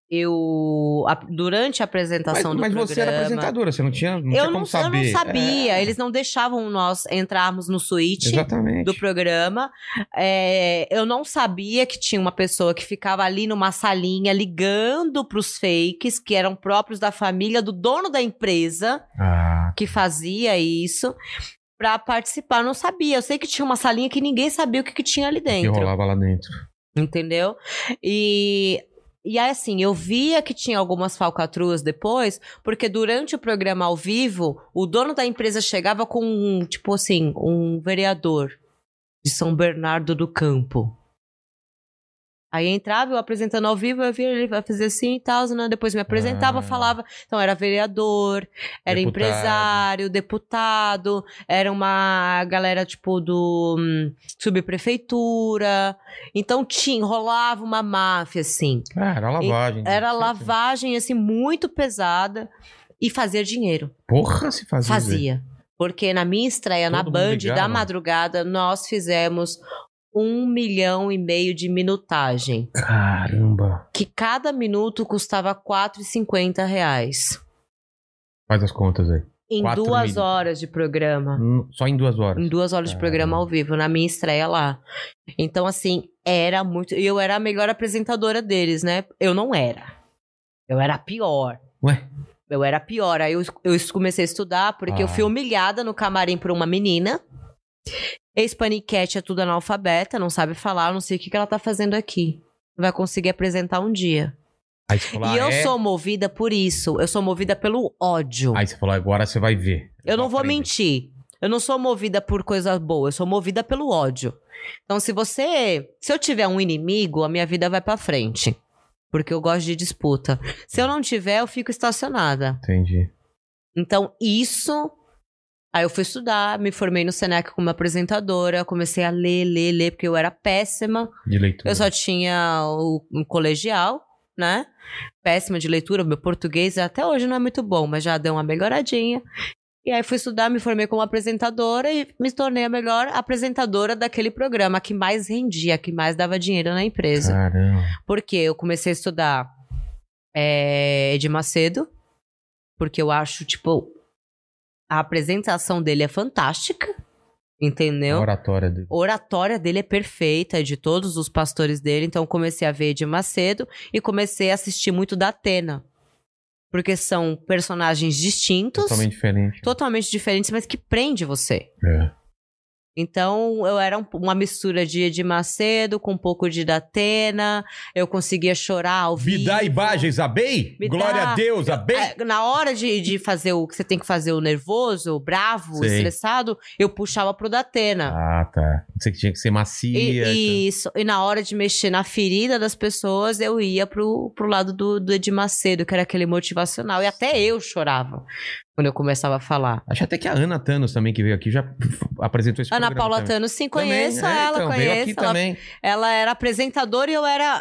[SPEAKER 3] eu. a- durante a
[SPEAKER 1] Mas,
[SPEAKER 3] apresentação
[SPEAKER 1] mas
[SPEAKER 3] do
[SPEAKER 1] você era
[SPEAKER 3] programa.
[SPEAKER 1] apresentadora, você não tinha, não tinha
[SPEAKER 3] eu,
[SPEAKER 1] como
[SPEAKER 3] não, eu
[SPEAKER 1] saber.
[SPEAKER 3] não sabia.
[SPEAKER 1] É,
[SPEAKER 3] Eles não deixavam nós entrarmos no suíte
[SPEAKER 1] Exatamente.
[SPEAKER 3] do programa. É, eu não sabia que tinha uma pessoa que ficava ali numa salinha ligando para os fakes, que eram próprios da família do dono da empresa
[SPEAKER 1] Ah,
[SPEAKER 3] que fazia isso, para participar. Eu não sabia. Eu sei que tinha uma salinha que ninguém sabia o que, que tinha ali
[SPEAKER 1] que
[SPEAKER 3] dentro.
[SPEAKER 1] rolava lá dentro.
[SPEAKER 3] Entendeu? E. E aí, assim, eu via que tinha algumas falcatruas depois, porque durante o programa ao vivo, o dono da empresa chegava com, um, tipo assim, um vereador de São Bernardo do Campo. Aí entrava, eu apresentando ao vivo, eu via ele fazer assim e tal, né? depois me apresentava,
[SPEAKER 1] Ah.
[SPEAKER 3] falava. Então, era vereador,
[SPEAKER 1] Deputado.
[SPEAKER 3] era empresário, deputado, era uma galera, tipo, do hum, subprefeitura. Então, tinha, rolava uma máfia, assim.
[SPEAKER 1] Ah, era lavagem.
[SPEAKER 3] Era
[SPEAKER 1] Certo.
[SPEAKER 3] lavagem, assim, muito pesada e fazia dinheiro.
[SPEAKER 1] Porra, se fazia.
[SPEAKER 3] Fazia. Porque na minha estreia na
[SPEAKER 1] Todo mundo
[SPEAKER 3] Band
[SPEAKER 1] ligava.
[SPEAKER 3] da madrugada, nós fizemos um milhão e meio de minutagem.
[SPEAKER 1] Caramba.
[SPEAKER 3] Que cada minuto custava R$ 4,50 reais.
[SPEAKER 1] Faz as contas aí.
[SPEAKER 3] Em
[SPEAKER 1] Quatro
[SPEAKER 3] duas
[SPEAKER 1] mil.
[SPEAKER 3] horas de programa.
[SPEAKER 1] Hum, Só em duas horas.
[SPEAKER 3] Em duas horas de programa ao vivo, na minha estreia lá. Então, assim, era muito. E eu era a melhor apresentadora deles, né? Eu não era. Eu era a pior.
[SPEAKER 1] Ué?
[SPEAKER 3] Eu era a pior. Aí eu, eu comecei a estudar porque
[SPEAKER 1] Ah.
[SPEAKER 3] eu fui humilhada no camarim por uma menina. Ex-paniquete é tudo analfabeta, não sabe falar, eu não sei o que, que ela tá fazendo aqui. Não vai conseguir apresentar um dia.
[SPEAKER 1] Aí você falou,
[SPEAKER 3] e
[SPEAKER 1] ah,
[SPEAKER 3] eu
[SPEAKER 1] é?
[SPEAKER 3] sou movida por isso. Eu sou movida pelo ódio.
[SPEAKER 1] Aí você falou, agora você vai ver.
[SPEAKER 3] Eu não vou
[SPEAKER 1] Aprender.
[SPEAKER 3] mentir. Eu não sou movida por coisa boa, eu sou movida pelo ódio. Então, se você. Se eu tiver um inimigo, a minha vida vai pra frente. Porque eu gosto de disputa. Se eu não tiver, eu fico estacionada.
[SPEAKER 1] Entendi.
[SPEAKER 3] Então, isso. Aí eu fui estudar, me formei no Senec como apresentadora, comecei a ler, ler, ler, porque eu era péssima.
[SPEAKER 1] De leitura.
[SPEAKER 3] Eu só tinha o, um colegial, né? Péssima de leitura, meu português até hoje não é muito bom, mas já deu uma melhoradinha. E aí fui estudar, me formei como apresentadora e me tornei a melhor apresentadora daquele programa, a que mais rendia, a que mais dava dinheiro na
[SPEAKER 1] É.
[SPEAKER 3] empresa.
[SPEAKER 1] Caramba.
[SPEAKER 3] Porque eu comecei a estudar é, Ed Macedo, porque eu acho, tipo, a apresentação dele é fantástica,
[SPEAKER 1] A
[SPEAKER 3] entendeu?
[SPEAKER 1] oratória dele.
[SPEAKER 3] oratória dele é perfeita, é de todos os pastores dele. Então, eu comecei a ver de Macedo e comecei a assistir muito da Atena. Porque são personagens distintos,
[SPEAKER 1] Totalmente diferente.
[SPEAKER 3] totalmente diferentes, mas que prende você.
[SPEAKER 1] É.
[SPEAKER 3] Então, eu era um- uma mistura de Edir Macedo com um pouco de Datena. Eu conseguia chorar ao vivo.
[SPEAKER 1] Me dá imagens, Abei?
[SPEAKER 3] Me dá-
[SPEAKER 1] Glória a Deus, Abei?
[SPEAKER 3] É, Na hora de, de fazer o que você tem que fazer, o nervoso, o bravo, o
[SPEAKER 1] Sei.
[SPEAKER 3] estressado, eu puxava pro Datena.
[SPEAKER 1] Ah, tá. Você que tinha que ser
[SPEAKER 3] E,
[SPEAKER 1] macia.
[SPEAKER 3] e isso, e na hora de mexer na ferida das pessoas, eu ia pro, pro lado do, do Edir Macedo, que era aquele motivacional. E até eu chorava quando eu começava a falar.
[SPEAKER 1] Acho até que a Ana Thanos também, que veio aqui, já apresentou esse
[SPEAKER 3] Ana
[SPEAKER 1] programa
[SPEAKER 3] Paula
[SPEAKER 1] também.
[SPEAKER 3] Tano,
[SPEAKER 1] Também,
[SPEAKER 3] sim, conheço
[SPEAKER 1] é,
[SPEAKER 3] ela,
[SPEAKER 1] então, Veio aqui
[SPEAKER 3] conheço. Ela,
[SPEAKER 1] também.
[SPEAKER 3] ela era apresentadora e eu era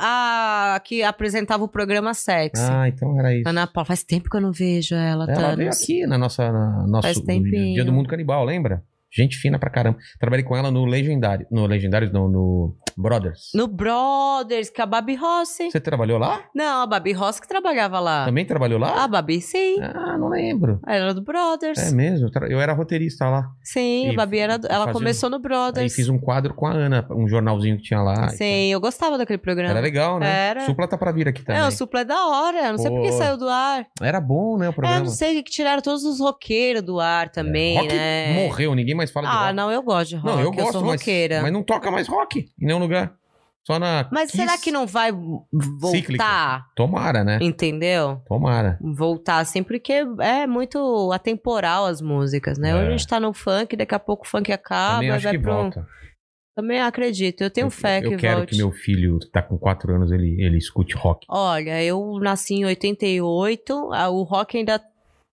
[SPEAKER 3] a que apresentava o programa Sexy.
[SPEAKER 1] Ah, então era isso.
[SPEAKER 3] Ana Paula, faz tempo que eu não vejo ela,
[SPEAKER 1] ela veio
[SPEAKER 3] Thanos.
[SPEAKER 1] aqui na nossa, na- nosso
[SPEAKER 3] Faz
[SPEAKER 1] no
[SPEAKER 3] tempinho.
[SPEAKER 1] Dia do Mundo Canibal, lembra? Gente fina pra caramba. Trabalhei com ela no Legendário. No Legendário, não, no Brothers.
[SPEAKER 3] No Brothers, que é a Babi Rossi.
[SPEAKER 1] Você trabalhou lá?
[SPEAKER 3] Não, a Babi Rossi que trabalhava lá.
[SPEAKER 1] Também trabalhou lá?
[SPEAKER 3] A Babi, sim.
[SPEAKER 1] Ah, não lembro.
[SPEAKER 3] Ela era do Brothers.
[SPEAKER 1] É mesmo, tra- eu era roteirista lá.
[SPEAKER 3] Sim,
[SPEAKER 1] E
[SPEAKER 3] a Babi era. do- Ela
[SPEAKER 1] fazia-
[SPEAKER 3] começou no
[SPEAKER 1] Aí
[SPEAKER 3] Brothers.
[SPEAKER 1] fiz um quadro com a Ana, um jornalzinho que tinha lá. e
[SPEAKER 3] Sim, eu gostava daquele
[SPEAKER 1] tal.
[SPEAKER 3] programa.
[SPEAKER 1] Era legal, né?
[SPEAKER 3] Era.
[SPEAKER 1] Supla tá pra vir aqui também.
[SPEAKER 3] É, o Supla é da hora. Não sei por que
[SPEAKER 1] Pô.
[SPEAKER 3] saiu do ar.
[SPEAKER 1] Era bom, né, o
[SPEAKER 3] É,
[SPEAKER 1] programa. É,
[SPEAKER 3] não sei que tiraram todos os roqueiros do ar também,
[SPEAKER 1] rock
[SPEAKER 3] né?
[SPEAKER 1] morreu, ninguém mais fala
[SPEAKER 3] Ah,
[SPEAKER 1] de rock.
[SPEAKER 3] não, eu gosto de rock.
[SPEAKER 1] eu gosto,
[SPEAKER 3] sou
[SPEAKER 1] mas,
[SPEAKER 3] roqueira.
[SPEAKER 1] mas não toca mais rock em nenhum lugar. Só na
[SPEAKER 3] Mas
[SPEAKER 1] Kiss.
[SPEAKER 3] será que não vai voltar?
[SPEAKER 1] Cíclica. Tomara, né?
[SPEAKER 3] Entendeu?
[SPEAKER 1] Tomara.
[SPEAKER 3] voltar assim, porque é muito atemporal as músicas, né?
[SPEAKER 1] É.
[SPEAKER 3] Hoje a gente tá no funk, daqui a pouco o funk acaba,
[SPEAKER 1] Também acho
[SPEAKER 3] vai
[SPEAKER 1] que
[SPEAKER 3] pra um...
[SPEAKER 1] volta.
[SPEAKER 3] Também acredito, eu tenho fé
[SPEAKER 1] eu,
[SPEAKER 3] que
[SPEAKER 1] eu quero
[SPEAKER 3] volte.
[SPEAKER 1] que meu filho, que tá com 4 anos, ele, ele escute rock.
[SPEAKER 3] Olha, eu nasci em 88, a- o rock ainda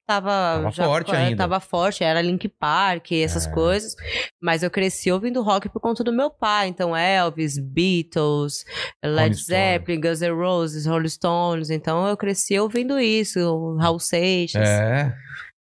[SPEAKER 3] tava...
[SPEAKER 1] Tava forte ainda.
[SPEAKER 3] Tava forte, era Link Park, essas
[SPEAKER 1] É.
[SPEAKER 3] coisas, mas eu cresci ouvindo rock por conta do meu pai, então Elvis, Beatles,
[SPEAKER 1] Rolling
[SPEAKER 3] Led
[SPEAKER 1] Stones.
[SPEAKER 3] Zeppelin, Guns N' Roses, Rolling Stones, então eu cresci ouvindo isso, Raul Seixas.
[SPEAKER 1] É.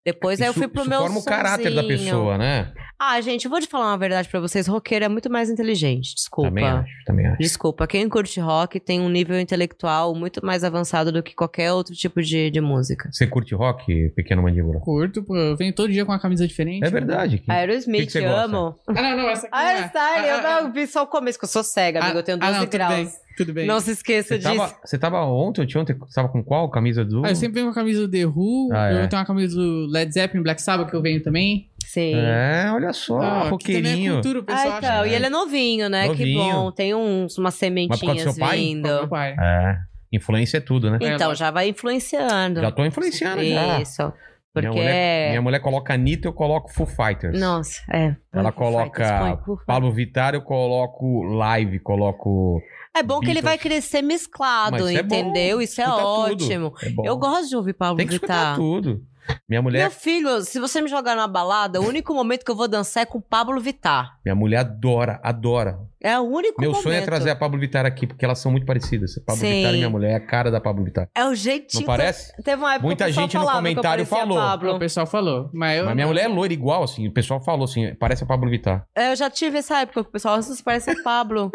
[SPEAKER 3] Depois aí eu
[SPEAKER 1] Isso-
[SPEAKER 3] fui pro
[SPEAKER 1] isso
[SPEAKER 3] meu
[SPEAKER 1] forma o caráter da
[SPEAKER 3] sonzinho.
[SPEAKER 1] pessoa, né?
[SPEAKER 3] Ah, gente, eu vou te falar uma verdade pra vocês. Roqueiro é muito mais inteligente, desculpa.
[SPEAKER 1] Também acho, também acho.
[SPEAKER 3] Desculpa, quem curte rock tem um nível intelectual muito mais avançado do que qualquer outro tipo de, de música.
[SPEAKER 1] Você curte rock, pequeno mandíbula?
[SPEAKER 2] Curto, pô. Eu venho todo dia com uma camisa diferente. né?
[SPEAKER 1] É verdade. que-
[SPEAKER 3] Aerosmith,
[SPEAKER 1] que você gosta?
[SPEAKER 3] amo.
[SPEAKER 2] Ah, não, não. Essa aqui não é.
[SPEAKER 3] Aerosmith,
[SPEAKER 2] Ah, ah, ah.
[SPEAKER 3] eu, eu vi só o começo, que eu sou cega, amigo. eu tenho
[SPEAKER 2] Ah,
[SPEAKER 3] 12
[SPEAKER 2] não, tudo
[SPEAKER 3] graus.
[SPEAKER 2] Bem, tudo bem.
[SPEAKER 3] Não se esqueça
[SPEAKER 1] Você
[SPEAKER 3] disso.
[SPEAKER 1] tava, você tava ontem, ontem, ontem, você tava com qual camisa do...
[SPEAKER 2] Ah, eu sempre venho com a camisa do The Who,
[SPEAKER 1] Uhum. Ah,
[SPEAKER 2] eu
[SPEAKER 1] é.
[SPEAKER 2] tenho uma camisa do Led Zeppelin, Black Sabbath que eu venho também.
[SPEAKER 3] Sim.
[SPEAKER 1] É, olha só,
[SPEAKER 2] Ah, que também é
[SPEAKER 1] roqueirinho.
[SPEAKER 2] cultura, o
[SPEAKER 3] Ah,
[SPEAKER 2] pessoal acha.
[SPEAKER 3] então, e ele é novinho, né? Que
[SPEAKER 1] Novinho.
[SPEAKER 3] bom. Tem uns, umas
[SPEAKER 1] do seu
[SPEAKER 3] sementinhas
[SPEAKER 1] pai?
[SPEAKER 2] Meu
[SPEAKER 3] vindo.
[SPEAKER 2] pai.
[SPEAKER 1] É, influência é tudo, né?
[SPEAKER 3] Então, já vai influenciando.
[SPEAKER 1] Já tô influenciando já.
[SPEAKER 3] Isso.
[SPEAKER 1] Minha
[SPEAKER 3] Porque
[SPEAKER 1] mulher,
[SPEAKER 3] é.
[SPEAKER 1] minha mulher coloca Anitta, eu coloco Foo Fighters.
[SPEAKER 3] Nossa, é.
[SPEAKER 1] Ela
[SPEAKER 3] Põe Foo
[SPEAKER 1] coloca
[SPEAKER 3] Fighters, põe Foo Fighters.
[SPEAKER 1] Pablo Vittar, eu coloco live, coloco.
[SPEAKER 3] É bom que ele vai crescer
[SPEAKER 1] Mas
[SPEAKER 3] mesclado,
[SPEAKER 1] isso é bom,
[SPEAKER 3] entendeu? Isso é
[SPEAKER 1] escuta tudo.
[SPEAKER 3] ótimo.
[SPEAKER 1] É bom.
[SPEAKER 3] Eu gosto de ouvir Pablo
[SPEAKER 1] Tem que escutar
[SPEAKER 3] Vittar.
[SPEAKER 1] tudo. né? Minha
[SPEAKER 3] Meu
[SPEAKER 1] mulher,
[SPEAKER 3] filho, se você me jogar numa balada, o único momento que eu vou dançar é com Pablo Vittar.
[SPEAKER 1] minha mulher adora, adora.
[SPEAKER 3] É o único
[SPEAKER 1] Meu
[SPEAKER 3] momento.
[SPEAKER 1] sonho é trazer a Pablo Vittar aqui, porque elas são muito parecidas. Pablo
[SPEAKER 3] Sim.
[SPEAKER 1] Vittar e minha mulher é a cara da Pablo Vittar.
[SPEAKER 3] É o
[SPEAKER 1] Não
[SPEAKER 3] jeitinho.
[SPEAKER 1] parece?
[SPEAKER 3] que- Teve uma época
[SPEAKER 1] Muita
[SPEAKER 3] que o pessoal
[SPEAKER 1] gente no
[SPEAKER 3] falava que eu
[SPEAKER 1] comentário
[SPEAKER 3] parecia
[SPEAKER 1] falou.
[SPEAKER 2] O
[SPEAKER 3] Pablo.
[SPEAKER 2] pessoal falou. Mas eu.
[SPEAKER 1] Mas minha mulher é loira igual, assim. O pessoal falou assim, parece a Pablo Vittar.
[SPEAKER 3] É, Eu já tive essa época que o pessoal, nossa, você parece a Pablo.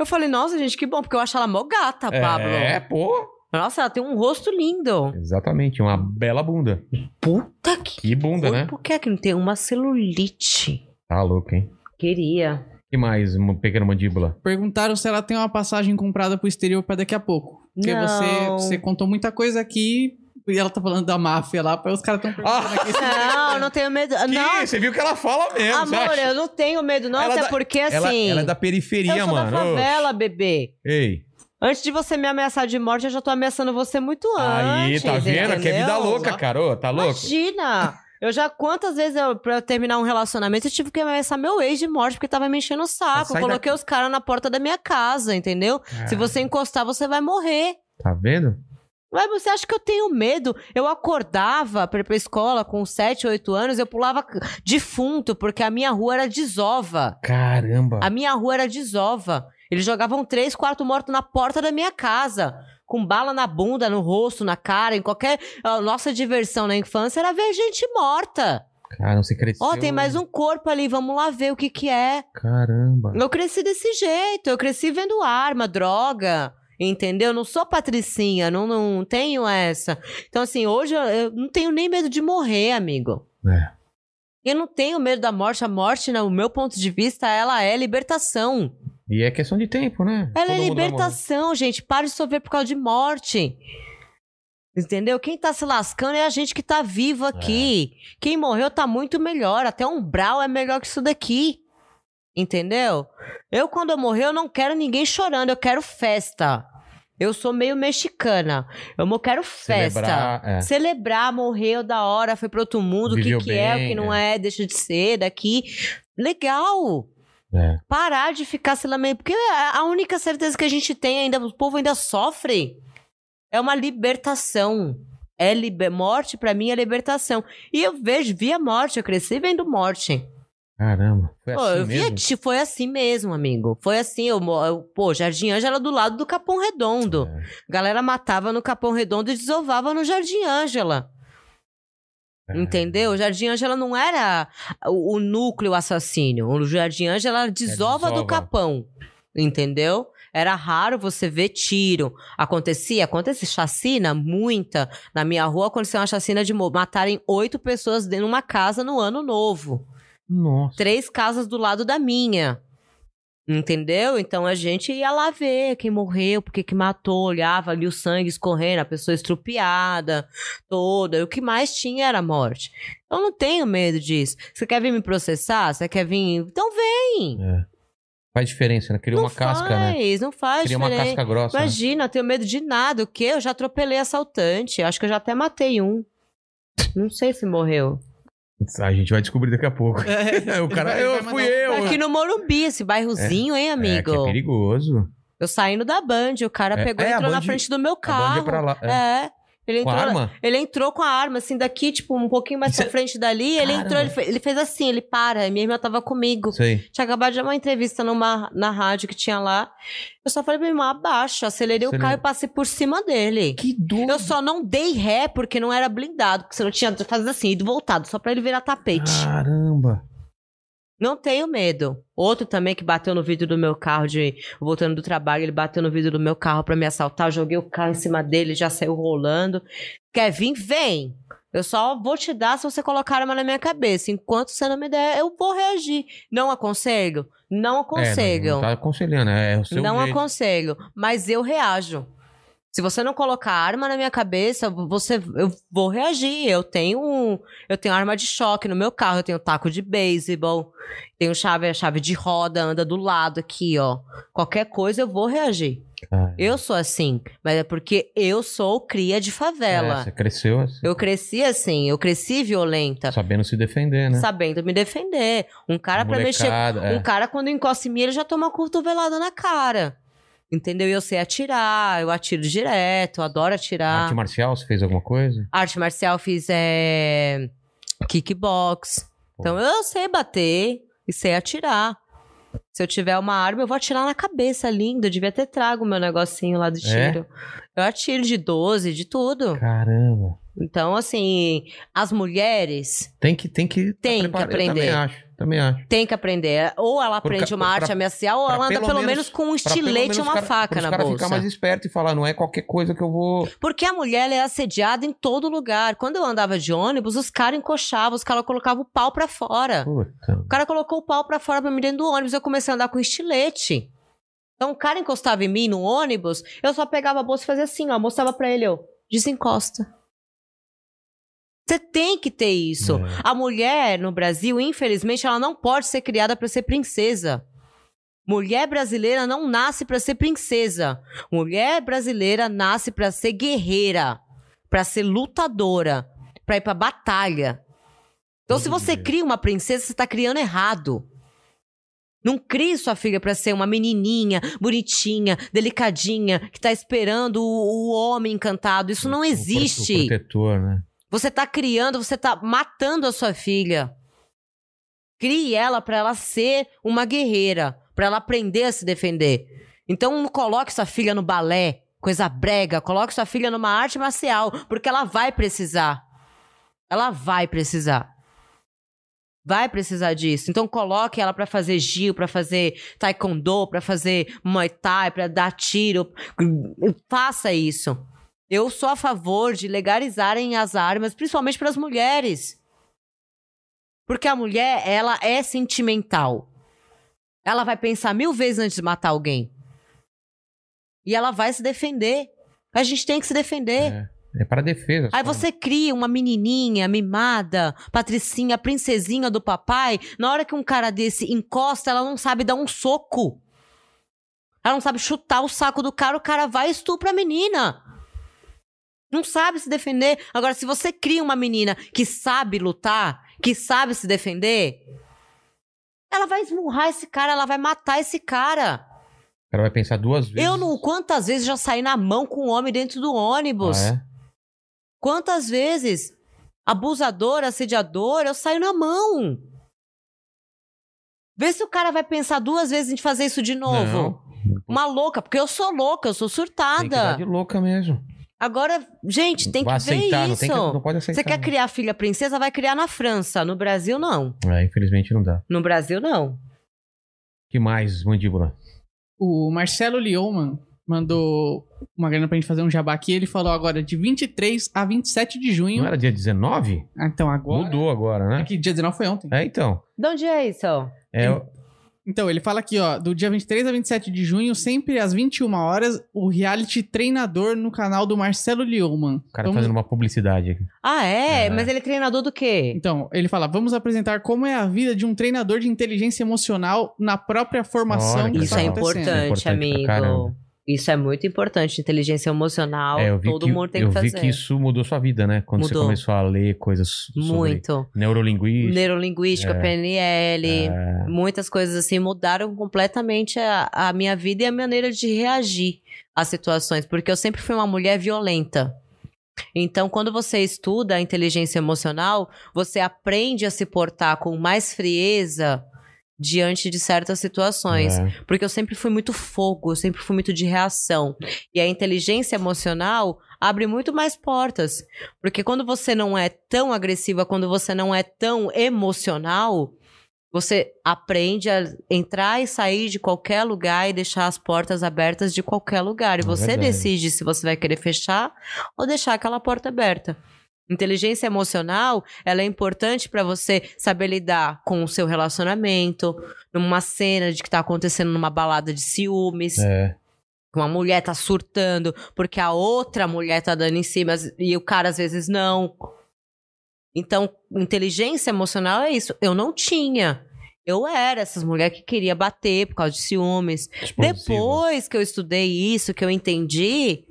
[SPEAKER 3] eu falei, nossa, gente, que bom, porque eu acho ela mó gata, Pablo.
[SPEAKER 1] É, pô.
[SPEAKER 3] Nossa, ela tem um rosto lindo.
[SPEAKER 1] Exatamente, uma bela bunda.
[SPEAKER 3] Puta que.
[SPEAKER 1] Que bunda, né?
[SPEAKER 3] Por que é que não tem uma celulite?
[SPEAKER 1] Tá louco, hein?
[SPEAKER 3] Queria.
[SPEAKER 1] que mais, um pequeno mandíbula?
[SPEAKER 2] Perguntaram se ela tem uma passagem comprada pro exterior pra daqui a pouco. Porque
[SPEAKER 3] Não.
[SPEAKER 2] você, você contou muita coisa aqui e ela tá falando da máfia lá, pra os caras tão perguntando
[SPEAKER 3] Ah,
[SPEAKER 2] aqui. se-
[SPEAKER 3] Não, não tenho medo.
[SPEAKER 1] é Que?
[SPEAKER 3] Não,
[SPEAKER 1] Você viu que ela fala mesmo, você
[SPEAKER 3] amor,
[SPEAKER 1] acha?
[SPEAKER 3] eu não tenho medo, não.
[SPEAKER 1] Ela
[SPEAKER 3] até
[SPEAKER 1] da-
[SPEAKER 3] porque
[SPEAKER 1] Ela,
[SPEAKER 3] assim.
[SPEAKER 1] ela é da periferia,
[SPEAKER 3] eu sou
[SPEAKER 1] mano.
[SPEAKER 3] da
[SPEAKER 1] Ô,
[SPEAKER 3] favela, bebê.
[SPEAKER 1] Ei.
[SPEAKER 3] Antes de você me ameaçar de morte, eu já tô ameaçando você muito
[SPEAKER 1] Aí,
[SPEAKER 3] antes.
[SPEAKER 1] tá vendo?
[SPEAKER 3] entendeu?
[SPEAKER 1] Que é vida louca, cara. Ô, tá louco?
[SPEAKER 3] Imagina! Eu já, quantas vezes eu, pra eu terminar um relacionamento, eu tive que ameaçar meu ex de morte, porque tava me enchendo o saco.
[SPEAKER 1] Sai
[SPEAKER 3] Eu coloquei os caras na porta da minha casa, entendeu? Se você encostar, você vai morrer.
[SPEAKER 1] Ah, Tá vendo?
[SPEAKER 3] Ué, você acha que eu tenho medo? Eu acordava pra ir pra escola com 7, 8 anos, eu pulava c- defunto, porque a minha rua era desova.
[SPEAKER 1] Caramba.
[SPEAKER 3] A minha rua era desova. Eles jogavam três, quatro mortos na porta da minha casa. Com bala na bunda, no rosto, na cara, em qualquer. A nossa diversão na infância era ver gente morta.
[SPEAKER 1] Cara, você cresceu.
[SPEAKER 3] Ó, tem mais um corpo ali, vamos lá ver o que que é.
[SPEAKER 1] Caramba.
[SPEAKER 3] Eu cresci desse jeito, eu cresci vendo arma, droga, entendeu? Não sou patricinha, não, não tenho essa. Então, assim, hoje eu, eu não tenho nem medo de morrer, amigo.
[SPEAKER 1] É.
[SPEAKER 3] Eu não tenho medo da morte. A morte, no meu ponto de vista, ela é libertação.
[SPEAKER 1] E é questão de tempo, né?
[SPEAKER 3] Ela
[SPEAKER 1] Todo mundo vai
[SPEAKER 3] é
[SPEAKER 1] morrer.
[SPEAKER 3] libertação, gente. Para de sofrer por causa de morte. Entendeu? Quem tá se lascando é a gente que tá vivo aqui.
[SPEAKER 1] É.
[SPEAKER 3] Quem morreu tá muito melhor. Até um brau é melhor que isso daqui. Entendeu? Eu, quando eu morrer, eu não quero ninguém chorando. Eu quero festa. Eu sou meio mexicana. Eu mo- quero festa.
[SPEAKER 1] Celebrar, é.
[SPEAKER 3] Celebrar, morreu da hora, foi pro outro mundo. O que,
[SPEAKER 1] Viveu
[SPEAKER 3] que é, o
[SPEAKER 1] bem, né?
[SPEAKER 3] que não é, deixa de ser daqui. Legal!
[SPEAKER 1] É.
[SPEAKER 3] Parar de ficar se lamentando. Porque é a a única certeza que a gente tem ainda, o povo ainda sofre. É uma libertação. É liber... Morte, pra mim, é libertação. E eu vejo, via morte, eu cresci vendo morte.
[SPEAKER 1] Caramba. Foi
[SPEAKER 3] Pô,
[SPEAKER 1] assim
[SPEAKER 3] eu vi
[SPEAKER 1] mesmo?
[SPEAKER 3] a ti- foi assim mesmo, amigo. Foi assim, eu, mo- eu- pô, Jardim Ângela do lado do Capão Redondo.
[SPEAKER 1] É.
[SPEAKER 3] Galera matava no Capão Redondo e desovava no Jardim Ângela.
[SPEAKER 1] É.
[SPEAKER 3] Entendeu? O Jardim Ângela não era o, o núcleo assassino. O Jardim Ângela desova,
[SPEAKER 1] desova.
[SPEAKER 3] do Capão. Entendeu? Era raro você ver tiro. Acontecia, acontecia chacina, muita. Na minha rua aconteceu uma chacina de mo- matarem oito pessoas dentro de uma casa no ano novo
[SPEAKER 1] Nossa.
[SPEAKER 3] três casas do lado da minha. Entendeu? Então a gente ia lá ver quem morreu, porque que matou, olhava ali o sangue escorrendo, a pessoa estrupiada, toda. E o que mais tinha era a morte. Eu não tenho medo disso. Você quer vir me processar? Você quer vir? Então vem!
[SPEAKER 1] É. Faz diferença, né? Criou
[SPEAKER 3] não
[SPEAKER 1] uma casca, né?
[SPEAKER 3] faz, não faz
[SPEAKER 1] Criou uma
[SPEAKER 3] diferença.
[SPEAKER 1] casca grossa. né?
[SPEAKER 3] Imagina, eu tenho medo de nada. O quê? Eu já atropelei assaltante. Acho que eu já até matei um. Não sei se morreu.
[SPEAKER 1] A gente vai descobrir daqui a pouco. o cara,
[SPEAKER 2] É, Vai-
[SPEAKER 1] eu
[SPEAKER 2] vai
[SPEAKER 1] fui
[SPEAKER 2] mandar- um
[SPEAKER 1] eu.
[SPEAKER 3] Aqui no Morumbi, esse bairrozinho, hein,
[SPEAKER 1] É,
[SPEAKER 3] amigo?
[SPEAKER 1] que é perigoso.
[SPEAKER 3] Eu saindo da Band, o cara
[SPEAKER 1] É,
[SPEAKER 3] pegou e
[SPEAKER 1] é, a
[SPEAKER 3] entrou na
[SPEAKER 1] Band-
[SPEAKER 3] frente do meu
[SPEAKER 1] A Band
[SPEAKER 3] carro.
[SPEAKER 1] é pra lá. É.
[SPEAKER 3] É. Ele
[SPEAKER 1] Com
[SPEAKER 3] entrou,
[SPEAKER 1] a
[SPEAKER 3] na-
[SPEAKER 1] arma?
[SPEAKER 3] ele entrou com a arma, assim, daqui, tipo, um pouquinho mais pra frente dali. Ele
[SPEAKER 1] Caramba.
[SPEAKER 3] entrou, ele fe- ele fez, assim, ele para. Minha irmã tava comigo.
[SPEAKER 1] Sei.
[SPEAKER 3] Tinha acabado de dar uma entrevista numa, na rádio que tinha lá. Eu só falei pra minha irmã, abaixa. Acelerei o
[SPEAKER 1] Acelerou.
[SPEAKER 3] carro e passei por cima dele.
[SPEAKER 1] Que doido.
[SPEAKER 3] Eu só não dei ré porque não era blindado. Porque senão eu tinha fazer assim, ido voltado, só pra ele virar tapete.
[SPEAKER 1] Caramba. É,
[SPEAKER 3] Não tenho medo. Outro também que bateu no vidro do meu carro, de voltando do trabalho, ele bateu no vidro do meu carro pra me assaltar. Eu joguei o carro em cima dele, já saiu rolando. Quer vir? Vem! Eu só vou te dar se você colocar a arma na minha cabeça. Enquanto você não me der, eu vou reagir. Não aconselho? Não
[SPEAKER 1] É, não,
[SPEAKER 3] aconselho.
[SPEAKER 1] não tá aconselhando, é o seu
[SPEAKER 3] não
[SPEAKER 1] jeito.
[SPEAKER 3] aconselho. Mas eu reajo. Se você não colocar a arma na minha cabeça, você, eu vou reagir. Eu tenho um- eu tenho arma de choque no meu carro, eu tenho taco de beisebol, tenho chave, a chave de roda anda do lado aqui, ó. Qualquer coisa eu vou reagir.
[SPEAKER 1] Ah,
[SPEAKER 3] Eu sou assim, mas é porque eu sou cria de
[SPEAKER 1] é,
[SPEAKER 3] favela.
[SPEAKER 1] você cresceu assim,
[SPEAKER 3] eu cresci assim, eu cresci violenta,
[SPEAKER 1] sabendo se defender, né?
[SPEAKER 3] sabendo me defender. Um cara pra mexer
[SPEAKER 1] Molecada, é.
[SPEAKER 3] um cara, quando encosta em mim, ele já toma uma cotovelada na cara. Entendeu? E eu sei atirar, eu atiro direto, eu adoro atirar.
[SPEAKER 1] Arte
[SPEAKER 3] Arte,
[SPEAKER 1] marcial, você fez alguma coisa?
[SPEAKER 3] marcial fiz é, kickbox. Então eu sei bater e sei atirar. Se eu tiver uma arma, eu vou atirar na cabeça, lindo. Eu devia ter trago o meu negocinho lá do
[SPEAKER 1] É?
[SPEAKER 3] tiro. Eu atiro de 12, de tudo.
[SPEAKER 1] Caramba.
[SPEAKER 3] Então, assim, as mulheres
[SPEAKER 1] Tem que, tem que, tá
[SPEAKER 3] Tem que
[SPEAKER 1] preparado. Eu
[SPEAKER 3] aprender.
[SPEAKER 1] Também acho, também acho.
[SPEAKER 3] têm que aprender. Ou ela
[SPEAKER 1] Por
[SPEAKER 3] aprende
[SPEAKER 1] ca-
[SPEAKER 3] uma arte
[SPEAKER 1] pra-
[SPEAKER 3] a marcial, ou
[SPEAKER 1] pra
[SPEAKER 3] ela anda
[SPEAKER 1] pelo
[SPEAKER 3] pelo, menos,
[SPEAKER 1] menos-
[SPEAKER 3] com um
[SPEAKER 1] Pra pelo menos
[SPEAKER 3] estilete e
[SPEAKER 1] os
[SPEAKER 3] uma
[SPEAKER 1] cara-
[SPEAKER 3] faca
[SPEAKER 1] pros
[SPEAKER 3] na
[SPEAKER 1] cara
[SPEAKER 3] bolsa.
[SPEAKER 1] ficar mais esperto e falar, não é qualquer coisa que eu vou...
[SPEAKER 3] Porque a mulher ela é assediada em todo lugar. Quando eu andava de ônibus, os caras encoxavam, os caras colocavam o pau pra fora.
[SPEAKER 1] Puta.
[SPEAKER 3] O cara colocou o pau pra fora pra mim dentro do ônibus, eu comecei a andar com estilete. Então o cara encostava em mim no ônibus, eu só pegava a bolsa e fazia assim, ó, mostrava pra ele, ó, desencosta. Você tem que ter isso.
[SPEAKER 1] É.
[SPEAKER 3] A mulher no Brasil, infelizmente, ela não pode ser criada pra ser princesa. Mulher brasileira não nasce pra ser princesa. Mulher brasileira nasce pra ser guerreira, pra ser lutadora, pra ir pra batalha. Então, se
[SPEAKER 1] Entendi.
[SPEAKER 3] você cria uma princesa, você tá criando errado. Não crie sua filha pra ser uma menininha, bonitinha, delicadinha, que tá esperando o, o homem encantado. Isso não
[SPEAKER 1] O- o
[SPEAKER 3] existe.
[SPEAKER 1] pro- O protetor, né?
[SPEAKER 3] Você tá criando, você tá matando a sua filha. Crie ela pra ela ser uma guerreira, pra ela aprender a se defender. Então não coloque sua filha no balé, coisa brega, coloque sua filha numa arte marcial, porque ela vai precisar. Ela vai precisar. Vai precisar disso. Então coloque ela pra fazer Gil, pra fazer taekwondo, pra fazer muay thai, pra dar tiro. Faça isso. Eu sou a favor de legalizarem as armas, principalmente para as mulheres. Porque a mulher, ela é sentimental. Ela vai pensar mil vezes antes de matar alguém. E ela vai se defender. A gente tem que se defender.
[SPEAKER 1] É. É para defesa.
[SPEAKER 3] Aí
[SPEAKER 1] só.
[SPEAKER 3] você cria uma menininha mimada, patricinha, princesinha do papai. Na hora que um cara desse encosta, ela não sabe dar um soco. Ela não sabe chutar o saco do cara, o cara vai e estupra a menina. Não sabe se defender. Agora, se você cria uma menina que sabe lutar, que sabe se defender, ela vai esmurrar esse cara, ela vai matar esse cara.
[SPEAKER 1] O cara vai pensar duas vezes.
[SPEAKER 3] Eu não. Quantas vezes já saí na mão com um homem dentro do ônibus?
[SPEAKER 1] Ah, é?
[SPEAKER 3] Quantas vezes abusador, assediador, eu saio na mão. Vê se o cara vai pensar duas vezes em fazer isso de novo. Uma louca, porque eu sou louca, eu sou
[SPEAKER 1] Não, tem que dar
[SPEAKER 3] surtada.
[SPEAKER 1] de louca mesmo.
[SPEAKER 3] Agora, gente, tem que
[SPEAKER 1] Vai aceitar,
[SPEAKER 3] ver
[SPEAKER 1] não,
[SPEAKER 3] isso.
[SPEAKER 1] tem que- não pode aceitar.
[SPEAKER 3] Você quer
[SPEAKER 1] não.
[SPEAKER 3] criar filha princesa, vai criar na França. No Brasil, não.
[SPEAKER 1] É, infelizmente não dá.
[SPEAKER 3] No Brasil, não.
[SPEAKER 1] que mais, mandíbula?
[SPEAKER 2] O Marcelo Lioman mandou uma grana pra gente fazer um jabá aqui. Ele falou agora de 23 a 27 de
[SPEAKER 1] Não
[SPEAKER 2] junho.
[SPEAKER 1] era dia 19?
[SPEAKER 2] Ah, Então agora.
[SPEAKER 1] Mudou agora,
[SPEAKER 2] É
[SPEAKER 1] né?
[SPEAKER 2] que dia 19 foi ontem.
[SPEAKER 1] É, então.
[SPEAKER 3] De onde é isso?
[SPEAKER 1] É,
[SPEAKER 2] Então, ele fala aqui, ó, do dia 23 a 27 de junho, sempre às 21 horas, o reality treinador no canal do Marcelo Então, Lioman.
[SPEAKER 1] o cara um
[SPEAKER 2] Vamos-
[SPEAKER 3] um
[SPEAKER 1] fazendo uma publicidade aqui.
[SPEAKER 3] Ah, é?
[SPEAKER 1] É.
[SPEAKER 3] Mas ele é treinador do quê?
[SPEAKER 2] Então, ele fala: vamos apresentar como é a vida de um treinador de inteligência emocional na própria
[SPEAKER 1] Olha,
[SPEAKER 2] formação que
[SPEAKER 1] cara,
[SPEAKER 3] Isso
[SPEAKER 2] está
[SPEAKER 3] é
[SPEAKER 2] acontecendo.
[SPEAKER 3] importante,
[SPEAKER 1] Importante pra
[SPEAKER 3] amigo.
[SPEAKER 1] caramba.
[SPEAKER 3] Isso é muito importante. Inteligência emocional,
[SPEAKER 1] É, eu vi,
[SPEAKER 3] todo
[SPEAKER 1] que,
[SPEAKER 3] mundo tem
[SPEAKER 1] eu
[SPEAKER 3] que fazer.
[SPEAKER 1] vi que isso mudou sua vida, né? Quando você
[SPEAKER 3] Mudou.
[SPEAKER 1] começou a ler coisas sobre
[SPEAKER 3] Muito.
[SPEAKER 1] neurolinguística.
[SPEAKER 3] Neurolinguística,
[SPEAKER 1] É.
[SPEAKER 3] PNL,
[SPEAKER 1] é,
[SPEAKER 3] muitas coisas assim mudaram completamente a, a minha vida e a maneira de reagir às situações, porque eu sempre fui uma mulher violenta. Então, quando você estuda a inteligência emocional, você aprende a se portar com mais frieza diante de certas situações.
[SPEAKER 1] é.
[SPEAKER 3] Porque eu sempre fui muito fogo, eu sempre fui muito de reação. E a inteligência emocional abre muito mais portas. Porque quando você não é tão agressiva, quando você não é tão emocional, você aprende a entrar e sair de qualquer lugar e deixar as portas abertas de qualquer lugar. E
[SPEAKER 1] É
[SPEAKER 3] você
[SPEAKER 1] verdade.
[SPEAKER 3] decide se você vai querer fechar ou deixar aquela porta aberta. Inteligência emocional, ela é importante para você saber lidar com o seu relacionamento, numa cena de que tá acontecendo numa balada de ciúmes,
[SPEAKER 1] É.
[SPEAKER 3] que uma mulher tá surtando porque a outra mulher tá dando em cima e o cara às vezes não. Então, inteligência emocional é isso. Eu não tinha. Eu era essas mulheres que queria bater por causa de ciúmes.
[SPEAKER 1] explosiva.
[SPEAKER 3] Depois que eu estudei isso, que eu entendi,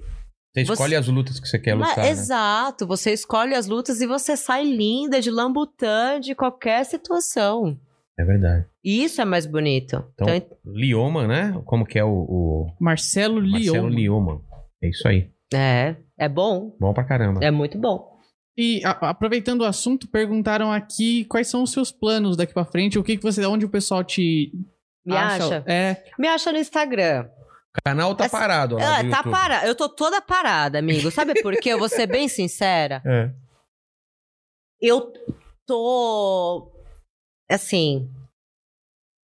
[SPEAKER 1] Você escolhe
[SPEAKER 3] você-
[SPEAKER 1] as lutas que você quer
[SPEAKER 3] mas-
[SPEAKER 1] lutar. né?
[SPEAKER 3] Exato, você escolhe as lutas e você sai linda de lambutã de qualquer situação.
[SPEAKER 1] É verdade.
[SPEAKER 3] E isso é mais bonito.
[SPEAKER 1] Então, Lioma, né? Como que é o, o
[SPEAKER 2] Marcelo
[SPEAKER 1] Marcelo
[SPEAKER 2] Lioman.
[SPEAKER 1] Lioma? É isso aí.
[SPEAKER 3] é, é bom,
[SPEAKER 1] Bom pra caramba.
[SPEAKER 3] é muito bom.
[SPEAKER 2] E a- aproveitando o assunto, perguntaram aqui quais são os seus planos daqui pra frente, o que, que você, onde o pessoal te
[SPEAKER 3] Me acha?
[SPEAKER 2] É,
[SPEAKER 3] Me acha no Instagram.
[SPEAKER 1] O canal tá
[SPEAKER 3] Essa-
[SPEAKER 1] parado lá
[SPEAKER 3] Ah,
[SPEAKER 1] do
[SPEAKER 3] tá
[SPEAKER 1] YouTube.
[SPEAKER 3] parada. Eu tô toda parada, amigo. Sabe por quê? Eu vou ser bem sincera.
[SPEAKER 1] É.
[SPEAKER 3] eu tô assim,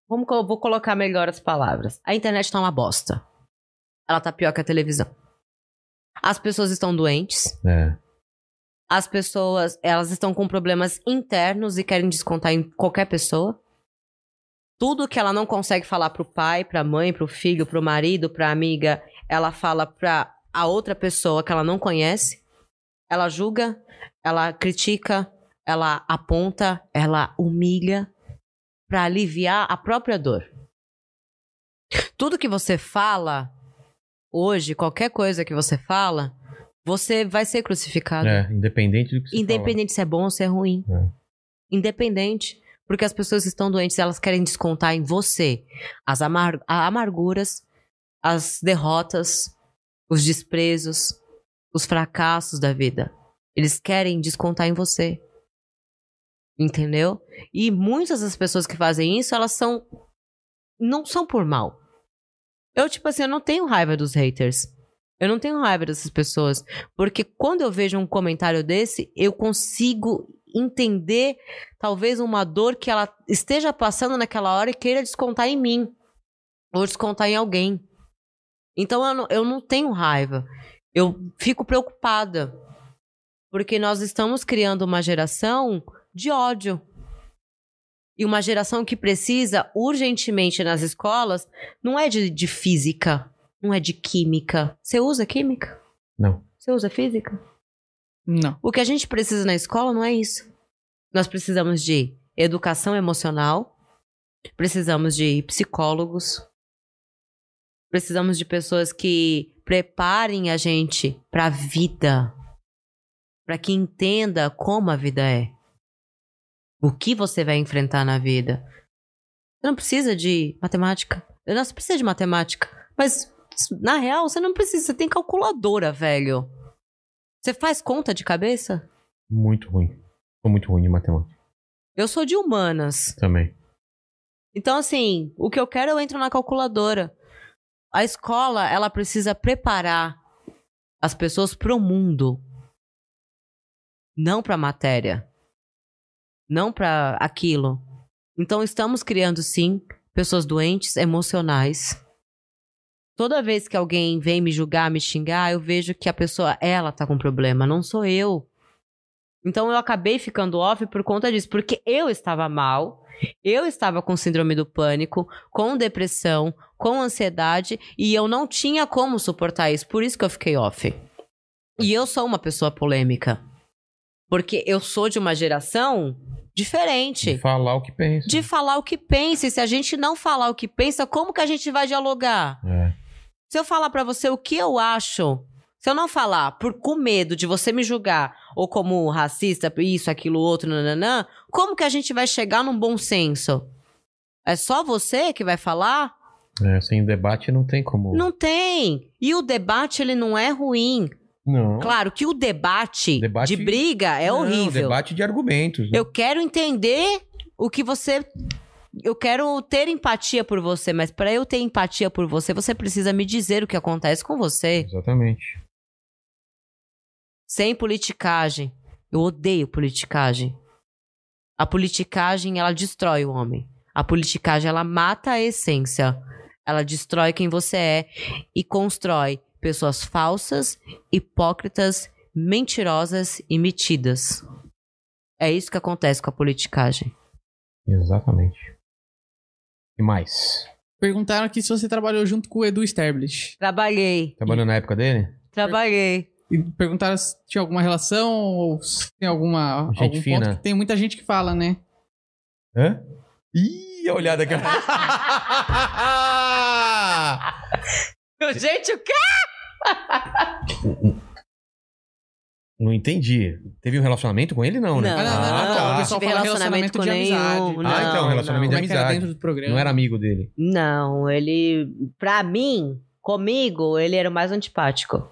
[SPEAKER 3] como que eu vou colocar melhor as palavras? A internet tá uma bosta. Ela tá pior que a televisão. As pessoas estão doentes,
[SPEAKER 1] É.
[SPEAKER 3] as pessoas, elas estão com problemas internos e querem descontar em qualquer pessoa. Tudo que ela não consegue falar pro pai, pra mãe, pro filho, pro marido, pra amiga, ela fala pra a outra pessoa que ela não conhece. Ela julga, ela critica, ela aponta, ela humilha pra aliviar a própria dor. Tudo que você fala hoje, qualquer coisa que você fala, você vai ser crucificado.
[SPEAKER 1] É, Independente do que você
[SPEAKER 3] Independente se é bom ou se é ruim.
[SPEAKER 1] É.
[SPEAKER 3] Independente. Porque as pessoas que estão doentes, elas querem descontar em você as amar a- amarguras, as derrotas, os desprezos, os fracassos da vida. Eles querem descontar em você. Entendeu? E muitas das pessoas que fazem isso, elas são. Não são por mal. Eu, tipo assim, eu não tenho raiva dos haters. Eu não tenho raiva dessas pessoas. Porque quando eu vejo um comentário desse, eu consigo entender talvez uma dor que ela esteja passando naquela hora e queira descontar em mim. Ou descontar em alguém. Então eu não, eu não tenho raiva. Eu fico preocupada. Porque nós estamos criando uma geração de ódio. E uma geração que precisa urgentemente nas escolas não é de, de física, não é de química. Você usa química?
[SPEAKER 1] Não.
[SPEAKER 3] Você usa física?
[SPEAKER 2] Não.
[SPEAKER 3] O que a gente precisa na escola não é isso. Nós precisamos de educação emocional, precisamos de psicólogos, precisamos de pessoas que preparem a gente para a vida, para que entenda como a vida é, o que você vai enfrentar na vida. Você não precisa de matemática. Eu não precisa de matemática, mas na real você não precisa, você tem calculadora, velho. Você faz conta de cabeça?
[SPEAKER 1] Muito ruim. Sou muito ruim de matemática
[SPEAKER 3] Eu sou de humanas.
[SPEAKER 1] também.
[SPEAKER 3] Então, assim, o que eu quero eu entro na calculadora. A escola, ela precisa preparar as pessoas pro mundo. Não pra matéria. Não pra aquilo. Então, estamos criando, sim, pessoas doentes emocionais. Toda vez que alguém vem me julgar, me xingar, eu vejo que a pessoa, ela tá com problema, não sou eu. Então, eu acabei ficando off por conta disso, porque eu estava mal. Eu estava com síndrome do pânico, com depressão, com ansiedade e eu não tinha como suportar isso, por isso que eu fiquei off. E eu sou uma pessoa polêmica. Porque eu sou de uma geração
[SPEAKER 1] De
[SPEAKER 3] diferente
[SPEAKER 1] falar o que pensa.
[SPEAKER 3] de falar o que pensa. E se a gente não falar o que pensa, como que a gente vai dialogar?
[SPEAKER 1] É.
[SPEAKER 3] Se eu falar pra você o que eu acho, se eu não falar por com medo de você me julgar ou como racista, isso, aquilo, outro, nananã, como que a gente vai chegar num bom senso? É só você que vai falar?
[SPEAKER 1] É, sem debate não tem como.
[SPEAKER 3] Não tem. E o debate ele não é ruim.
[SPEAKER 1] Não.
[SPEAKER 3] Claro que o debate,
[SPEAKER 1] Debate-
[SPEAKER 3] de briga é
[SPEAKER 1] Não,
[SPEAKER 3] horrível.
[SPEAKER 1] debate de argumentos. né?
[SPEAKER 3] Eu quero entender o que você. Eu quero ter empatia por você, mas para eu ter empatia por você, você precisa me dizer o que acontece com você.
[SPEAKER 1] Exatamente.
[SPEAKER 3] Sem politicagem. Eu odeio politicagem. A politicagem, ela destrói o homem. A politicagem, ela mata a essência. Ela destrói quem você é e constrói pessoas falsas, hipócritas, mentirosas e metidas. É isso que acontece com a politicagem.
[SPEAKER 1] Exatamente. E mais?
[SPEAKER 2] Perguntaram aqui se você trabalhou junto com o Edu Sterblich.
[SPEAKER 3] Trabalhei,
[SPEAKER 1] Trabalhou Tá na época dele?
[SPEAKER 3] trabalhei.
[SPEAKER 2] E perguntaram se tinha alguma relação ou se tem alguma.
[SPEAKER 1] Gente
[SPEAKER 2] algum
[SPEAKER 1] fina.
[SPEAKER 2] Ponto que tem muita gente que fala, né?
[SPEAKER 1] Hã? Ih, a olhada que eu...
[SPEAKER 3] Gente, o quê?
[SPEAKER 1] Não entendi. Teve um relacionamento com ele, não, né?
[SPEAKER 3] Não.
[SPEAKER 2] Ah, não, não, não,
[SPEAKER 1] Ah,
[SPEAKER 2] O
[SPEAKER 1] tá.
[SPEAKER 2] pessoal
[SPEAKER 3] Tive
[SPEAKER 2] fala relacionamento,
[SPEAKER 3] relacionamento com
[SPEAKER 2] de amizade. né?
[SPEAKER 3] nenhum,
[SPEAKER 1] Ah, então,
[SPEAKER 3] não,
[SPEAKER 1] relacionamento
[SPEAKER 2] Como
[SPEAKER 1] de
[SPEAKER 2] é que era
[SPEAKER 1] amizade.
[SPEAKER 2] dentro do programa.
[SPEAKER 1] Não era amigo dele.
[SPEAKER 3] Não, ele. Pra mim, comigo, ele era o mais antipático.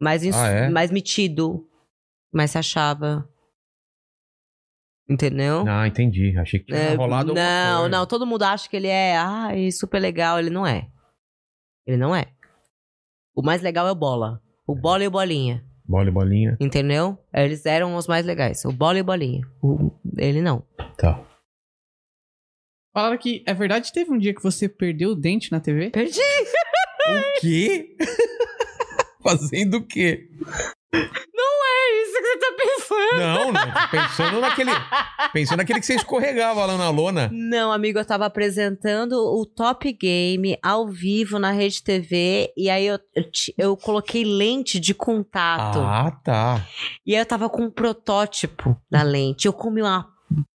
[SPEAKER 3] Mais, ins-
[SPEAKER 1] Ah, é?
[SPEAKER 3] mais metido. Mais se achava. Entendeu?
[SPEAKER 1] Ah, entendi. Achei que tinha
[SPEAKER 3] É,
[SPEAKER 1] rolado tá alguma
[SPEAKER 3] não,
[SPEAKER 1] coisa.
[SPEAKER 3] não, todo mundo acha que ele é ai, super legal. Ele não é. Ele não é. O mais legal é o bola. O bola e o bolinha.
[SPEAKER 1] Bola e bolinha.
[SPEAKER 3] Entendeu? Eles eram os mais legais. O bola e o bolinha. O- ele não.
[SPEAKER 1] Tá.
[SPEAKER 2] Falaram que é verdade que teve um dia que você perdeu o dente na TV?
[SPEAKER 3] Perdi.
[SPEAKER 1] O quê? Fazendo o quê?
[SPEAKER 3] É isso que você tá pensando.
[SPEAKER 1] Não, não. Pensando naquele... Pensando naquele que você escorregava lá na lona.
[SPEAKER 3] Não, amigo, eu tava apresentando o Top Game ao vivo na Rede TV e aí eu, eu, ti- eu coloquei lente de contato.
[SPEAKER 1] Ah, tá.
[SPEAKER 3] E aí eu tava com um protótipo na lente. Eu comi uma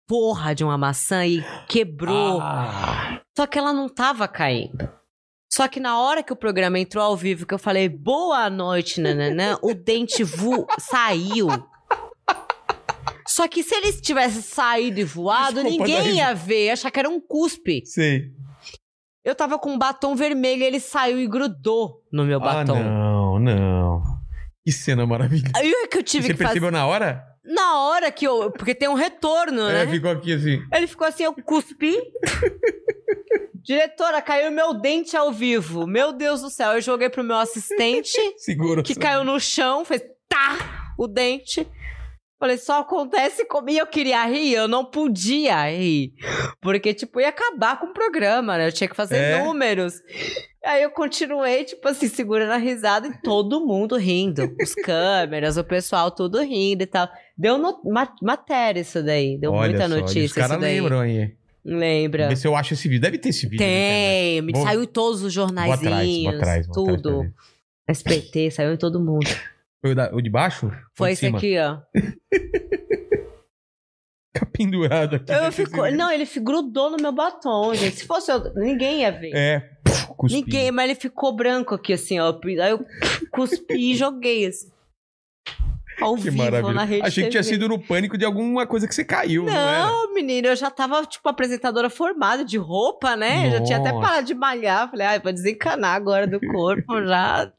[SPEAKER 3] porra de uma maçã e quebrou.
[SPEAKER 1] Ah.
[SPEAKER 3] Só que ela não tava caindo. Só que na hora que o programa entrou ao vivo, que eu falei boa noite, nananã, o dente vu saiu. Só que se ele tivesse saído e voado,
[SPEAKER 1] Desculpa,
[SPEAKER 3] ninguém
[SPEAKER 1] Daísa.
[SPEAKER 3] ia ver, ia achar que era um cuspe.
[SPEAKER 1] Sei.
[SPEAKER 3] Eu tava com um batom vermelho, ele saiu e grudou no meu
[SPEAKER 1] Ah,
[SPEAKER 3] batom.
[SPEAKER 1] não, não. Que cena maravilhosa.
[SPEAKER 3] Aí o que eu tive
[SPEAKER 1] Você
[SPEAKER 3] que fazer?
[SPEAKER 1] percebeu na hora?
[SPEAKER 3] Na hora que eu. Porque tem um retorno,
[SPEAKER 1] É,
[SPEAKER 3] né?
[SPEAKER 1] ficou aqui assim.
[SPEAKER 3] Ele ficou assim, eu cuspi. Diretora, caiu meu dente ao vivo. Meu Deus do céu. Eu joguei pro meu assistente,
[SPEAKER 1] Seguro.
[SPEAKER 3] que caiu no chão, fez tá o dente. Falei, só acontece comigo. Eu queria rir, eu não podia rir. Porque, tipo, ia acabar com o programa, né? Eu tinha que fazer
[SPEAKER 1] É.
[SPEAKER 3] números. Aí eu continuei, tipo assim, segurando a risada e todo mundo rindo. Os câmeras, o pessoal, tudo rindo e tal. Deu no- ma- matéria isso daí. Deu
[SPEAKER 1] Olha
[SPEAKER 3] muita
[SPEAKER 1] só, e Os
[SPEAKER 3] notícia isso
[SPEAKER 1] caras
[SPEAKER 3] daí.
[SPEAKER 1] lembram aí.
[SPEAKER 3] Lembra.
[SPEAKER 1] Vê se eu acho esse vídeo. Deve ter esse vídeo. na internet.
[SPEAKER 3] Tem, me
[SPEAKER 1] Vou-
[SPEAKER 3] saiu em todos os
[SPEAKER 1] Vou atrás,
[SPEAKER 3] jornaizinhos,
[SPEAKER 1] vou atrás. Vou atrás pra
[SPEAKER 3] tudo.
[SPEAKER 1] ver.
[SPEAKER 3] SPT, saiu em todo mundo.
[SPEAKER 1] Foi o, da- o de baixo?
[SPEAKER 3] Foi
[SPEAKER 1] de
[SPEAKER 3] esse
[SPEAKER 1] cima?
[SPEAKER 3] aqui, ó.
[SPEAKER 1] Fica Tá pendurado aqui.
[SPEAKER 3] Então Eu
[SPEAKER 1] né?
[SPEAKER 3] fico... Não, ele fi- grudou no meu batom, gente. Se fosse eu, ninguém ia ver.
[SPEAKER 1] É. puf, cuspi.
[SPEAKER 3] Ninguém, é mas ele ficou branco aqui, assim, ó. Aí eu cuspi e joguei, assim. Ao
[SPEAKER 1] Que
[SPEAKER 3] vivo na
[SPEAKER 1] maravilha.
[SPEAKER 3] rede
[SPEAKER 1] Achei que tinha
[SPEAKER 3] TV.
[SPEAKER 1] sido no pânico de alguma coisa que você caiu, não, era?
[SPEAKER 3] Não, menino, eu já tava, tipo, apresentadora formada de roupa, né? Já tinha até
[SPEAKER 1] Nossa.
[SPEAKER 3] parado de malhar. Falei, ai, vou desencanar agora do corpo, já.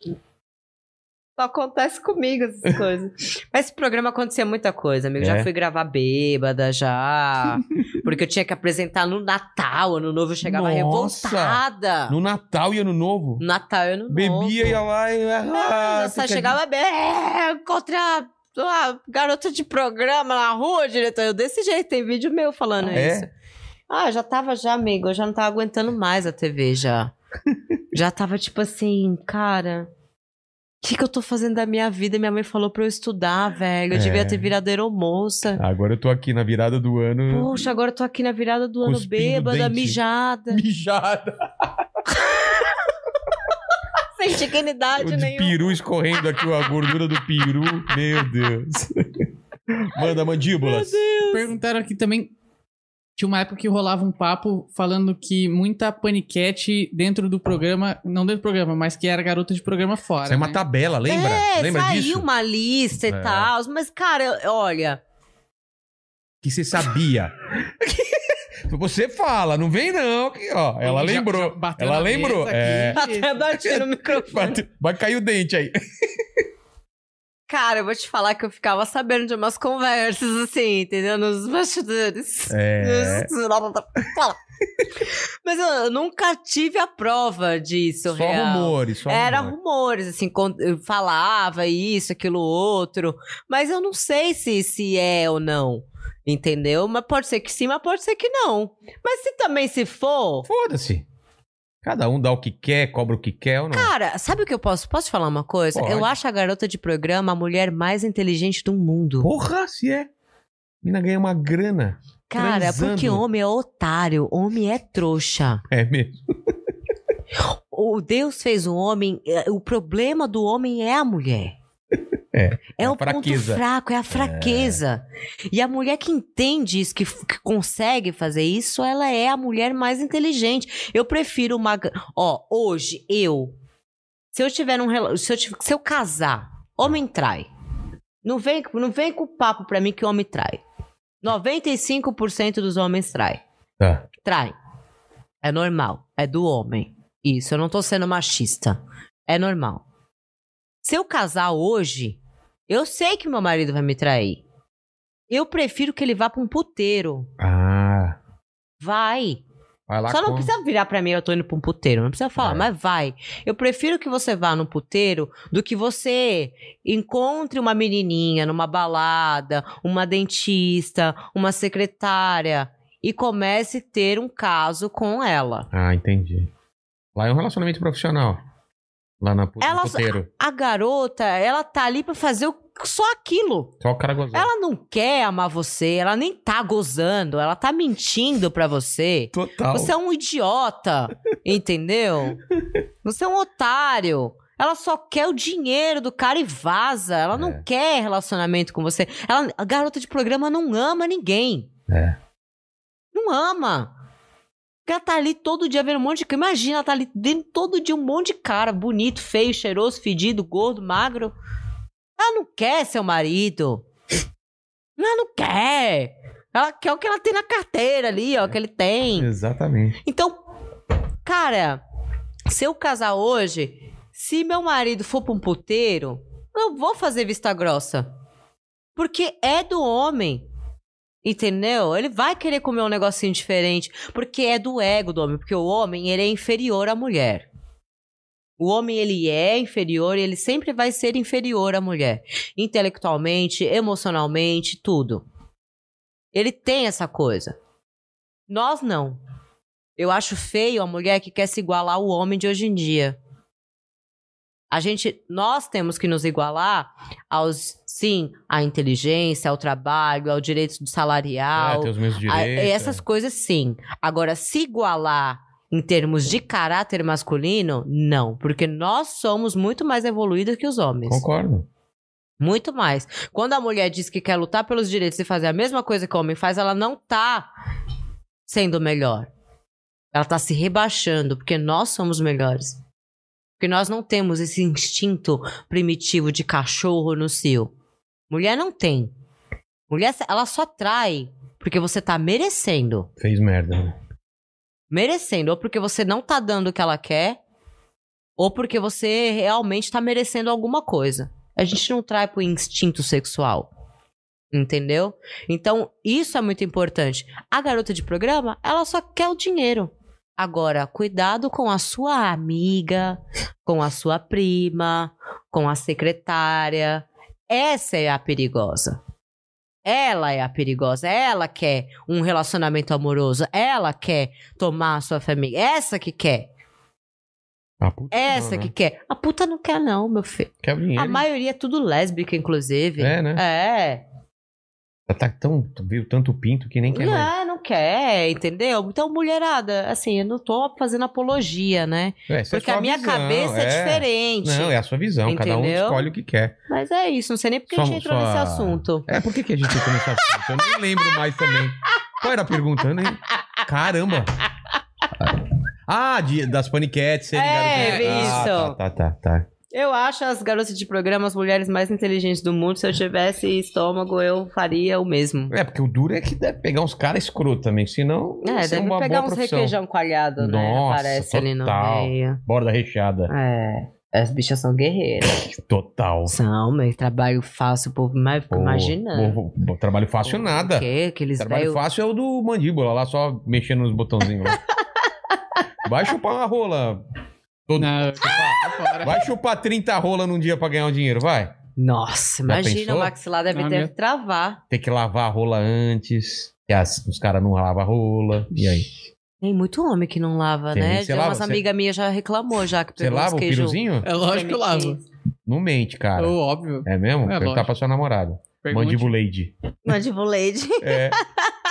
[SPEAKER 3] Só acontece comigo essas coisas. Mas esse programa acontecia muita coisa, amigo.
[SPEAKER 1] É?
[SPEAKER 3] Já fui gravar bêbada, já. Porque eu tinha que apresentar no Natal, ano novo, eu chegava
[SPEAKER 1] Nossa!
[SPEAKER 3] revoltada.
[SPEAKER 1] No Natal e Ano Novo?
[SPEAKER 3] Natal, ano novo.
[SPEAKER 1] Bebia, ia lá e...
[SPEAKER 3] Ah,
[SPEAKER 1] Ah,
[SPEAKER 3] eu só
[SPEAKER 1] fica-
[SPEAKER 3] chegava bem, é, contra a garota de programa na rua, diretor. Eu desse jeito, tem vídeo meu falando
[SPEAKER 1] É?
[SPEAKER 3] isso. Ah, já tava já, amigo, eu já não tava aguentando mais a TV já. já tava tipo assim, cara, o que, que eu tô fazendo da minha vida? Minha mãe falou pra eu estudar, velho. Eu
[SPEAKER 1] É.
[SPEAKER 3] devia ter virado aeromoça.
[SPEAKER 1] Agora eu tô aqui na virada do ano...
[SPEAKER 3] Poxa, agora eu tô aqui na virada do ano
[SPEAKER 1] Hum. Cuspindo
[SPEAKER 3] bêbada,
[SPEAKER 1] dente.
[SPEAKER 3] mijada.
[SPEAKER 1] Mijada.
[SPEAKER 3] Sem dignidade
[SPEAKER 1] De
[SPEAKER 3] nenhuma.
[SPEAKER 1] peru escorrendo aqui, a gordura do peru. Meu Deus. Manda mandíbulas.
[SPEAKER 2] Perguntaram aqui também. Tinha uma época que rolava um papo falando que muita paniquete dentro do programa, não dentro do programa, mas que era garota de programa fora.
[SPEAKER 1] Isso é uma
[SPEAKER 2] né?
[SPEAKER 1] tabela, lembra?
[SPEAKER 3] É,
[SPEAKER 1] lembra
[SPEAKER 3] saiu
[SPEAKER 1] disso?
[SPEAKER 3] uma lista e
[SPEAKER 1] É.
[SPEAKER 3] tal. Mas, cara, eu- olha,
[SPEAKER 1] Que você sabia. você fala, não vem não. que, ó, ela
[SPEAKER 2] Já-
[SPEAKER 1] lembrou.
[SPEAKER 2] já bateu
[SPEAKER 1] ela
[SPEAKER 2] na mesa
[SPEAKER 1] lembrou.
[SPEAKER 2] aqui.
[SPEAKER 1] É.
[SPEAKER 3] até bati no microfone.
[SPEAKER 1] Bateu- Vai cair o dente aí.
[SPEAKER 3] Cara, eu vou te falar que eu ficava sabendo de umas conversas, assim, entendeu? Nos bastidores.
[SPEAKER 1] É.
[SPEAKER 3] Mas eu, eu nunca tive a prova disso,
[SPEAKER 1] Só
[SPEAKER 3] real.
[SPEAKER 1] rumores, só
[SPEAKER 3] Era
[SPEAKER 1] rumores.
[SPEAKER 3] rumores, assim, con- eu falava isso, aquilo, outro. Mas eu não sei se, se é ou não. Entendeu? Mas pode ser que sim, mas pode ser que não. Mas se também se for.
[SPEAKER 1] Foda-se. Cada um dá o que quer, cobra o que quer ou não.
[SPEAKER 3] Cara, sabe o que eu posso? Posso te falar uma coisa?
[SPEAKER 1] Ah. Pode.
[SPEAKER 3] Eu acho a garota de programa a mulher mais inteligente do mundo.
[SPEAKER 1] Porra, se é. Mina ganha uma grana.
[SPEAKER 3] Cara,
[SPEAKER 1] transando.
[SPEAKER 3] porque homem é otário, homem é trouxa.
[SPEAKER 1] É mesmo.
[SPEAKER 3] O Deus fez o homem, é, o problema do homem é a mulher.
[SPEAKER 1] É,
[SPEAKER 3] É,
[SPEAKER 1] a
[SPEAKER 3] o
[SPEAKER 1] fraqueza.
[SPEAKER 3] ponto fraco, é a fraqueza. E a mulher que entende isso, que, f- que consegue fazer isso, ela é a mulher mais inteligente. Eu prefiro uma. ga- Ó, hoje, eu. Se eu tiver um rela- Se eu, tive- se eu casar, homem trai. Não vem, não vem com papo pra mim que homem trai. 95% dos homens trai
[SPEAKER 1] Tá.
[SPEAKER 3] trai. É normal. É do homem. Isso, eu não tô sendo machista. É normal. Se eu casar hoje, eu sei que meu marido vai me trair. Eu prefiro que ele vá pra um puteiro.
[SPEAKER 1] Ah.
[SPEAKER 3] Vai.
[SPEAKER 1] Vai lá
[SPEAKER 3] Só não
[SPEAKER 1] come.
[SPEAKER 3] precisa virar pra mim, eu tô indo pra um puteiro. Não precisa falar,
[SPEAKER 1] É.
[SPEAKER 3] mas vai. Eu prefiro que você vá num puteiro do que você encontre uma menininha numa balada, uma dentista, uma secretária e comece a ter um caso com ela.
[SPEAKER 1] Ah, entendi. Lá é um relacionamento profissional. Lá na puta
[SPEAKER 3] Ela-
[SPEAKER 1] no puteiro.
[SPEAKER 3] a garota, ela tá ali pra fazer o- só aquilo.
[SPEAKER 1] Só o cara gozando.
[SPEAKER 3] Ela não quer amar você, ela nem tá gozando, ela tá mentindo pra você.
[SPEAKER 1] Total.
[SPEAKER 3] Você é um idiota, entendeu? Você é um otário. Ela só quer o dinheiro do cara e vaza. Ela
[SPEAKER 1] É.
[SPEAKER 3] não quer relacionamento com você. Ela, a garota de programa não ama ninguém.
[SPEAKER 1] É.
[SPEAKER 3] Não ama. Porque Ela tá ali todo dia vendo um monte de cara. Imagina, ela tá ali vendo todo dia um monte de cara. Bonito, feio, cheiroso, fedido, gordo, magro. Ela não quer seu marido. Ela não quer. Ela quer o que ela tem na carteira ali, ó, que ele tem.
[SPEAKER 1] Exatamente.
[SPEAKER 3] Então, cara, se eu casar hoje, se meu marido for pra um puteiro, eu vou fazer vista grossa. Porque é do homem. Entendeu? Ele vai querer comer um negocinho diferente. Porque é do ego do homem. Porque o homem, ele é inferior à mulher. O homem, ele é inferior e ele sempre vai ser inferior à mulher. Intelectualmente, emocionalmente, tudo. Ele tem essa coisa. Nós não. Eu acho feio a mulher que quer se igualar ao homem de hoje em dia. A gente, nós temos que nos igualar aos, sim, à inteligência, ao trabalho, ao direito
[SPEAKER 1] é,
[SPEAKER 3] salarial,
[SPEAKER 1] tem os mesmos
[SPEAKER 3] a-
[SPEAKER 1] direitos.
[SPEAKER 3] ah, é Essas coisas sim. Agora, se igualar em termos de caráter masculino, não. Porque nós somos muito mais evoluídos que os homens.
[SPEAKER 1] é. Concordo.
[SPEAKER 3] Muito mais. Quando a mulher diz que quer lutar pelos direitos e fazer a mesma coisa que o homem faz, ela não tá sendo melhor. Ela tá se rebaixando, porque nós somos melhores. Porque nós não temos esse instinto primitivo de cachorro no cio. Mulher não tem. Mulher, ela só trai porque você tá merecendo.
[SPEAKER 1] Fez merda. né?
[SPEAKER 3] Merecendo, ou porque você não tá dando o que ela quer, ou porque você realmente tá merecendo alguma coisa. A gente não trai por instinto sexual. Entendeu? Então, isso é muito importante. A garota de programa, ela só quer o dinheiro. Agora, cuidado com a sua amiga, com a sua prima, com a secretária. Essa é a perigosa. Ela é a perigosa. Ela quer um relacionamento amoroso. Ela quer tomar a sua família. É Essa que quer. É
[SPEAKER 1] A puta
[SPEAKER 3] Essa
[SPEAKER 1] não,
[SPEAKER 3] que
[SPEAKER 1] né?
[SPEAKER 3] quer. A puta não quer, não, meu filho.
[SPEAKER 1] Quer o dinheiro.
[SPEAKER 3] A maioria é tudo lésbica, inclusive.
[SPEAKER 1] É, né?
[SPEAKER 3] É.
[SPEAKER 1] Ela tá tão. Viu tanto pinto que nem quer mais.
[SPEAKER 3] Não, não quer, entendeu? Então, mulherada, assim, eu não tô fazendo apologia, né?
[SPEAKER 1] É, essa é
[SPEAKER 3] Porque
[SPEAKER 1] sua
[SPEAKER 3] a minha
[SPEAKER 1] visão,
[SPEAKER 3] cabeça é, diferente.
[SPEAKER 1] Não, é a sua visão. Cada um
[SPEAKER 3] Entendeu?
[SPEAKER 1] escolhe o que quer.
[SPEAKER 3] Mas é isso, não sei nem porque a
[SPEAKER 1] Só-
[SPEAKER 3] gente entrou
[SPEAKER 1] só
[SPEAKER 3] nesse
[SPEAKER 1] a-
[SPEAKER 3] assunto.
[SPEAKER 1] É, por que, que a gente entrou nesse assunto? Eu nem lembro mais também. Qual era a pergunta, né? Caramba! Ah, de- das paniquetes serem
[SPEAKER 3] É,
[SPEAKER 1] garotas- Ah, tá,
[SPEAKER 3] isso.
[SPEAKER 1] tá, tá, tá.
[SPEAKER 3] Eu acho as garotas de programa as mulheres mais inteligentes do mundo. Se eu tivesse estômago, eu faria o mesmo.
[SPEAKER 1] É, porque o duro é que deve pegar uns caras escroto também, senão.
[SPEAKER 3] É,
[SPEAKER 1] isso é
[SPEAKER 3] deve
[SPEAKER 1] uma
[SPEAKER 3] pegar
[SPEAKER 1] boa
[SPEAKER 3] uns
[SPEAKER 1] profissão.
[SPEAKER 3] requeijão coalhado, né?
[SPEAKER 1] Nossa,
[SPEAKER 3] Aparece ali no
[SPEAKER 1] total.
[SPEAKER 3] meio.
[SPEAKER 1] Borda recheada.
[SPEAKER 3] É. As bichas são guerreiras.
[SPEAKER 1] Total.
[SPEAKER 3] São, meu trabalho fácil, o povo mais fica
[SPEAKER 1] Pô,
[SPEAKER 3] imaginando.
[SPEAKER 1] pô, pô, trabalho fácil nada.
[SPEAKER 3] O quê? Aqueles
[SPEAKER 1] Trabalho
[SPEAKER 3] velho
[SPEAKER 1] fácil é o do mandíbula, lá só mexendo nos botãozinhos. lá. Vai chupar uma rola.
[SPEAKER 2] Não, tá fora.
[SPEAKER 1] Vai chupar 30 rola num dia pra ganhar um dinheiro, vai.
[SPEAKER 3] Nossa, imagina,
[SPEAKER 1] pensou?
[SPEAKER 3] o maxilar deve
[SPEAKER 2] Ah,
[SPEAKER 3] ter
[SPEAKER 2] meu.
[SPEAKER 3] que travar.
[SPEAKER 1] Tem que lavar a rola antes. E as- os caras não lavam a rola. E aí?
[SPEAKER 3] Tem muito homem que não lava,
[SPEAKER 1] Tem,
[SPEAKER 3] né?
[SPEAKER 1] você
[SPEAKER 3] Tem umas
[SPEAKER 1] lava, você-
[SPEAKER 3] amigas minhas já reclamou já que
[SPEAKER 1] Você
[SPEAKER 3] pegou
[SPEAKER 1] lava o
[SPEAKER 3] uns queijo.
[SPEAKER 1] piruzinho?
[SPEAKER 2] É lógico que eu lavo.
[SPEAKER 1] Não mente, cara.
[SPEAKER 2] Ô, óbvio.
[SPEAKER 1] É mesmo?
[SPEAKER 2] É,
[SPEAKER 1] Perguntar
[SPEAKER 2] lógico.
[SPEAKER 1] pra sua namorada.
[SPEAKER 2] Pergunte.
[SPEAKER 1] Mandibuleide.
[SPEAKER 3] um Mandibulade.
[SPEAKER 1] É.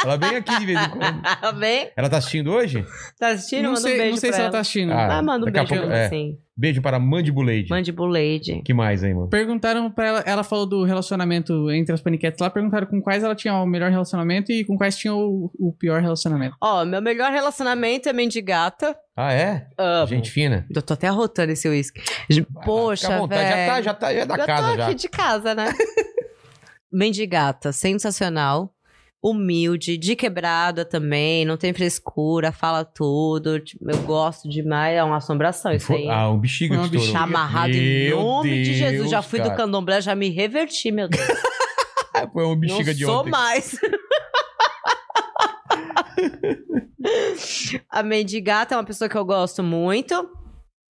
[SPEAKER 1] Ela vem aqui de vez em quando.
[SPEAKER 3] Bem,
[SPEAKER 1] Ela tá assistindo hoje?
[SPEAKER 3] tá assistindo?
[SPEAKER 2] Não
[SPEAKER 3] manda um
[SPEAKER 2] sei,
[SPEAKER 3] beijo
[SPEAKER 2] não sei
[SPEAKER 3] pra
[SPEAKER 2] se ela
[SPEAKER 3] ela.
[SPEAKER 2] tá assistindo.
[SPEAKER 1] Ah.
[SPEAKER 3] Ah, manda um
[SPEAKER 1] Daqui a
[SPEAKER 3] beijo pra
[SPEAKER 1] pouco-
[SPEAKER 3] ela,
[SPEAKER 1] é.
[SPEAKER 3] sim.
[SPEAKER 1] Beijo para Mandibuleide.
[SPEAKER 3] um Mandibulade.
[SPEAKER 1] que mais aí, mano?
[SPEAKER 2] Perguntaram pra ela, ela falou do relacionamento entre as paniquetes lá, perguntaram com quais ela tinha o melhor relacionamento e com quais tinha o, o pior relacionamento.
[SPEAKER 3] Ó, meu melhor relacionamento é mendigata.
[SPEAKER 1] Ah, é?
[SPEAKER 3] Amo.
[SPEAKER 1] Gente fina.
[SPEAKER 3] Eu tô até arrotando esse uísque.
[SPEAKER 1] Vai lá, fica à
[SPEAKER 3] Poxa,
[SPEAKER 1] vontade. Já tá,
[SPEAKER 3] velho.
[SPEAKER 1] já tá, já é da
[SPEAKER 3] Eu
[SPEAKER 1] casa
[SPEAKER 3] tô
[SPEAKER 1] já.
[SPEAKER 3] aqui de casa, né? Mendigata, sensacional. Humilde, de quebrada também, não tem frescura, fala tudo. tipo, Eu gosto demais, é uma assombração isso aí.
[SPEAKER 1] Ah, um bexiga
[SPEAKER 2] Foi uma
[SPEAKER 1] que estourou.
[SPEAKER 3] Tá amarrado em
[SPEAKER 1] Meu
[SPEAKER 3] nome de Jesus.
[SPEAKER 1] Deus,
[SPEAKER 3] Já fui do
[SPEAKER 1] cara.
[SPEAKER 3] candomblé, já me reverti, meu Deus.
[SPEAKER 1] Ah, Foi uma bexiga
[SPEAKER 3] não
[SPEAKER 1] de
[SPEAKER 3] sou
[SPEAKER 1] ontem.
[SPEAKER 3] mais. a mendigata é uma pessoa que eu gosto muito.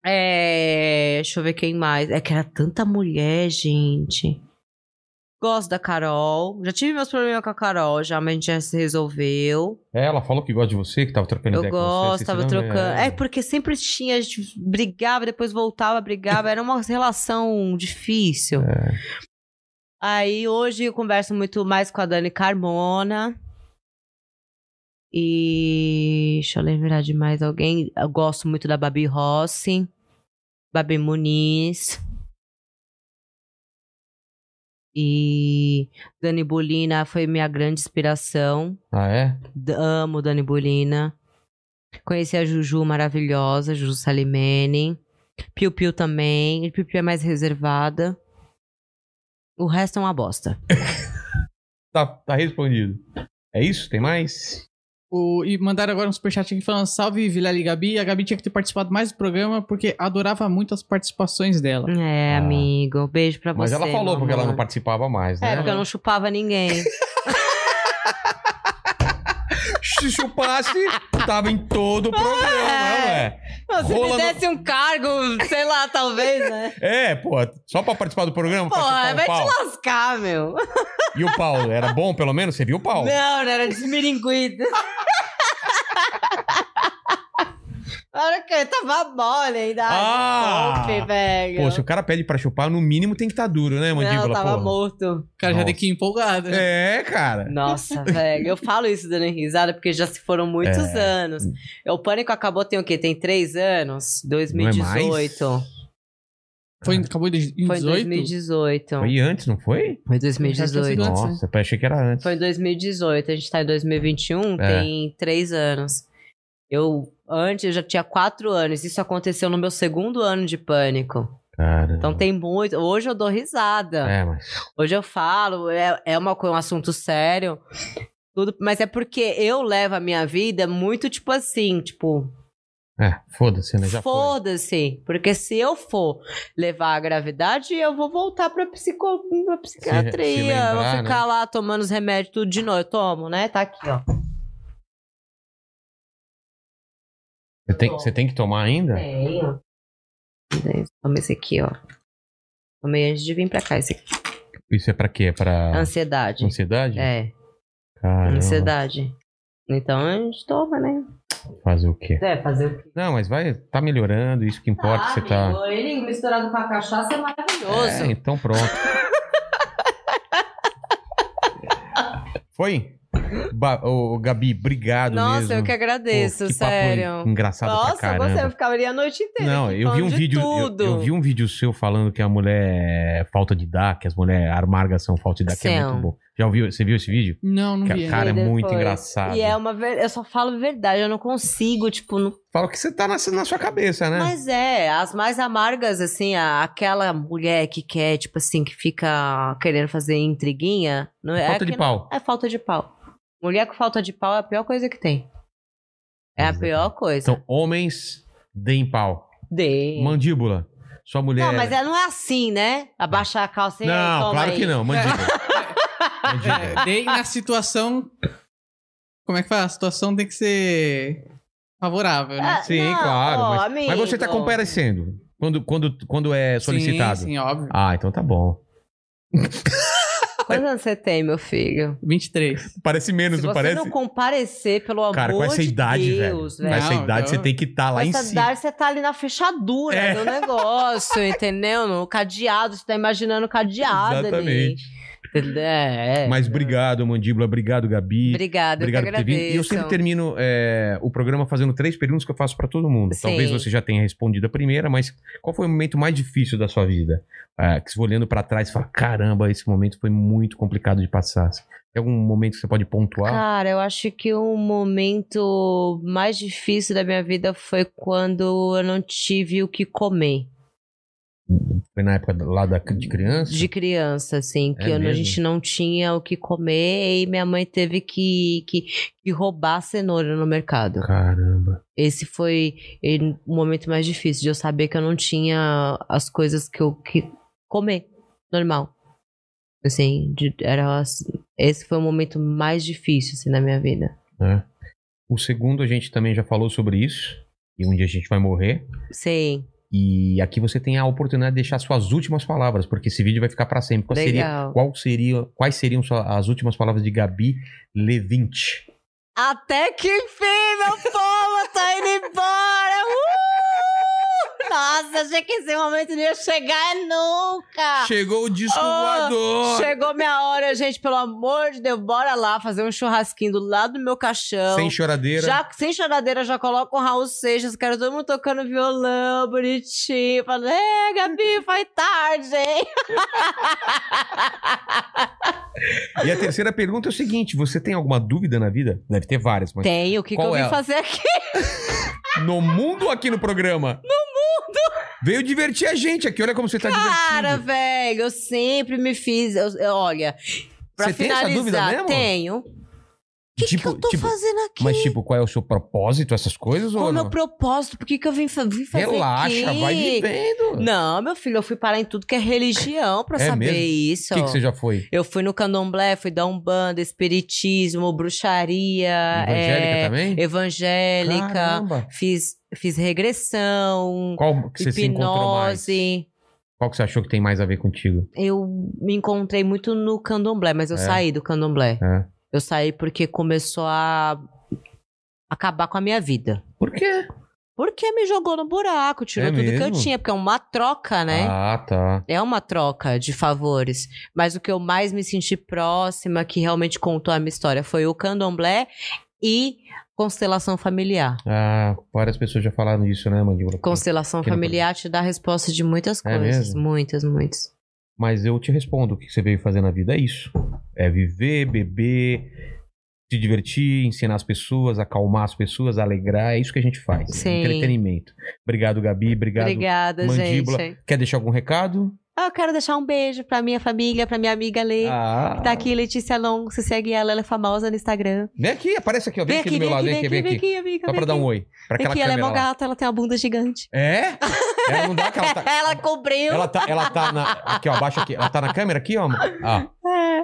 [SPEAKER 3] É, Deixa eu ver quem mais. É que era tanta mulher, gente. Gosto da Carol. Já tive meus problemas com a Carol, já, mas a gente já se resolveu.
[SPEAKER 1] É, ela falou que gosta de você, que tava trocando
[SPEAKER 3] Eu
[SPEAKER 1] ideia é com
[SPEAKER 3] gosto,
[SPEAKER 1] você.
[SPEAKER 3] tava
[SPEAKER 1] você não-
[SPEAKER 3] trocando. É, porque sempre tinha, a gente brigava, depois voltava, brigava. Era uma relação difícil.
[SPEAKER 1] É.
[SPEAKER 3] Aí hoje eu converso muito mais com a Dani Carmona. E deixa eu lembrar de mais alguém. Eu gosto muito da Babi Rossi, Babi Muniz. E Dani Bolina foi minha grande inspiração.
[SPEAKER 1] Ah, é?
[SPEAKER 3] D- Amo Dani Bolina. Conheci a Juju maravilhosa, Juju Salimene. Piu Piu também. Piu Piu é mais reservada. O resto é uma bosta.
[SPEAKER 1] Tá, tá respondido. É isso? Tem mais?
[SPEAKER 2] O- e mandaram agora um superchat aqui falando salve Vilela e Gabi. A Gabi tinha que ter participado mais do programa porque adorava muito as participações dela.
[SPEAKER 3] É,
[SPEAKER 1] Ah.
[SPEAKER 3] amigo. Beijo pra
[SPEAKER 1] Mas
[SPEAKER 3] você.
[SPEAKER 1] ela falou
[SPEAKER 3] meu
[SPEAKER 1] porque ela
[SPEAKER 3] amor.
[SPEAKER 1] não participava mais,
[SPEAKER 3] É,
[SPEAKER 1] né?
[SPEAKER 3] porque eu não chupava ninguém.
[SPEAKER 1] Se chupasse, tava em todo o programa,
[SPEAKER 3] É.
[SPEAKER 1] ué.
[SPEAKER 3] Não, se
[SPEAKER 1] Rola
[SPEAKER 3] me
[SPEAKER 1] no-
[SPEAKER 3] desse um cargo, sei lá, talvez, né?
[SPEAKER 1] É, pô, só pra participar do programa, pra
[SPEAKER 3] Porra,
[SPEAKER 1] chupar
[SPEAKER 3] vai
[SPEAKER 1] o tá pau.
[SPEAKER 3] te lascar, meu.
[SPEAKER 1] E o pau, era bom pelo menos? Você viu o pau?
[SPEAKER 3] Não, não era desmiringuido. Olha que eu tava mole ainda.
[SPEAKER 1] Ah!
[SPEAKER 3] Ah, golpe, velho.
[SPEAKER 1] Pô, se o cara pede pra chupar, no mínimo tem que estar duro, né, mandíbula?
[SPEAKER 3] não, eu tava
[SPEAKER 1] porra?
[SPEAKER 3] morto.
[SPEAKER 2] O cara já
[SPEAKER 1] Nossa.
[SPEAKER 2] tem que ir empolgado. né?
[SPEAKER 1] É, cara.
[SPEAKER 3] Nossa, velho. Eu falo isso dando risada porque já se foram muitos anos. O pânico acabou tem o quê? Tem três anos?
[SPEAKER 1] Não é mais?
[SPEAKER 3] 2018.
[SPEAKER 2] Foi, acabou em
[SPEAKER 3] Foi em
[SPEAKER 2] 2018?
[SPEAKER 3] 2018.
[SPEAKER 1] Foi antes, não foi?
[SPEAKER 3] Foi
[SPEAKER 2] Foi
[SPEAKER 3] em 2018.
[SPEAKER 2] antes, né?
[SPEAKER 1] Nossa, eu achei que era antes.
[SPEAKER 3] Foi em 2018, a gente tá em 2021,
[SPEAKER 1] É.
[SPEAKER 3] tem três anos. Eu, antes, eu já tinha quatro anos. Isso aconteceu no meu segundo ano de pânico.
[SPEAKER 1] Cara.
[SPEAKER 3] Então tá. tem muito. Hoje eu dou risada.
[SPEAKER 1] É, mas.
[SPEAKER 3] Hoje eu falo, é, é uma, co- um assunto sério. Tudo, mas é porque eu levo a minha vida muito tipo assim, tipo,
[SPEAKER 1] É, foda-se, né? Já foi.
[SPEAKER 3] foda-se. Porque se eu for levar a gravidade, eu vou voltar pra, psico, pra psiquiatria.
[SPEAKER 1] se lembrar, né?
[SPEAKER 3] eu vou ficar lá tomando os remédios tudo de novo. Eu tomo, né? Tá aqui, ó.
[SPEAKER 1] Você tem, você tem que tomar ainda?
[SPEAKER 3] É. Tenho. é Toma esse aqui, ó. Tomei antes de vir pra cá. Esse aqui.
[SPEAKER 1] Isso é pra quê? É pra
[SPEAKER 3] Ansiedade.
[SPEAKER 1] ansiedade?
[SPEAKER 3] É,
[SPEAKER 1] Caramba,
[SPEAKER 3] ansiedade. Então a gente toma, né?
[SPEAKER 1] Fazer o quê?
[SPEAKER 3] É, fazer o quê?
[SPEAKER 1] Não, mas vai, tá melhorando, isso que importa, você tá.
[SPEAKER 3] Ele misturado com a cachaça é maravilhoso.
[SPEAKER 1] É, então pronto. Foi? Ba ô, Gabi, obrigado
[SPEAKER 3] Nossa,
[SPEAKER 1] mesmo.
[SPEAKER 3] eu que agradeço,
[SPEAKER 1] Pô, que papo
[SPEAKER 3] sério.
[SPEAKER 1] Engraçado pra
[SPEAKER 3] Nossa,
[SPEAKER 1] caramba.
[SPEAKER 3] você eu ficaria a noite inteira.
[SPEAKER 1] Não,
[SPEAKER 3] aqui
[SPEAKER 1] eu vi
[SPEAKER 3] falando
[SPEAKER 1] um
[SPEAKER 3] de
[SPEAKER 1] vídeo. eu-
[SPEAKER 3] Tudo.
[SPEAKER 1] Eu, vi um vídeo seu falando que a mulher é falta de dar, que as mulheres amargas são falta de dar, que é
[SPEAKER 3] São.
[SPEAKER 1] muito bom. Já ouviu? Você viu esse vídeo?
[SPEAKER 2] Não, não
[SPEAKER 1] Que
[SPEAKER 2] vi.
[SPEAKER 1] a cara é
[SPEAKER 3] Vi
[SPEAKER 1] muito
[SPEAKER 3] depois.
[SPEAKER 1] engraçado.
[SPEAKER 3] E é uma ver... Eu só falo verdade, eu não consigo, tipo, não
[SPEAKER 1] Fala que você tá na, na sua cabeça, né?
[SPEAKER 3] Mas é, as mais amargas, assim, a- aquela mulher que quer, tipo assim, que fica querendo fazer intriguinha. Não é,
[SPEAKER 1] falta de
[SPEAKER 3] que-
[SPEAKER 1] pau.
[SPEAKER 3] É falta de pau. Mulher com falta de pau é a pior coisa que tem. É a
[SPEAKER 1] Exato.
[SPEAKER 3] pior coisa.
[SPEAKER 1] Então, homens deem pau.
[SPEAKER 3] Dei.
[SPEAKER 1] Mandíbula. Sua mulher.
[SPEAKER 3] Não, mas é- não é assim, né? Abaixar a calça e aí,
[SPEAKER 1] Não,
[SPEAKER 3] toma
[SPEAKER 1] claro
[SPEAKER 3] aí.
[SPEAKER 1] que não. Mandíbula. mandíbula.
[SPEAKER 2] É, dei na situação. Como é que fala? A situação tem que ser favorável, né?
[SPEAKER 3] Ah,
[SPEAKER 1] Sim,
[SPEAKER 3] não,
[SPEAKER 1] claro.
[SPEAKER 3] ó,
[SPEAKER 1] mas,
[SPEAKER 3] amigo.
[SPEAKER 1] mas você tá comparecendo quando, quando, quando é solicitado.
[SPEAKER 2] Sim, sim, óbvio.
[SPEAKER 1] Ah, então tá bom.
[SPEAKER 3] Quantos anos você tem, meu filho?
[SPEAKER 2] 23.
[SPEAKER 1] Parece menos,
[SPEAKER 3] Se
[SPEAKER 1] não
[SPEAKER 3] você
[SPEAKER 1] parece?
[SPEAKER 3] não comparecer, pelo amor
[SPEAKER 1] Cara, com essa
[SPEAKER 3] de
[SPEAKER 1] idade,
[SPEAKER 3] Deus,
[SPEAKER 1] velho. Com essa
[SPEAKER 2] Não,
[SPEAKER 1] idade,
[SPEAKER 2] então-
[SPEAKER 1] você tem que estar lá
[SPEAKER 3] Com
[SPEAKER 1] em
[SPEAKER 3] essa
[SPEAKER 1] cima.
[SPEAKER 3] idade, você tá ali na fechadura
[SPEAKER 1] É.
[SPEAKER 3] do negócio, entendeu? No cadeado, você tá imaginando o cadeado
[SPEAKER 1] Exatamente.
[SPEAKER 3] ali. Entendeu? É.
[SPEAKER 1] Mas obrigado, Mandíbula. Obrigado, Gabi.
[SPEAKER 3] Obrigada,
[SPEAKER 1] Obrigado
[SPEAKER 3] eu
[SPEAKER 1] por
[SPEAKER 3] que
[SPEAKER 1] ter vindo. E eu
[SPEAKER 3] agradeço.
[SPEAKER 1] sempre termino é, o programa fazendo três perguntas que eu faço pra todo mundo.
[SPEAKER 3] Sim.
[SPEAKER 1] Talvez você já tenha respondido a primeira, mas qual foi o momento mais difícil da sua vida? Ah, que você olhando pra trás e fala: caramba, esse momento foi muito complicado de passar. Tem algum momento que você pode pontuar?
[SPEAKER 3] Cara, eu acho que o momento mais difícil da minha vida foi quando eu não tive o que comer
[SPEAKER 1] Foi na época lá da, de criança?
[SPEAKER 3] de criança, assim,
[SPEAKER 1] É
[SPEAKER 3] que eu não- a
[SPEAKER 1] mesmo?
[SPEAKER 3] gente não tinha o que comer e minha mãe teve que, que, que roubar cenoura no mercado.
[SPEAKER 1] Caramba.
[SPEAKER 3] Esse foi ele- o momento mais difícil, de eu saber que eu não tinha as coisas que eu que comer normal. Assim, de- era assim, esse foi o momento mais difícil assim, na minha vida.
[SPEAKER 1] né? O segundo, a gente também já falou sobre isso. E um dia a gente vai morrer.
[SPEAKER 3] Sim,
[SPEAKER 1] E aqui você tem a oportunidade de deixar suas últimas palavras, porque esse vídeo vai ficar pra sempre. Qual seria
[SPEAKER 3] legal.
[SPEAKER 1] Qual seria, quais seriam sua- as últimas palavras de Gabi Levinte?
[SPEAKER 3] Até que enfim, meu povo tá indo embora! Uh! Nossa, achei que esse momento não ia chegar nunca!
[SPEAKER 1] Chegou o disco
[SPEAKER 3] Ah, Chegou minha hora, gente, pelo amor de Deus, bora lá fazer um churrasquinho do lado do meu caixão.
[SPEAKER 1] Sem choradeira.
[SPEAKER 3] Já, sem choradeira, já coloca o Raul Seixas, quero todo mundo tocando violão, bonitinho. Falando, é, Gabi, foi tarde, hein?
[SPEAKER 1] E a terceira pergunta é o seguinte: você tem alguma dúvida na vida? Deve ter várias, mas.
[SPEAKER 3] Tenho, o que, que
[SPEAKER 1] Qual
[SPEAKER 3] eu vim
[SPEAKER 1] é?
[SPEAKER 3] fazer aqui?
[SPEAKER 1] No mundo ou aqui no programa? No mundo! Veio divertir a gente aqui, olha como você tá
[SPEAKER 3] Cara,
[SPEAKER 1] divertindo.
[SPEAKER 3] velho, eu sempre me fiz. eu- eu- olha, pra
[SPEAKER 1] Você tem essa
[SPEAKER 3] finalizar,
[SPEAKER 1] dúvida mesmo? Tipo,
[SPEAKER 3] tenho. O que, que eu tô fazendo aqui?
[SPEAKER 1] Mas, tipo, qual é o seu propósito, essas coisas?
[SPEAKER 3] Qual é
[SPEAKER 1] ou
[SPEAKER 3] o meu
[SPEAKER 1] não?
[SPEAKER 3] propósito? Por que, que eu vim, fa- vim fazer aqui?
[SPEAKER 1] Relaxa, vai vivendo.
[SPEAKER 3] Não, meu filho, eu fui parar em tudo que é religião pra
[SPEAKER 1] É
[SPEAKER 3] saber
[SPEAKER 1] mesmo?
[SPEAKER 3] isso.
[SPEAKER 1] O que, que você já foi?
[SPEAKER 3] Eu fui no candomblé, fui dar umbanda, espiritismo, bruxaria,
[SPEAKER 1] Evangélica
[SPEAKER 3] é,
[SPEAKER 1] também?
[SPEAKER 3] evangélica,
[SPEAKER 1] Caramba.
[SPEAKER 3] fiz, fiz regressão,
[SPEAKER 1] Qual que você se encontrou mais?
[SPEAKER 3] hipnose.
[SPEAKER 1] Qual que você achou que tem mais a ver contigo?
[SPEAKER 3] Eu me encontrei muito no candomblé, mas eu
[SPEAKER 1] É.
[SPEAKER 3] saí do candomblé.
[SPEAKER 1] É.
[SPEAKER 3] Eu saí porque começou a acabar com a minha vida.
[SPEAKER 1] Por quê?
[SPEAKER 3] Porque me jogou no buraco, tirou
[SPEAKER 1] É
[SPEAKER 3] tudo que eu
[SPEAKER 1] mesmo?
[SPEAKER 3] tinha, porque é uma troca, né?
[SPEAKER 1] Ah, tá.
[SPEAKER 3] É uma troca de favores. Mas o que eu mais me senti próxima, que realmente contou a minha história, foi o candomblé e Constelação familiar.
[SPEAKER 1] Ah, várias pessoas já falaram isso, né, Mandíbula?
[SPEAKER 3] Constelação
[SPEAKER 1] Quem não
[SPEAKER 3] familiar te dá resposta de muitas
[SPEAKER 1] É
[SPEAKER 3] coisas.
[SPEAKER 1] mesmo?
[SPEAKER 3] muitas, muitas.
[SPEAKER 1] Mas eu te respondo, o que você veio fazer na vida é isso. É viver, beber, se divertir, ensinar as pessoas, acalmar as pessoas, alegrar. É isso que a gente faz.
[SPEAKER 3] Sim.
[SPEAKER 1] Entretenimento. Obrigado, Gabi. Obrigado.
[SPEAKER 3] Obrigada,
[SPEAKER 1] mandíbula.
[SPEAKER 3] gente.
[SPEAKER 1] Quer deixar algum recado?
[SPEAKER 3] Ah, eu quero deixar um beijo pra minha família, pra minha amiga Lê.
[SPEAKER 1] Ah.
[SPEAKER 3] que Tá aqui, Letícia Long. Se segue ela, ela é famosa no Instagram.
[SPEAKER 1] Vem aqui, aparece aqui, ó. Vem, aqui, do meu lado, vem aqui, vem aqui.
[SPEAKER 3] amiga.
[SPEAKER 1] Só pra
[SPEAKER 3] vem
[SPEAKER 1] dar um
[SPEAKER 3] aqui.
[SPEAKER 1] oi. Pra
[SPEAKER 3] Vem
[SPEAKER 1] aquela
[SPEAKER 3] aqui, ela é
[SPEAKER 1] câmera
[SPEAKER 3] mó
[SPEAKER 1] lá.
[SPEAKER 3] gata, ela tem uma bunda gigante.
[SPEAKER 1] É? Ela não dá aquela. Tá...
[SPEAKER 3] ela cobriu.
[SPEAKER 1] Ela tá, ela tá na. Aqui, ó, abaixa aqui. Ela tá na câmera aqui, ó. ó.
[SPEAKER 3] É.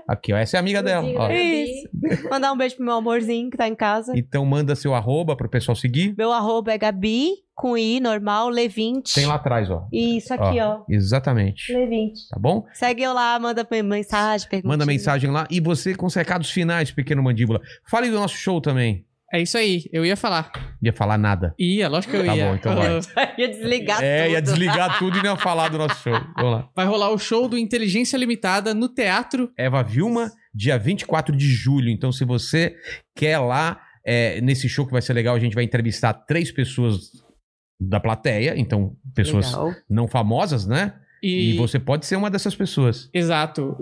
[SPEAKER 1] Aqui, ó. Essa é a amiga dela. ó.
[SPEAKER 3] Isso. Mandar um beijo pro meu amorzinho que tá em casa.
[SPEAKER 1] Então manda seu arroba pro pessoal seguir.
[SPEAKER 3] Meu arroba é Gabi, com I, normal, Levinte.
[SPEAKER 1] Tem lá atrás, ó.
[SPEAKER 3] Isso aqui, ó.
[SPEAKER 1] Exatamente.
[SPEAKER 3] Levinte.
[SPEAKER 1] Tá bom?
[SPEAKER 3] Segue eu lá, manda mensagem, pergunta.
[SPEAKER 1] Manda mensagem lá. E você com os recados finais, pequeno mandíbula. Fale do nosso show também.
[SPEAKER 2] É isso aí, eu ia falar.
[SPEAKER 1] Não ia falar nada.
[SPEAKER 2] Ia, é lógico que eu
[SPEAKER 1] Tá
[SPEAKER 2] ia.
[SPEAKER 1] bom, então vai.
[SPEAKER 2] Ah,
[SPEAKER 3] ia desligar
[SPEAKER 1] é,
[SPEAKER 3] tudo.
[SPEAKER 1] ia desligar tudo e não ia falar do nosso show. Vamos lá.
[SPEAKER 2] Vai rolar o show do Inteligência Limitada no Teatro
[SPEAKER 1] Eva Vilma, dia 24 de julho. Então, se você quer lá, é, nesse show que vai ser legal, a gente vai entrevistar três pessoas da plateia. Então, pessoas
[SPEAKER 3] Legal.
[SPEAKER 1] não famosas, né?
[SPEAKER 2] e...
[SPEAKER 1] E... você pode ser uma dessas pessoas.
[SPEAKER 2] Exato.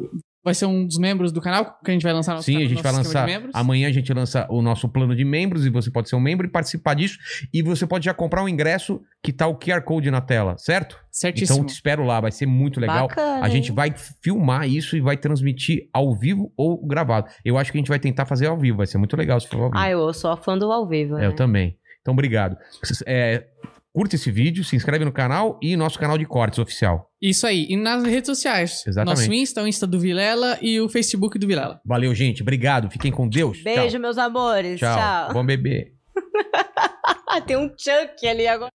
[SPEAKER 2] Vai ser um dos membros do canal que a gente vai lançar nosso
[SPEAKER 1] Sim, a
[SPEAKER 2] canal-
[SPEAKER 1] gente vai
[SPEAKER 2] nosso esquema
[SPEAKER 1] lançar.
[SPEAKER 2] de membros.
[SPEAKER 1] Amanhã a gente lança o nosso plano de membros e você pode ser um membro e participar disso. E você pode já comprar um ingresso que tá o QR Code na tela, certo?
[SPEAKER 2] Certíssimo.
[SPEAKER 1] Então te espero lá, vai ser muito legal.
[SPEAKER 3] Bacana,
[SPEAKER 1] A gente
[SPEAKER 3] hein?
[SPEAKER 1] vai filmar isso e vai transmitir ao vivo ou gravado. Eu acho que a gente vai tentar fazer ao vivo, vai ser muito legal se for ao vivo.
[SPEAKER 3] Ah, eu sou a fã do ao vivo,
[SPEAKER 1] É,
[SPEAKER 3] né?
[SPEAKER 1] Eu também. Então, obrigado. S- é, curta esse vídeo, se inscreve no canal e nosso canal de cortes oficial.
[SPEAKER 2] Isso aí. E nas redes sociais.
[SPEAKER 1] Exatamente.
[SPEAKER 2] Nosso Insta, o Insta do Vilela e o Facebook do Vilela.
[SPEAKER 1] Valeu, gente. Obrigado. Fiquem com Deus.
[SPEAKER 3] Beijo, meus amores.
[SPEAKER 1] Tchau. Tchau.
[SPEAKER 3] Tchau.
[SPEAKER 1] Bom bebê.
[SPEAKER 3] Ah, tem um chunk ali agora.